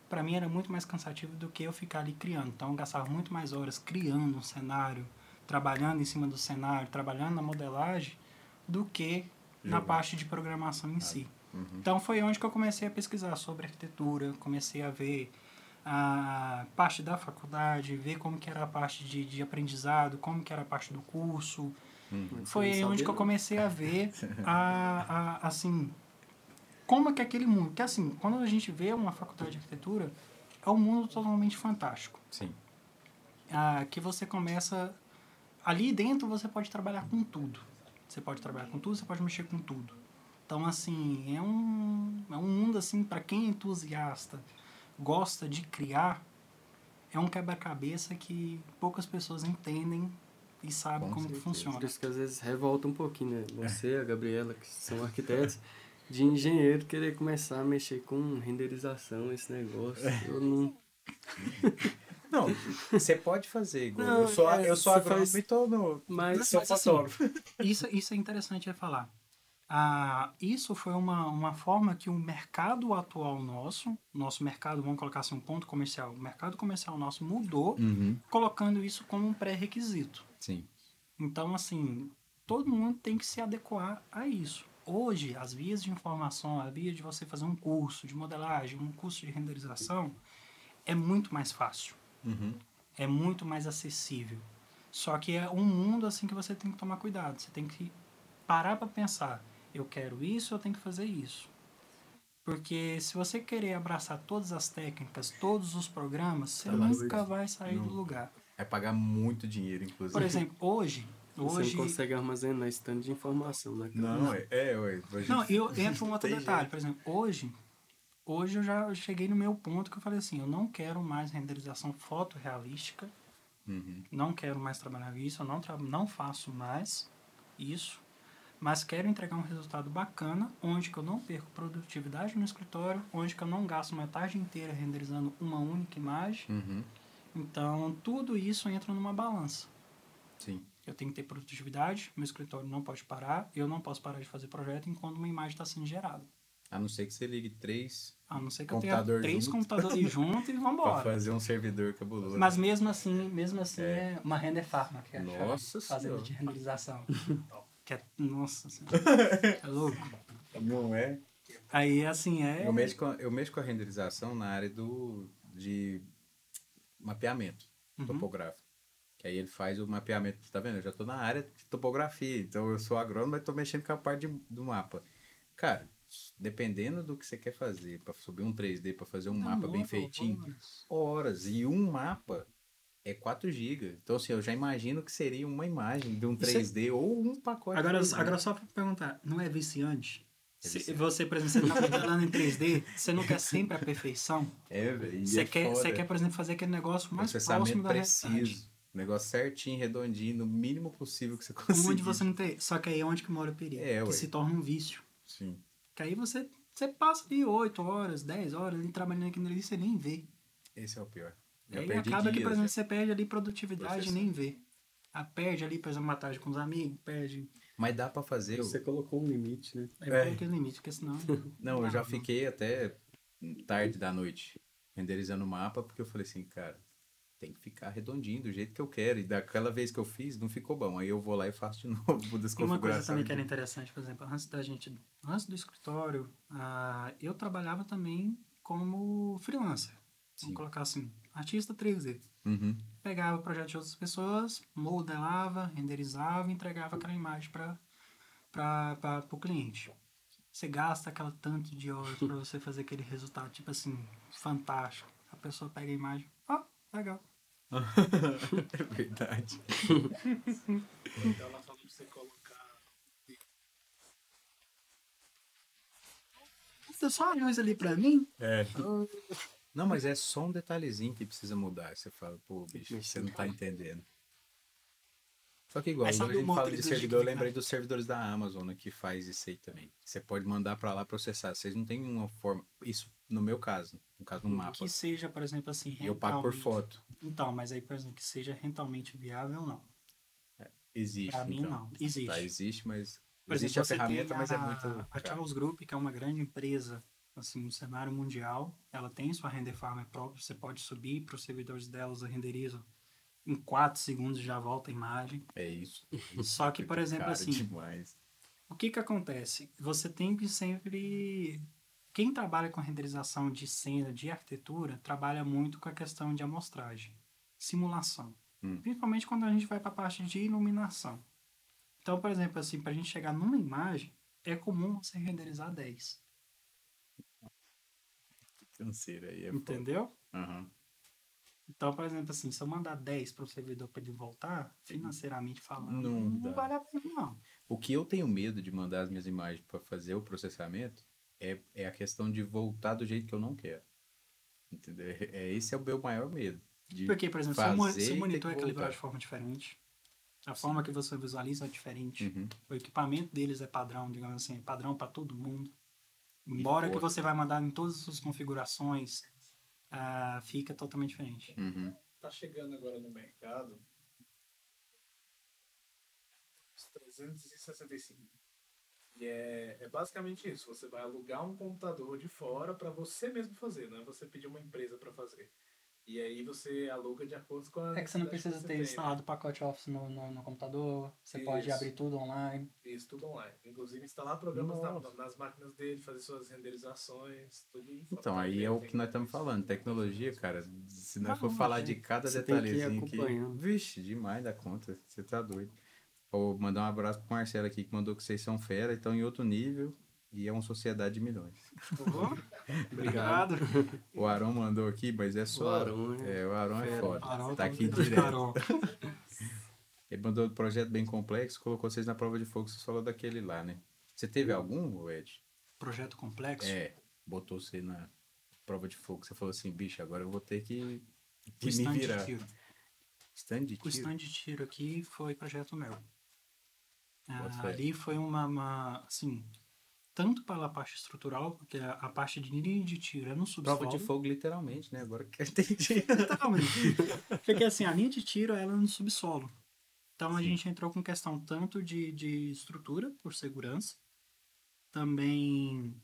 Speaker 4: para mim era muito mais cansativo do que eu ficar ali criando. Então, eu gastava muito mais horas criando um cenário, trabalhando em cima do cenário, trabalhando na modelagem, do que na
Speaker 1: Jogando.
Speaker 4: parte de programação em si. Então, foi onde que eu comecei a pesquisar sobre arquitetura, comecei a ver a parte da faculdade, ver como que era a parte de, de aprendizado, como que era a parte do curso. Foi aí onde que eu comecei a ver, a, a- assim, como é que aquele mundo... Porque, assim, quando a gente vê uma faculdade de arquitetura, é um mundo totalmente fantástico.
Speaker 1: Sim.
Speaker 4: Ah, que você começa... Ali dentro você pode trabalhar com tudo. Você pode trabalhar com tudo, você pode mexer com tudo. Então, assim, é um, é um mundo, assim, para quem é entusiasta, gosta de criar, é um quebra-cabeça que poucas pessoas entendem e sabem
Speaker 1: Com
Speaker 4: como que
Speaker 1: certeza.
Speaker 4: funciona.
Speaker 3: Por isso que às vezes revolta um pouquinho, né?
Speaker 4: É.
Speaker 3: Você, a Gabriela, que são arquitetos, de engenheiro querer começar a mexer com renderização, esse negócio.
Speaker 4: É.
Speaker 3: Eu não.
Speaker 1: Não, você pode fazer, igual.
Speaker 3: Não,
Speaker 1: eu sou,
Speaker 3: é,
Speaker 1: eu sou
Speaker 3: você faz-
Speaker 1: agrônomo e tô no...
Speaker 3: Mas
Speaker 1: sou
Speaker 4: mas assim,
Speaker 1: fotógrafo.
Speaker 4: Isso, isso é interessante de falar. Ah, isso foi uma, uma forma que o mercado atual nosso, nosso mercado, vamos colocar assim, um ponto comercial, o mercado comercial nosso mudou,
Speaker 1: Uhum.
Speaker 4: colocando isso como um pré-requisito.
Speaker 1: Sim.
Speaker 4: Então, assim, todo mundo tem que se adequar a isso. Hoje, as vias de informação, a via de você fazer um curso de modelagem, um curso de renderização, é muito mais fácil,
Speaker 1: Uhum.
Speaker 4: é muito mais acessível. Só que é um mundo assim que você tem que tomar cuidado, você tem que parar para pensar, eu quero isso, eu tenho que fazer isso. Porque se você querer abraçar todas as técnicas, todos os programas, você
Speaker 3: Tá maluco.
Speaker 4: nunca vai sair do
Speaker 1: Não.
Speaker 4: lugar.
Speaker 1: É pagar muito dinheiro, inclusive.
Speaker 4: Por exemplo, hoje,
Speaker 3: Você
Speaker 4: hoje
Speaker 3: não consegue armazenar esse tanto de informação, né? cara?
Speaker 1: Não, é, é, ué, a gente-
Speaker 4: Não, eu entro um outro
Speaker 1: Tem
Speaker 4: detalhe. Por exemplo, hoje, hoje eu já cheguei no meu ponto que eu falei assim, eu não quero mais renderização fotorrealística,
Speaker 1: Uhum.
Speaker 4: não quero mais trabalhar isso, eu não, tra- não faço mais isso, mas quero entregar um resultado bacana, onde que eu não perco produtividade no escritório, onde que eu não gasto uma tarde inteira renderizando uma única imagem.
Speaker 1: Uhum.
Speaker 4: Então, tudo isso entra numa balança.
Speaker 1: Sim.
Speaker 4: Eu tenho que ter produtividade, meu escritório não pode parar, eu não posso parar de fazer projeto enquanto uma imagem está sendo gerada.
Speaker 1: A não ser que você ligue três
Speaker 4: A não ser que eu
Speaker 1: Computador
Speaker 4: tenha três
Speaker 1: junto.
Speaker 4: computadores juntos e
Speaker 1: pra
Speaker 4: vambora.
Speaker 1: fazer um servidor cabuloso.
Speaker 4: Mas mesmo assim, mesmo assim é, uma render farm que é
Speaker 1: Nossa
Speaker 4: fazendo
Speaker 1: senhora.
Speaker 4: de renderização. que é, nossa senhora. É louco.
Speaker 1: Não é?
Speaker 4: Aí assim é.
Speaker 1: Eu mexo, com, a- eu mexo com a renderização na área do, de mapeamento
Speaker 4: Uhum.
Speaker 1: topográfico. Que aí ele faz o mapeamento. Tá vendo? Eu já tô na área de topografia. Então eu sou agrônomo, mas tô mexendo com a parte de- do mapa. Cara, dependendo do que você quer fazer, pra subir um 3D, pra fazer um
Speaker 4: Não,
Speaker 1: mapa bem
Speaker 4: louco,
Speaker 1: feitinho,
Speaker 4: É louco.
Speaker 1: horas. E um mapa é 4 GB. Então, assim, eu já imagino que seria uma imagem de um
Speaker 4: Isso é-
Speaker 1: 3D ou um pacote.
Speaker 4: Agora,
Speaker 1: 3D.
Speaker 4: agora só pra perguntar, não é viciante?
Speaker 1: É
Speaker 4: Se
Speaker 1: viciante.
Speaker 4: você, por exemplo, você tá modelando em 3D, você não quer sempre a perfeição?
Speaker 1: É, velho. e
Speaker 4: Você
Speaker 1: é
Speaker 4: quer, você
Speaker 1: foda.
Speaker 4: quer, por exemplo, fazer aquele negócio mais próximo
Speaker 1: Processamento
Speaker 4: da realidade.
Speaker 1: preciso. Um Negócio certinho, redondinho, no mínimo possível que você consiga.
Speaker 4: Onde você não tem. Só que aí é onde que mora o perigo.
Speaker 1: É,
Speaker 4: que
Speaker 1: ué.
Speaker 4: se torna um vício.
Speaker 1: Sim.
Speaker 4: Que aí você, você passa ali 8 horas, 10 horas ali trabalhando aqui ali, você nem vê.
Speaker 1: Esse é o pior.
Speaker 4: E
Speaker 1: Já
Speaker 4: aí
Speaker 1: perdi
Speaker 4: acaba que,
Speaker 1: dias,
Speaker 4: por
Speaker 1: né?
Speaker 4: exemplo, você perde ali produtividade e
Speaker 1: Processando.
Speaker 4: nem vê. Ah, perde ali, por exemplo, uma tarde com os amigos, perde.
Speaker 1: já. Mas dá pra fazer. eu-
Speaker 3: Você colocou um limite, né?
Speaker 4: Aí
Speaker 1: É.
Speaker 4: é. coloquei o limite, porque senão.
Speaker 1: Não, eu
Speaker 4: dá,
Speaker 1: já
Speaker 4: né?
Speaker 1: fiquei até tarde da noite renderizando o mapa, porque eu falei assim, cara, tem que ficar redondinho do jeito que eu quero. E daquela vez que eu fiz, não ficou bom. Aí eu vou lá e faço de novo, vou
Speaker 4: E uma coisa
Speaker 1: desconfigurar.
Speaker 4: também que era interessante, por exemplo, antes da gente, antes do escritório, ah, eu trabalhava também como freelancer.
Speaker 1: Sim.
Speaker 4: Vamos colocar assim, artista 3D.
Speaker 1: Uhum.
Speaker 4: Pegava o projeto de outras pessoas, modelava, renderizava e entregava aquela imagem para o cliente. Você gasta aquela tanto de horas para você fazer aquele resultado, tipo assim, fantástico. A pessoa pega a imagem, ó, legal.
Speaker 1: É verdade.
Speaker 7: Então ela falou pra você colocar.
Speaker 4: Deu só a luz ali para mim?
Speaker 1: É. Não, mas é só um detalhezinho que precisa mudar. Você fala, pô, bicho, você não tá entendendo. Só que igual,
Speaker 4: Mas
Speaker 1: quando
Speaker 4: sabe
Speaker 1: a gente
Speaker 4: uma
Speaker 1: fala
Speaker 4: outra
Speaker 1: de
Speaker 4: coisa
Speaker 1: servidor, eu
Speaker 4: que tá. fica-
Speaker 1: lembrei dos servidores da Amazon né, que faz isso aí também. Você pode mandar pra lá processar. Vocês não têm uma forma. Isso no meu caso, no caso do mapa.
Speaker 4: Hum, Que seja, por exemplo, assim,
Speaker 1: E eu pago por
Speaker 4: rentável.
Speaker 1: foto.
Speaker 4: Então, mas aí, por exemplo, que seja rentalmente viável ou não.
Speaker 1: Existe.
Speaker 4: Pra mim,
Speaker 1: então.
Speaker 4: não. Existe.
Speaker 1: Tá, existe, mas.
Speaker 4: Por
Speaker 1: existe
Speaker 4: exemplo,
Speaker 1: a
Speaker 4: você
Speaker 1: ferramenta,
Speaker 4: tem
Speaker 1: mas é
Speaker 4: a-
Speaker 1: muito.
Speaker 4: A
Speaker 1: caro.
Speaker 4: Charles Group, que é uma grande empresa, assim, no cenário mundial, ela tem sua render farm própria, você pode subir para os servidores delas, renderizam. Em 4 segundos já volta a imagem.
Speaker 1: É isso. é
Speaker 4: Só que, por exemplo,
Speaker 1: Caro
Speaker 4: assim,
Speaker 1: Demais.
Speaker 4: o que que acontece? Você tem que sempre... Quem trabalha com renderização de cena, de arquitetura, trabalha muito com a questão de amostragem, simulação.
Speaker 1: Hum.
Speaker 4: Principalmente quando a gente vai para a parte de iluminação. Então, por exemplo, assim, para a gente chegar numa imagem, é comum você renderizar 10,
Speaker 1: Canseira aí. É foda.
Speaker 4: entendeu?
Speaker 1: Aham.
Speaker 4: Então, por exemplo, assim, se eu mandar 10 para o servidor para ele voltar, financeiramente falando,
Speaker 1: Não
Speaker 4: não,
Speaker 1: dá.
Speaker 4: vale a pena, não.
Speaker 1: O que eu tenho medo de mandar as minhas imagens para fazer o processamento é, é a questão de voltar do jeito que eu não quero. Entendeu? É, esse é o meu maior medo. De...
Speaker 4: Porque, por exemplo, seu, mo-
Speaker 1: fazer e
Speaker 4: seu
Speaker 1: ter
Speaker 4: monitor
Speaker 1: que
Speaker 4: é calibrado
Speaker 1: voltar.
Speaker 4: de forma diferente, a forma que você visualiza é diferente.
Speaker 1: Uhum.
Speaker 4: O equipamento deles é padrão, digamos assim, é padrão para todo mundo. Embora que
Speaker 1: Importa.
Speaker 4: você vai mandar em todas as suas configurações, ah, fica totalmente diferente.
Speaker 1: Uhum.
Speaker 7: Tá chegando agora no mercado. Os 365. E é, é basicamente isso. Você vai alugar um computador de fora para você mesmo fazer, não é você pedir uma empresa para fazer. E aí você aluga de acordo com a.
Speaker 4: É que você não
Speaker 7: necessidade que você
Speaker 4: precisa ter
Speaker 7: tem, né?
Speaker 4: instalado o pacote Office no, no, no computador, você
Speaker 7: Isso.
Speaker 4: pode abrir tudo online.
Speaker 7: Isso, tudo online. Inclusive instalar programas na-
Speaker 4: Nossa.
Speaker 7: nas máquinas dele, fazer suas renderizações, tudo em
Speaker 1: Então, aí é o que nós estamos falando. Tecnologia, cara. Se nós
Speaker 4: Mas
Speaker 1: for
Speaker 4: não,
Speaker 1: falar de
Speaker 4: gente.
Speaker 1: cada
Speaker 3: Você tem que ir
Speaker 1: detalhezinho aqui.
Speaker 3: acompanhando.
Speaker 1: Vixe, demais da conta. Você tá doido. Vou mandar um abraço pro Marcelo aqui, que mandou que vocês são fera, estão em outro nível e é uma sociedade de milhões.
Speaker 4: Obrigado.
Speaker 1: O Arão mandou aqui, mas é só.
Speaker 3: O Arão é-
Speaker 1: é, o Arão é foda.
Speaker 4: Carol,
Speaker 1: tá
Speaker 4: tá
Speaker 1: aqui
Speaker 4: muito bem,
Speaker 1: direto.
Speaker 4: Carol.
Speaker 1: Ele mandou um projeto bem complexo, colocou vocês na prova de fogo, você falou daquele lá, né? Você teve
Speaker 4: Uhum.
Speaker 1: algum, Ed?
Speaker 4: Projeto complexo.
Speaker 1: É, botou você na prova de fogo, você falou assim, bicho, agora eu vou ter que,
Speaker 4: o
Speaker 1: que me
Speaker 4: stand de
Speaker 1: virar.
Speaker 4: tiro.
Speaker 1: Stand de
Speaker 4: O
Speaker 1: tiro?
Speaker 4: stand de tiro aqui foi projeto meu. Ah,
Speaker 1: Bota fé.
Speaker 4: ali foi uma, uma, assim, tanto pela parte estrutural, porque a, a parte de linha de tiro é no subsolo.
Speaker 1: Prova de fogo, literalmente, né? Agora que eu entendi.
Speaker 4: Totalmente. Porque assim, a linha de tiro ela é no subsolo. Então a
Speaker 1: Sim.
Speaker 4: gente entrou com questão tanto de, de estrutura, por segurança, também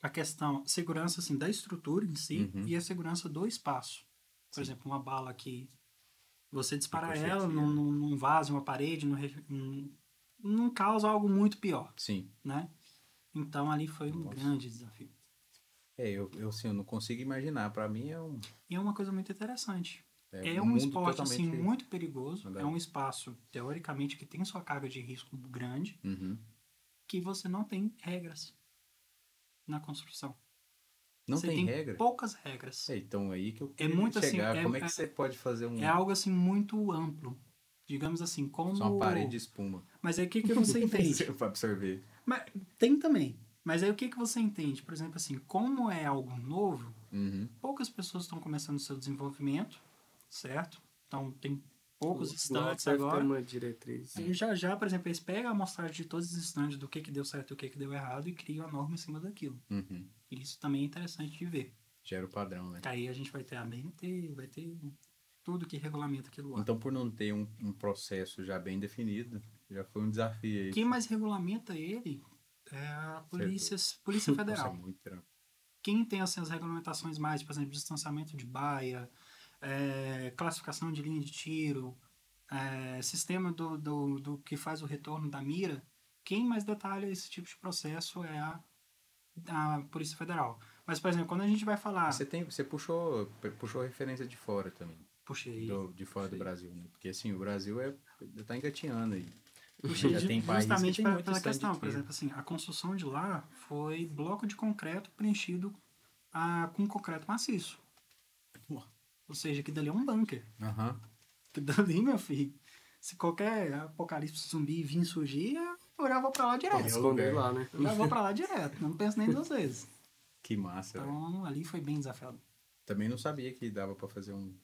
Speaker 4: a questão segurança assim, da estrutura em si
Speaker 1: Uhum.
Speaker 4: e a segurança do espaço. Por
Speaker 1: Sim.
Speaker 4: exemplo, uma bala que você disparar
Speaker 1: Ricocheteia,
Speaker 4: ela num, num num vaso, uma parede, num re- num- não causa algo muito pior,
Speaker 1: Sim.
Speaker 4: né? Então ali foi um
Speaker 1: Nossa.
Speaker 4: grande desafio.
Speaker 1: É, eu, eu, assim, eu não consigo imaginar. Pra mim é um.
Speaker 4: E é uma coisa muito interessante.
Speaker 1: É
Speaker 4: É,
Speaker 1: um
Speaker 4: um,
Speaker 1: mundo
Speaker 4: esporte assim
Speaker 1: totalmente
Speaker 4: muito perigoso.
Speaker 1: andado.
Speaker 4: É um espaço teoricamente que tem sua carga de risco grande,
Speaker 1: Uhum.
Speaker 4: que você não tem regras na construção.
Speaker 1: Não
Speaker 4: você
Speaker 1: tem, regra?
Speaker 4: Poucas regras.
Speaker 1: É, então aí que eu
Speaker 4: É muito
Speaker 1: queria
Speaker 4: assim,
Speaker 1: chegar.
Speaker 4: é-
Speaker 1: Como é,
Speaker 4: é-
Speaker 1: que você pode fazer um,
Speaker 4: É algo assim muito amplo, digamos assim, como.
Speaker 1: só uma parede de espuma
Speaker 4: Mas aí o que que você entende?
Speaker 1: pra absorver?
Speaker 4: Mas tem também. Mas aí o que que você entende? Por exemplo, assim, como é algo novo,
Speaker 1: Uhum.
Speaker 4: poucas pessoas estão começando seu desenvolvimento, certo? Então tem poucos
Speaker 3: Lotus
Speaker 4: instantes
Speaker 3: deve ter
Speaker 4: agora.
Speaker 3: uma diretriz.
Speaker 4: E já já, por exemplo, eles pegam a amostragem de todos os stands do que, que deu certo e o que, que deu errado e criam a norma em cima daquilo.
Speaker 1: Uhum.
Speaker 4: E isso também é interessante de ver.
Speaker 1: Gera o padrão, né?
Speaker 4: Que aí a gente vai ter a BNT, vai ter tudo que regulamenta aquilo lá.
Speaker 1: Então, por não ter um, um processo já bem definido, já foi um desafio aí.
Speaker 4: Quem mais regulamenta ele é a polícia, polícia
Speaker 1: Nossa, é
Speaker 4: Federal.
Speaker 1: muito trampo.
Speaker 4: Quem tem assim, as regulamentações mais, por exemplo, distanciamento de baia, é, classificação de linha de tiro, é, sistema do, do, do que faz o retorno da mira, quem mais detalha esse tipo de processo é a, a Polícia Federal. Mas, por exemplo, quando a gente vai falar...
Speaker 1: Você, tem, você puxou, puxou referência de fora também.
Speaker 4: Puxei,
Speaker 1: do- de fora do Brasil. né? Porque assim, o Brasil é, tá engatinhando aí.
Speaker 4: puxei
Speaker 1: Já
Speaker 4: ju-
Speaker 1: tem país que
Speaker 4: justamente
Speaker 1: tem
Speaker 4: pela,
Speaker 1: muito
Speaker 4: pela
Speaker 1: stand de
Speaker 4: questão. Por
Speaker 1: tiro.
Speaker 4: exemplo, assim, a construção de lá foi bloco de concreto preenchido ah, com concreto maciço. Ou seja, que dali é um bunker.
Speaker 1: Aham.
Speaker 4: Que dali, Tá meu filho, se qualquer apocalipse zumbi vir surgir, eu já vou pra lá
Speaker 1: é
Speaker 3: Pode
Speaker 4: direto.
Speaker 1: um
Speaker 3: esconder lá, né?
Speaker 4: Eu já vou pra lá direto, não penso nem duas vezes.
Speaker 1: Que massa. velho.
Speaker 4: Então, ali foi bem desafiado.
Speaker 1: Também não sabia que dava pra fazer um.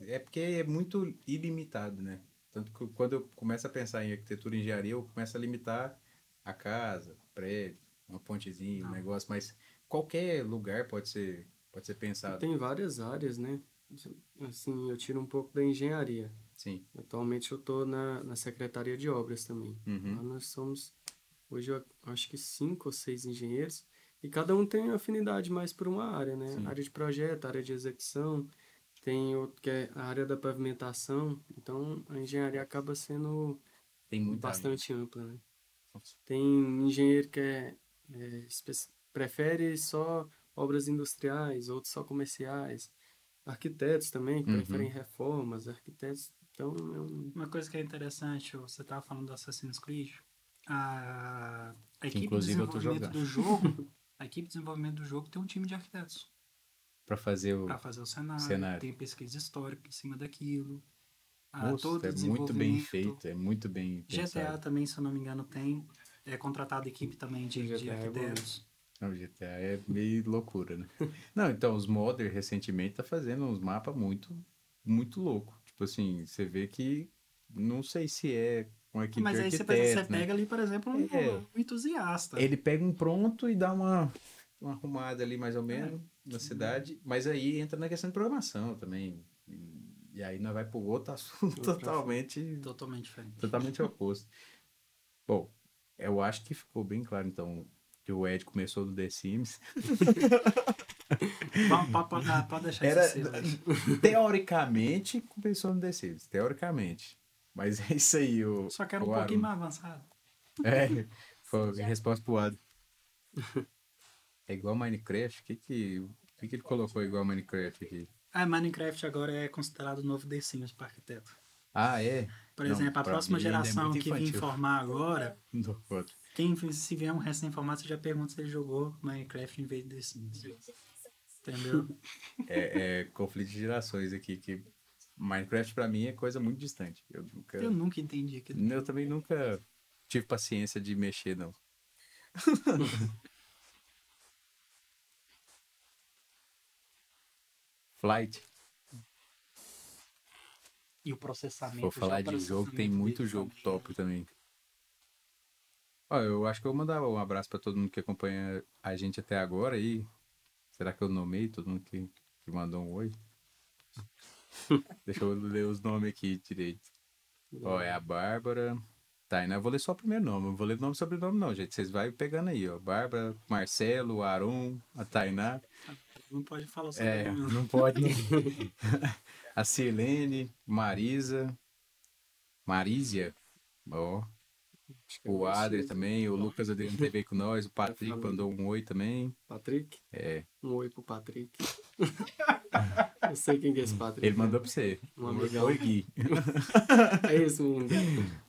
Speaker 1: É porque é muito ilimitado, né? Tanto que quando eu começo a pensar em arquitetura e engenharia, eu começo a limitar a casa, prédio, uma pontezinha, um
Speaker 4: Não.
Speaker 1: negócio, mas qualquer lugar pode ser, pode ser pensado.
Speaker 3: Tem várias áreas, né? Assim, eu tiro um pouco da engenharia.
Speaker 1: Sim.
Speaker 3: Atualmente eu estou na, na Secretaria de Obras também.
Speaker 1: Uhum.
Speaker 3: Lá nós somos, hoje eu ac- acho que cinco ou seis engenheiros, e cada um tem afinidade mais por uma área, né?
Speaker 1: Sim.
Speaker 3: Área de projeto, área de execução, tem outro que é a área da pavimentação. Então, a engenharia acaba sendo
Speaker 1: Tem muita
Speaker 3: bastante ampla, né?
Speaker 1: Nossa.
Speaker 3: Tem engenheiro que é, é, espe- prefere só obras industriais, outros só comerciais. Arquitetos também, que
Speaker 1: Uhum.
Speaker 3: preferem reformas, arquitetos. Então, é um
Speaker 4: Uma coisa que é interessante, você tava falando do Assassin's Creed, a, a equipe
Speaker 1: inclusive
Speaker 4: de
Speaker 1: eu tô
Speaker 4: desenvolvimento do jogo, a equipe de desenvolvimento do jogo tem um time de arquitetos
Speaker 1: para fazer o
Speaker 4: para fazer o cenário,
Speaker 1: Cenário.
Speaker 4: tem pesquisa histórica em cima daquilo. ah, todo
Speaker 1: Nossa,
Speaker 4: o
Speaker 1: é muito bem
Speaker 4: desenvolvimento.
Speaker 1: feito, é muito bem
Speaker 4: GTA
Speaker 1: pensado.
Speaker 4: também, se eu não me engano, tem é contratado equipe também de, de
Speaker 3: GTA é bom.
Speaker 4: arquitetos.
Speaker 1: Não, GTA é meio loucura, né? Não, então, os modder recentemente tá fazendo uns mapas muito, muito louco. Tipo assim, você vê que não sei se é com equipe
Speaker 4: Mas
Speaker 1: de
Speaker 4: aí você,
Speaker 1: arquiteto,
Speaker 4: pega- você
Speaker 1: né?
Speaker 4: pega ali, por exemplo, um,
Speaker 1: É.
Speaker 4: um entusiasta.
Speaker 1: Ele pega um pronto e dá uma, uma arrumada ali,
Speaker 4: É,
Speaker 1: mais ou menos, na cidade. Mas aí entra na questão de programação também. E, e aí nós vai pro outro assunto
Speaker 3: Outro
Speaker 1: totalmente
Speaker 4: Totalmente diferente.
Speaker 1: totalmente oposto. Bom, eu acho que ficou bem claro, então, que o Ed começou do The Sims.
Speaker 4: Pode deixar
Speaker 1: Era-
Speaker 4: isso assim,
Speaker 1: Teoricamente, começou no The Sims, teoricamente. Mas é isso aí, o...
Speaker 4: Só que era um
Speaker 1: o
Speaker 4: pouquinho
Speaker 1: Haroldo.
Speaker 4: mais avançado.
Speaker 1: É, foi a resposta pro Adam. É igual Minecraft, o que que... O que, que ele colocou igual Minecraft aqui?
Speaker 4: Ah, Minecraft agora é considerado o novo The Sims para arquiteto.
Speaker 1: Ah, é?
Speaker 4: Por
Speaker 1: Não,
Speaker 4: exemplo, a
Speaker 1: pra
Speaker 4: próxima
Speaker 1: mim ainda é
Speaker 4: geração
Speaker 1: muito
Speaker 4: que vim
Speaker 1: infantil.
Speaker 4: formar agora,
Speaker 1: Do outro.
Speaker 4: quem se vier um recém-formado, você já pergunta se ele jogou Minecraft em vez de The Sims. Entendeu?
Speaker 1: É, é conflito de gerações aqui, que Minecraft pra mim é coisa muito distante. Eu nunca...
Speaker 4: Eu nunca entendi aquilo.
Speaker 1: Eu também nunca tive paciência de mexer, não. Flight.
Speaker 4: E o processamento.
Speaker 1: Vou
Speaker 4: já
Speaker 1: falar
Speaker 4: o
Speaker 1: de jogo, tem
Speaker 4: processamento
Speaker 1: muito
Speaker 4: dele
Speaker 1: jogo
Speaker 4: também.
Speaker 1: top também. Ó, eu acho que eu vou mandar um abraço pra todo mundo que acompanha a gente até agora aí. Será que eu nomei todo mundo que, que mandou um oi? Deixa eu ler os nomes aqui direito. Ó, é a Bárbara. Tá, e não eu vou ler só o primeiro nome, não vou ler nome e sobrenome não, gente. Vocês vai pegando aí, ó. Bárbara, Marcelo, Aron, a Tainá.
Speaker 4: Não pode falar sobre
Speaker 1: É,
Speaker 4: é.
Speaker 1: não pode. a Silene, Marisa, Marísia, ó,
Speaker 3: Acho que é
Speaker 1: o tá-
Speaker 3: isso.
Speaker 1: Adri também, o Lucas Adriano TV com nós, o Patrick
Speaker 3: Tá falando.
Speaker 1: mandou um oi também.
Speaker 3: Patrick?
Speaker 1: É,
Speaker 3: Um oi pro Patrick. Eu sei quem que é esse Patrick.
Speaker 1: ele mandou pra você.
Speaker 3: Um amigão.
Speaker 1: Oi, Gui.
Speaker 3: É isso, mundo.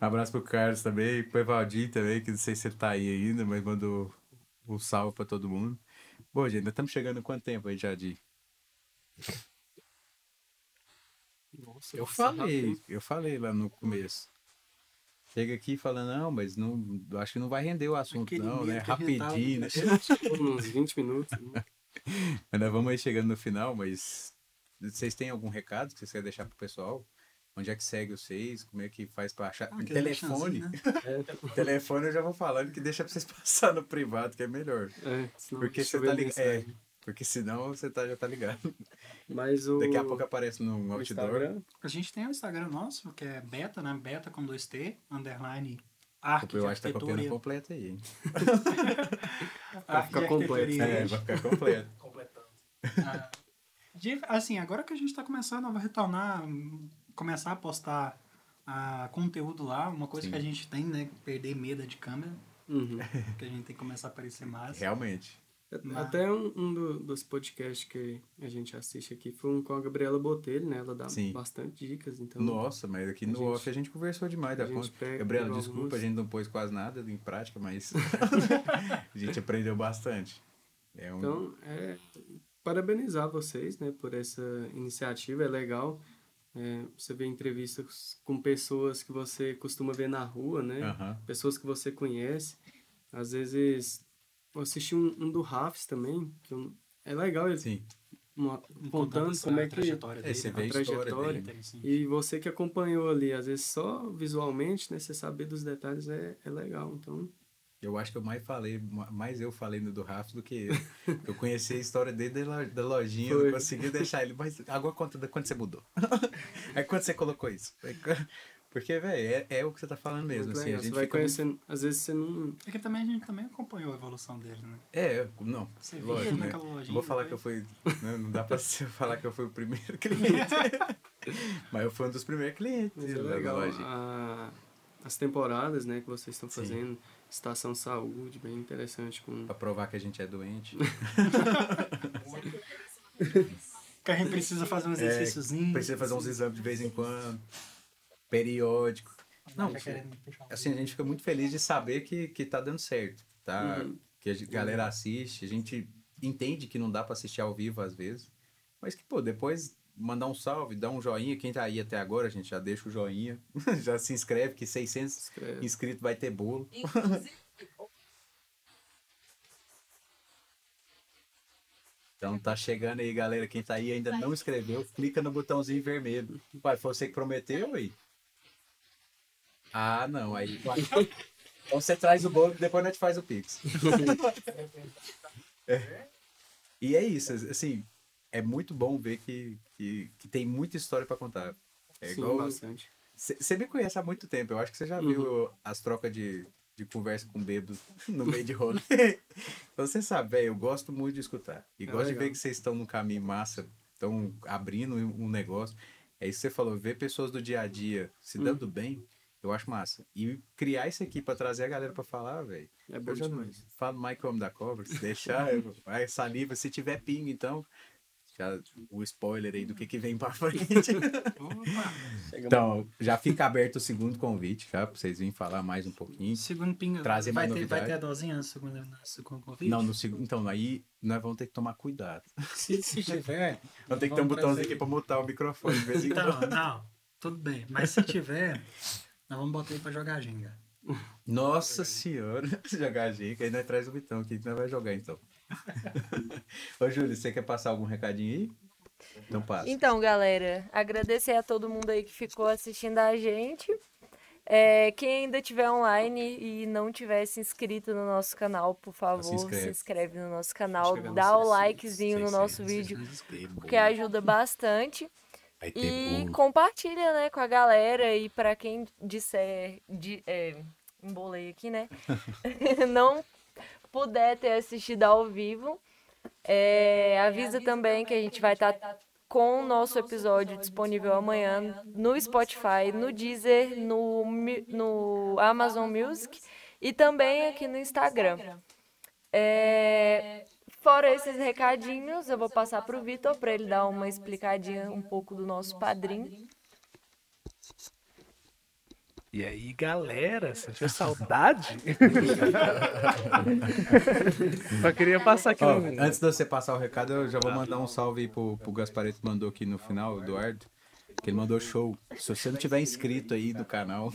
Speaker 1: Um abraço pro Carlos também, pro Evaldir também, que não sei se ele tá aí ainda, mas mandou um salve pra todo mundo. Bom, gente, ainda estamos chegando em quanto tempo aí já de.
Speaker 3: Nossa,
Speaker 1: Eu
Speaker 3: passa
Speaker 1: falei,
Speaker 3: rápido.
Speaker 1: eu falei lá no começo. Chega aqui falando, não, mas não, acho que não vai render o assunto,
Speaker 4: Aquele
Speaker 1: não, né?
Speaker 4: medo que a gente tava
Speaker 1: Rapidinho, né?
Speaker 3: Uns 20 minutos. né?
Speaker 1: Ainda vamos aí chegando no final, mas vocês têm algum recado que vocês querem deixar pro pessoal? Onde é que segue vocês? Como é que faz pra achar?
Speaker 4: Ah, que
Speaker 1: telefone. um
Speaker 4: deixa
Speaker 3: É,
Speaker 1: Telefone eu já vou falando que deixa pra vocês passar no privado, que é melhor.
Speaker 3: é, senão
Speaker 1: Porque
Speaker 3: deixa eu
Speaker 1: você tá
Speaker 3: ver a
Speaker 1: ligado. É,
Speaker 3: mensagem.
Speaker 1: porque senão você tá, já tá ligado.
Speaker 3: Mas o.
Speaker 1: é. Daqui a pouco aparece num
Speaker 3: o
Speaker 1: outdoor.
Speaker 3: Instagram,
Speaker 4: A gente tem o Instagram nosso, que é beta, né? Beta com 2T, underline, arc de
Speaker 1: Eu acho que tá
Speaker 4: arquitetura.
Speaker 1: copiando completa aí, hein?
Speaker 4: Arc de
Speaker 3: ficar completo.
Speaker 4: arquitetura e
Speaker 1: né? É, vai ficar completo.
Speaker 7: Completando.
Speaker 4: Ah, De- assim, agora que a gente está começando a retornar, hum, começar a postar ah, conteúdo lá, uma coisa
Speaker 1: Sim.
Speaker 4: que a gente tem, né? Perder medo de câmera,
Speaker 3: Uhum.
Speaker 4: que a gente tem que começar a aparecer mais.
Speaker 1: Realmente. Né?
Speaker 4: Mas-
Speaker 3: Até um, um do- dos podcasts que a gente assiste aqui foi um com a Gabriela Botelho, né? Ela dá
Speaker 1: Sim.
Speaker 3: bastante dicas, então...
Speaker 1: Nossa, mas aqui
Speaker 3: a
Speaker 1: no
Speaker 3: gente-
Speaker 1: off a gente conversou demais
Speaker 3: a
Speaker 1: da
Speaker 3: gente
Speaker 1: conta.
Speaker 3: pega-
Speaker 1: Gabriela,
Speaker 3: pegou
Speaker 1: desculpa, a
Speaker 3: algumas.
Speaker 1: gente não pôs quase nada em prática, mas a gente aprendeu bastante. É um...
Speaker 3: Então, é, parabenizar vocês, né, por essa iniciativa, é legal. É, você vê entrevistas com pessoas que você costuma ver na rua, né?
Speaker 1: Aham.
Speaker 3: pessoas que você conhece. Às vezes, eu assisti um, um do Rafs também, que eu- é legal ele
Speaker 1: Sim,
Speaker 3: mo-
Speaker 4: Contando
Speaker 3: contando
Speaker 4: essa
Speaker 3: como é que...
Speaker 4: trajetória
Speaker 1: É, você
Speaker 4: Um né?
Speaker 1: vê a história
Speaker 4: Bem
Speaker 1: dele.
Speaker 3: trajetória.
Speaker 4: interessante.
Speaker 3: E você que acompanhou ali, às vezes só visualmente, né, você saber dos detalhes é, é legal, então...
Speaker 1: eu acho que eu mais falei, ma- mais eu falei no do Rafa do que ele. Porque eu conheci a história dele da lo- da lojinha, eu
Speaker 3: Foi.
Speaker 1: não consegui deixar ele. Mas agora conta da- quando você mudou. Aí quando você colocou isso. Aí quando- Porque, velho, é, é o que você tá falando mesmo.
Speaker 3: muito
Speaker 1: Assim,
Speaker 3: legal.
Speaker 1: a gente
Speaker 3: você vai
Speaker 1: fica muito-
Speaker 3: conhecendo, às vezes você não...
Speaker 4: É que também a gente também acompanhou a evolução dele, né?
Speaker 1: É, não,
Speaker 4: Você via
Speaker 1: lógico, né?
Speaker 4: naquela lojinha,
Speaker 1: Não vou falar
Speaker 4: né?
Speaker 1: que eu fui. né, Não dá pra se eu falar que eu fui o primeiro cliente. Mas eu fui um dos primeiros clientes.
Speaker 3: Mas é
Speaker 1: da
Speaker 3: legal
Speaker 1: loja.
Speaker 3: a- as temporadas, né, que vocês estão
Speaker 1: Sim.
Speaker 3: fazendo, Estação Saúde, bem interessante com...
Speaker 1: Pra provar que a gente é doente.
Speaker 4: Que a gente precisa fazer um exercíciozinho.
Speaker 1: É, Precisa fazer uns exames de vez em quando, periódico. Não,
Speaker 4: Já querendo puxar um
Speaker 1: assim, a gente fica muito feliz de saber que, que tá dando certo, tá?
Speaker 3: Uhum.
Speaker 1: Que a gente- galera assiste, a gente entende que não dá pra assistir ao vivo às vezes, mas que, pô, depois mandar um salve, dar um joinha, quem tá aí até agora, a gente já deixa o joinha, já se inscreve, que 600
Speaker 3: Escreve.
Speaker 1: inscritos vai ter bolo.
Speaker 8: Inclusive,
Speaker 1: Então tá chegando aí, galera, quem tá aí e ainda não inscreveu, clica no botãozinho vermelho. Ué, foi você que prometeu aí? Ah, não, aí... Então você traz o bolo e depois nós te faz o pix. E é isso, assim, é muito bom ver que, que, que tem muita história pra contar. É
Speaker 3: Sim,
Speaker 1: igual.
Speaker 3: bastante.
Speaker 1: Você me conhece há muito tempo, eu acho que você já
Speaker 3: Uhum.
Speaker 1: viu as trocas de, de conversa com bêbado no meio de rolê. então você sabe, velho, eu gosto muito de escutar. E
Speaker 3: É
Speaker 1: gosto de
Speaker 3: legal.
Speaker 1: ver que vocês estão num caminho massa, estão abrindo um um negócio. É isso que você falou, ver pessoas do dia a dia se
Speaker 3: Hum.
Speaker 1: dando bem, eu acho massa. E criar isso aqui pra trazer a galera pra falar, velho.
Speaker 3: É bom
Speaker 1: Eu já não
Speaker 3: demais.
Speaker 1: falo mais que o homem da cobra, se deixar, eu- vai saliva, se tiver ping, então, já o spoiler aí do que, que vem pra frente. então, já fica aberto o segundo convite, já, pra vocês virem falar mais um pouquinho.
Speaker 4: Segundo pinga.
Speaker 1: Trazer
Speaker 4: vai,
Speaker 1: mais
Speaker 4: ter, vai
Speaker 1: novidade.
Speaker 4: ter a dosinha no segundo, no segundo convite?
Speaker 1: Não, no segundo, então, aí nós vamos ter que tomar cuidado.
Speaker 4: Se, se tiver.
Speaker 1: Vamos ter que ter um
Speaker 4: Vamos
Speaker 1: botãozinho
Speaker 4: trazer.
Speaker 1: aqui pra mutar o microfone de vez em
Speaker 4: Então,
Speaker 1: quando.
Speaker 4: não. Tudo bem. Mas se tiver, nós vamos botar ele pra jogar Jenga.
Speaker 1: Nossa senhora, jogar dica, aí nós traz o bitão aqui que nós vai jogar então. Ô, Júlio, você quer passar algum recadinho aí? Então passa.
Speaker 2: Então, galera, agradecer a todo mundo aí que ficou assistindo a gente. É, quem ainda tiver online e não tiver se inscrito no nosso canal, por favor, se inscreve,
Speaker 1: inscreve.
Speaker 2: no nosso canal,
Speaker 3: Chegar nos
Speaker 2: dá o
Speaker 3: 600,
Speaker 2: likezinho no nosso
Speaker 1: 600,
Speaker 2: vídeo,
Speaker 1: Tem bolo,
Speaker 2: porque ajuda bastante.
Speaker 1: vai ter
Speaker 2: E
Speaker 1: bolo.
Speaker 2: compartilha, né, com a galera e pra quem disser, de, é, embolei aqui, né, não puder ter assistido ao vivo, é, avisa também que a gente vai estar com o nosso episódio disponível amanhã no Spotify, no Deezer, no, Mi- no Amazon Music e também aqui no Instagram. É, Fora esses recadinhos, eu vou passar para o Vitor para ele dar uma explicadinha um pouco do nosso padrinho.
Speaker 6: E aí, galera, sentiu saudade? Só queria passar aqui
Speaker 1: Ó,
Speaker 6: um-
Speaker 1: antes de você passar o recado, eu já vou mandar um salve aí pro, pro Gaspareto que mandou aqui no final, o Eduardo. Que ele mandou show. Se você não tiver inscrito aí do canal,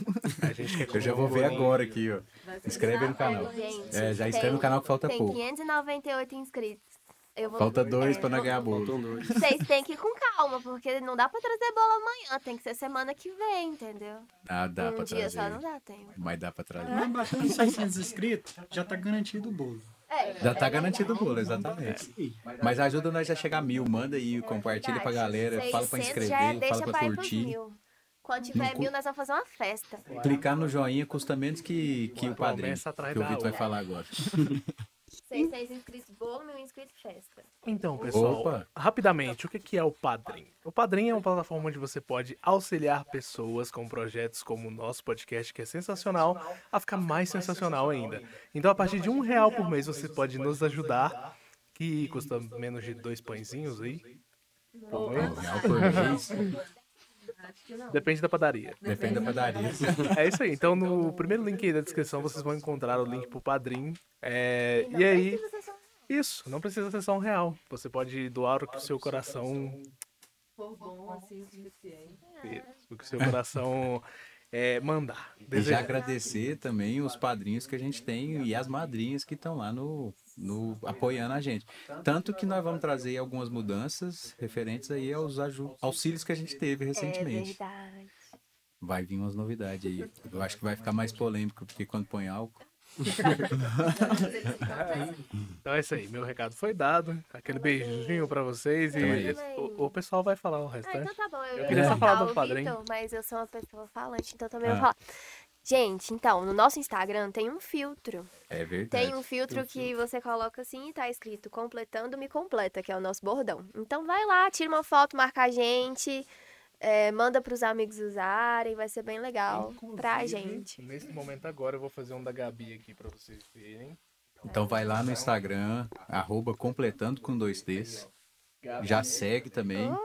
Speaker 6: A gente quer
Speaker 1: eu já vou ver agora aqui, ó. Inscreve aí no canal.
Speaker 5: Gente,
Speaker 1: É, já
Speaker 5: tem-
Speaker 1: inscreve no canal que falta
Speaker 5: Tem
Speaker 1: pouco.
Speaker 5: 598 inscritos. Eu vou-
Speaker 1: Falta dois
Speaker 5: é,
Speaker 1: pra nós
Speaker 5: vou-
Speaker 1: ganhar bolo.
Speaker 3: Faltam dois.
Speaker 5: Vocês têm que ir com calma, porque não dá pra trazer bola amanhã, tem que ser semana que vem, entendeu?
Speaker 1: Ah, dá
Speaker 5: um
Speaker 1: pra
Speaker 5: dia só não
Speaker 1: trazer.
Speaker 5: dá tempo.
Speaker 1: Mas dá pra trazer.
Speaker 4: Mas batendo 600 inscritos, já tá garantido o bolo.
Speaker 5: É,
Speaker 1: Já tá garantido o bolo, exatamente. Mas ajuda nós a chegar a mil. Manda aí, compartilha pra
Speaker 5: verdade.
Speaker 1: galera. Fala pra
Speaker 5: 600 já
Speaker 1: inscrever,
Speaker 5: deixa
Speaker 1: fala pra
Speaker 5: pra ir pros
Speaker 1: curtir.
Speaker 5: mil. Quando tiver
Speaker 1: cu-
Speaker 5: mil, nós vamos fazer uma festa.
Speaker 1: Clicar no joinha custa menos que, que o padrinho.
Speaker 6: Promessa atrás
Speaker 1: Que o
Speaker 6: da
Speaker 1: Vitor vai
Speaker 6: outra.
Speaker 1: falar agora.
Speaker 5: 600 inscritos bolo, mil inscritos festa.
Speaker 6: Então, pessoal,
Speaker 1: Opa.
Speaker 6: rapidamente, o que que é o Padrim? O Padrim é uma plataforma onde você pode auxiliar pessoas com projetos como o nosso podcast, que é sensacional, a ficar mais sensacional ainda. Então, a partir de um real por mês, você pode nos ajudar, que custa menos de dois pãezinhos aí.
Speaker 2: Não,
Speaker 1: Real Tá por mês,
Speaker 2: acho que não.
Speaker 6: Depende da padaria.
Speaker 1: depende da padaria.
Speaker 6: É isso aí. Então, no primeiro link aí da descrição, vocês vão encontrar o link pro Padrim. É, e aí, isso, não precisa acessar um real. Você pode doar o que o seu coração.
Speaker 2: For bom assim o suficiente.
Speaker 6: O que o seu coração é, mandar.
Speaker 1: E já
Speaker 6: Desejar.
Speaker 1: agradecer também os padrinhos que a gente tem e as madrinhas que estão lá no, no apoiando a gente. Tanto que nós vamos trazer algumas mudanças referentes aí aos aju- auxílios que a gente teve recentemente.
Speaker 5: É verdade.
Speaker 1: Vai vir umas novidades aí. Eu acho que vai ficar mais polêmico, porque quando põe álcool.
Speaker 6: Então é isso aí. Meu recado foi dado. Aquele beijinho pra vocês.
Speaker 1: Tamo
Speaker 6: E
Speaker 1: aí.
Speaker 6: o, o pessoal vai falar o
Speaker 5: Ah, então
Speaker 6: restante.
Speaker 5: tá bom. Eu, eu
Speaker 6: queria
Speaker 5: ia
Speaker 6: só falar
Speaker 5: citar
Speaker 6: do
Speaker 5: o
Speaker 6: padrinho.
Speaker 5: Vitor, mas eu sou uma pessoa falante, então também
Speaker 1: Ah.
Speaker 5: vou falar. Gente, então, no nosso Instagram tem um filtro.
Speaker 1: É verdade.
Speaker 5: Tem um filtro que você coloca assim e tá escrito completando me completa, que é o nosso bordão. Então vai lá, tira uma foto, marca a gente, é, manda pros amigos usarem, vai ser bem legal pra gente.
Speaker 6: Nesse momento agora, eu vou fazer um da Gabi aqui pra vocês verem.
Speaker 1: Então vai lá no Instagram, arroba completando com dois T's. Já segue também.
Speaker 5: Oi.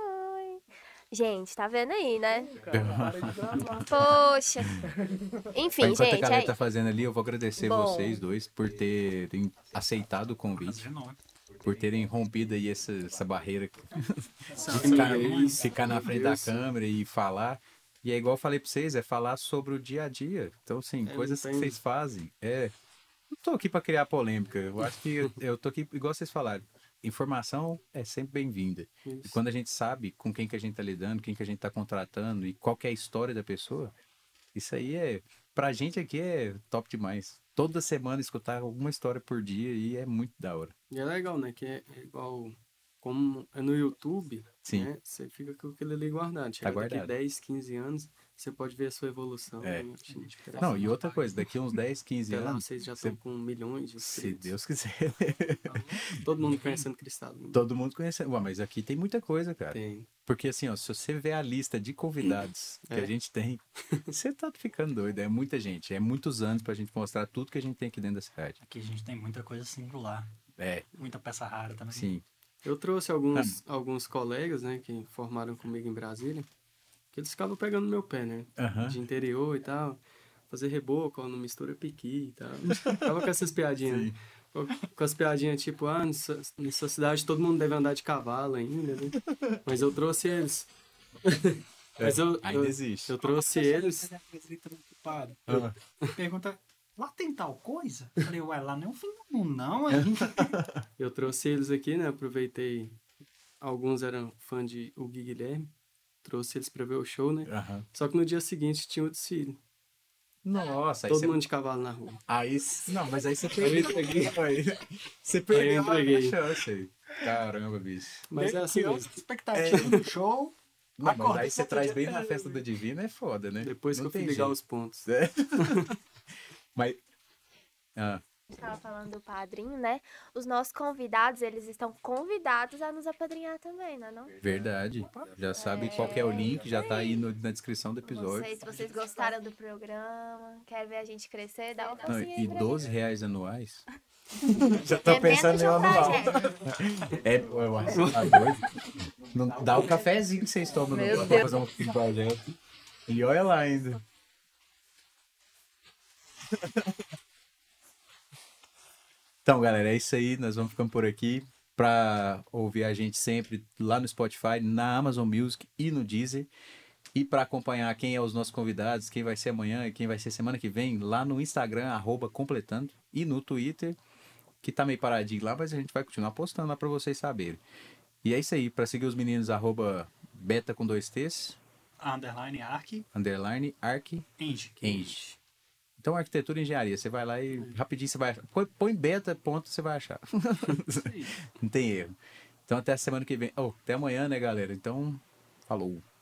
Speaker 5: Gente, tá vendo aí, né? Poxa. Enfim,
Speaker 1: Enquanto a
Speaker 5: gente,
Speaker 1: galera
Speaker 5: é
Speaker 1: tá fazendo ali, eu vou agradecer
Speaker 5: Bom.
Speaker 1: vocês dois por terem aceitado o convite.
Speaker 4: Fazer nome.
Speaker 1: por terem rompido aí essa, essa barreira de ficar, ficar na frente da câmera e falar. E é igual eu falei pra vocês, é falar sobre o dia a dia. Então, assim,
Speaker 3: não
Speaker 1: coisas que
Speaker 3: tem-
Speaker 1: vocês fazem. É. Não tô aqui pra criar polêmica. Eu acho que eu, eu tô aqui, igual vocês falaram, informação é sempre bem-vinda. E quando a gente sabe com quem que a gente tá lidando, quem que a gente tá contratando e qual que é a história da pessoa, isso aí é. Pra gente aqui é top demais. Toda semana escutar alguma história por dia e é muito da hora.
Speaker 3: E é legal, né? Que é é igual. Como é no YouTube,
Speaker 1: Sim. Tá
Speaker 3: né? Você fica com aquilo ali guardado. Chega
Speaker 1: guardado.
Speaker 3: daqui 10, 15 anos, você pode ver a sua evolução.
Speaker 1: É.
Speaker 3: né? Gente,
Speaker 1: Não, e outra coisa, daqui uns 10, 15
Speaker 3: Até lá
Speaker 1: anos,
Speaker 3: vocês já
Speaker 1: você-
Speaker 3: estão com milhões de
Speaker 1: se
Speaker 3: inscritos.
Speaker 1: Deus quiser, né?
Speaker 3: Todo mundo conhecendo Cristal. né?
Speaker 1: todo mundo conhece. Ué, mas aqui tem muita coisa, cara.
Speaker 3: Tem.
Speaker 1: Porque assim, ó, se você vê a lista de convidados que a
Speaker 3: É.
Speaker 1: gente tem, você tá ficando doido. É muita gente, é muitos anos pra gente mostrar tudo que a gente tem aqui dentro da cidade.
Speaker 4: Aqui a gente tem muita coisa singular,
Speaker 1: É,
Speaker 4: muita peça rara também.
Speaker 1: sim.
Speaker 3: Eu trouxe alguns,
Speaker 1: Ah.
Speaker 3: alguns colegas, né? Que formaram comigo em Brasília. Que eles ficavam pegando meu pé, né?
Speaker 1: Aham.
Speaker 3: de interior e tal. Fazer reboco, ó, não mistura piqui e tal. Tava com essas piadinhas. né? Com com as piadinhas tipo, ah, nessa, nessa cidade todo mundo deve andar de cavalo ainda, né? Mas eu trouxe eles.
Speaker 1: É,
Speaker 3: Mas eu, eu,
Speaker 1: Ainda existe.
Speaker 3: eu trouxe eles.
Speaker 1: Ah.
Speaker 4: Pergunta, lá tem tal coisa? Eu Falei, uai, lá não é o fim do mundo, não. A gente
Speaker 3: Eu trouxe eles aqui, né? Aproveitei. Alguns eram fã de o Gui Guilherme. Trouxe eles pra ver o show, né?
Speaker 1: Aham.
Speaker 3: Só que no dia seguinte tinha o desfile.
Speaker 1: Nossa, aí
Speaker 3: Todo
Speaker 1: Tá, você.
Speaker 3: mundo de cavalo na rua.
Speaker 1: Aí, não, mas aí você perdeu. aí- Você
Speaker 3: Aí eu
Speaker 1: perdeu a
Speaker 3: entreguei.
Speaker 1: chance. aí. Caramba, bicho.
Speaker 3: Mas é assim
Speaker 4: criou
Speaker 3: mesmo.
Speaker 4: essa expectativa do show.
Speaker 1: Não, mas
Speaker 4: Acorda,
Speaker 1: aí você
Speaker 4: outro
Speaker 1: traz
Speaker 4: dia
Speaker 1: bem
Speaker 4: tá-
Speaker 1: na festa do Divino, é foda, né?
Speaker 3: Depois que
Speaker 1: Não
Speaker 3: eu fui
Speaker 1: tem
Speaker 3: ligar
Speaker 1: jeito.
Speaker 3: os pontos.
Speaker 1: Mas. Ah,
Speaker 5: Estava falando do padrinho, né? Os nossos convidados, eles estão convidados a nos apadrinhar também, não é não?
Speaker 1: verdade. Já sabe qual que é o link, já tá aí no- na descrição do
Speaker 5: Não
Speaker 1: episódio.
Speaker 5: sei se vocês gostaram do programa, quer ver a gente crescer, dá
Speaker 1: Não,
Speaker 5: um focinho
Speaker 1: e
Speaker 5: aí
Speaker 1: 12 reais anuais? Já
Speaker 5: tô pensando em um anual.
Speaker 1: É, eu acho que tá doido. Não, dá o cafezinho que vocês tomam
Speaker 2: Meu
Speaker 1: no pra
Speaker 2: Deus.
Speaker 1: fazer um projeto. E olha lá ainda. Então, galera, é isso aí. Nós vamos ficando por aqui. Pra ouvir a gente sempre lá no Spotify, na Amazon Music e no Deezer. E para acompanhar quem é os nossos convidados, quem vai ser amanhã e quem vai ser semana que vem, lá no Instagram, arroba completando, e no Twitter, que tá meio paradinho lá, mas a gente vai continuar postando lá para vocês saberem. E é isso aí, para seguir os meninos, arroba beta com dois T's,
Speaker 4: Underline Arc
Speaker 1: underline, arc,
Speaker 4: End.
Speaker 1: Eng. Então, arquitetura e engenharia, você vai lá e rapidinho você vai achar. Põe, põe beta, ponto, você vai achar. Não tem erro. Então, até a semana que vem. Oh, até amanhã, né, galera? Então, falou.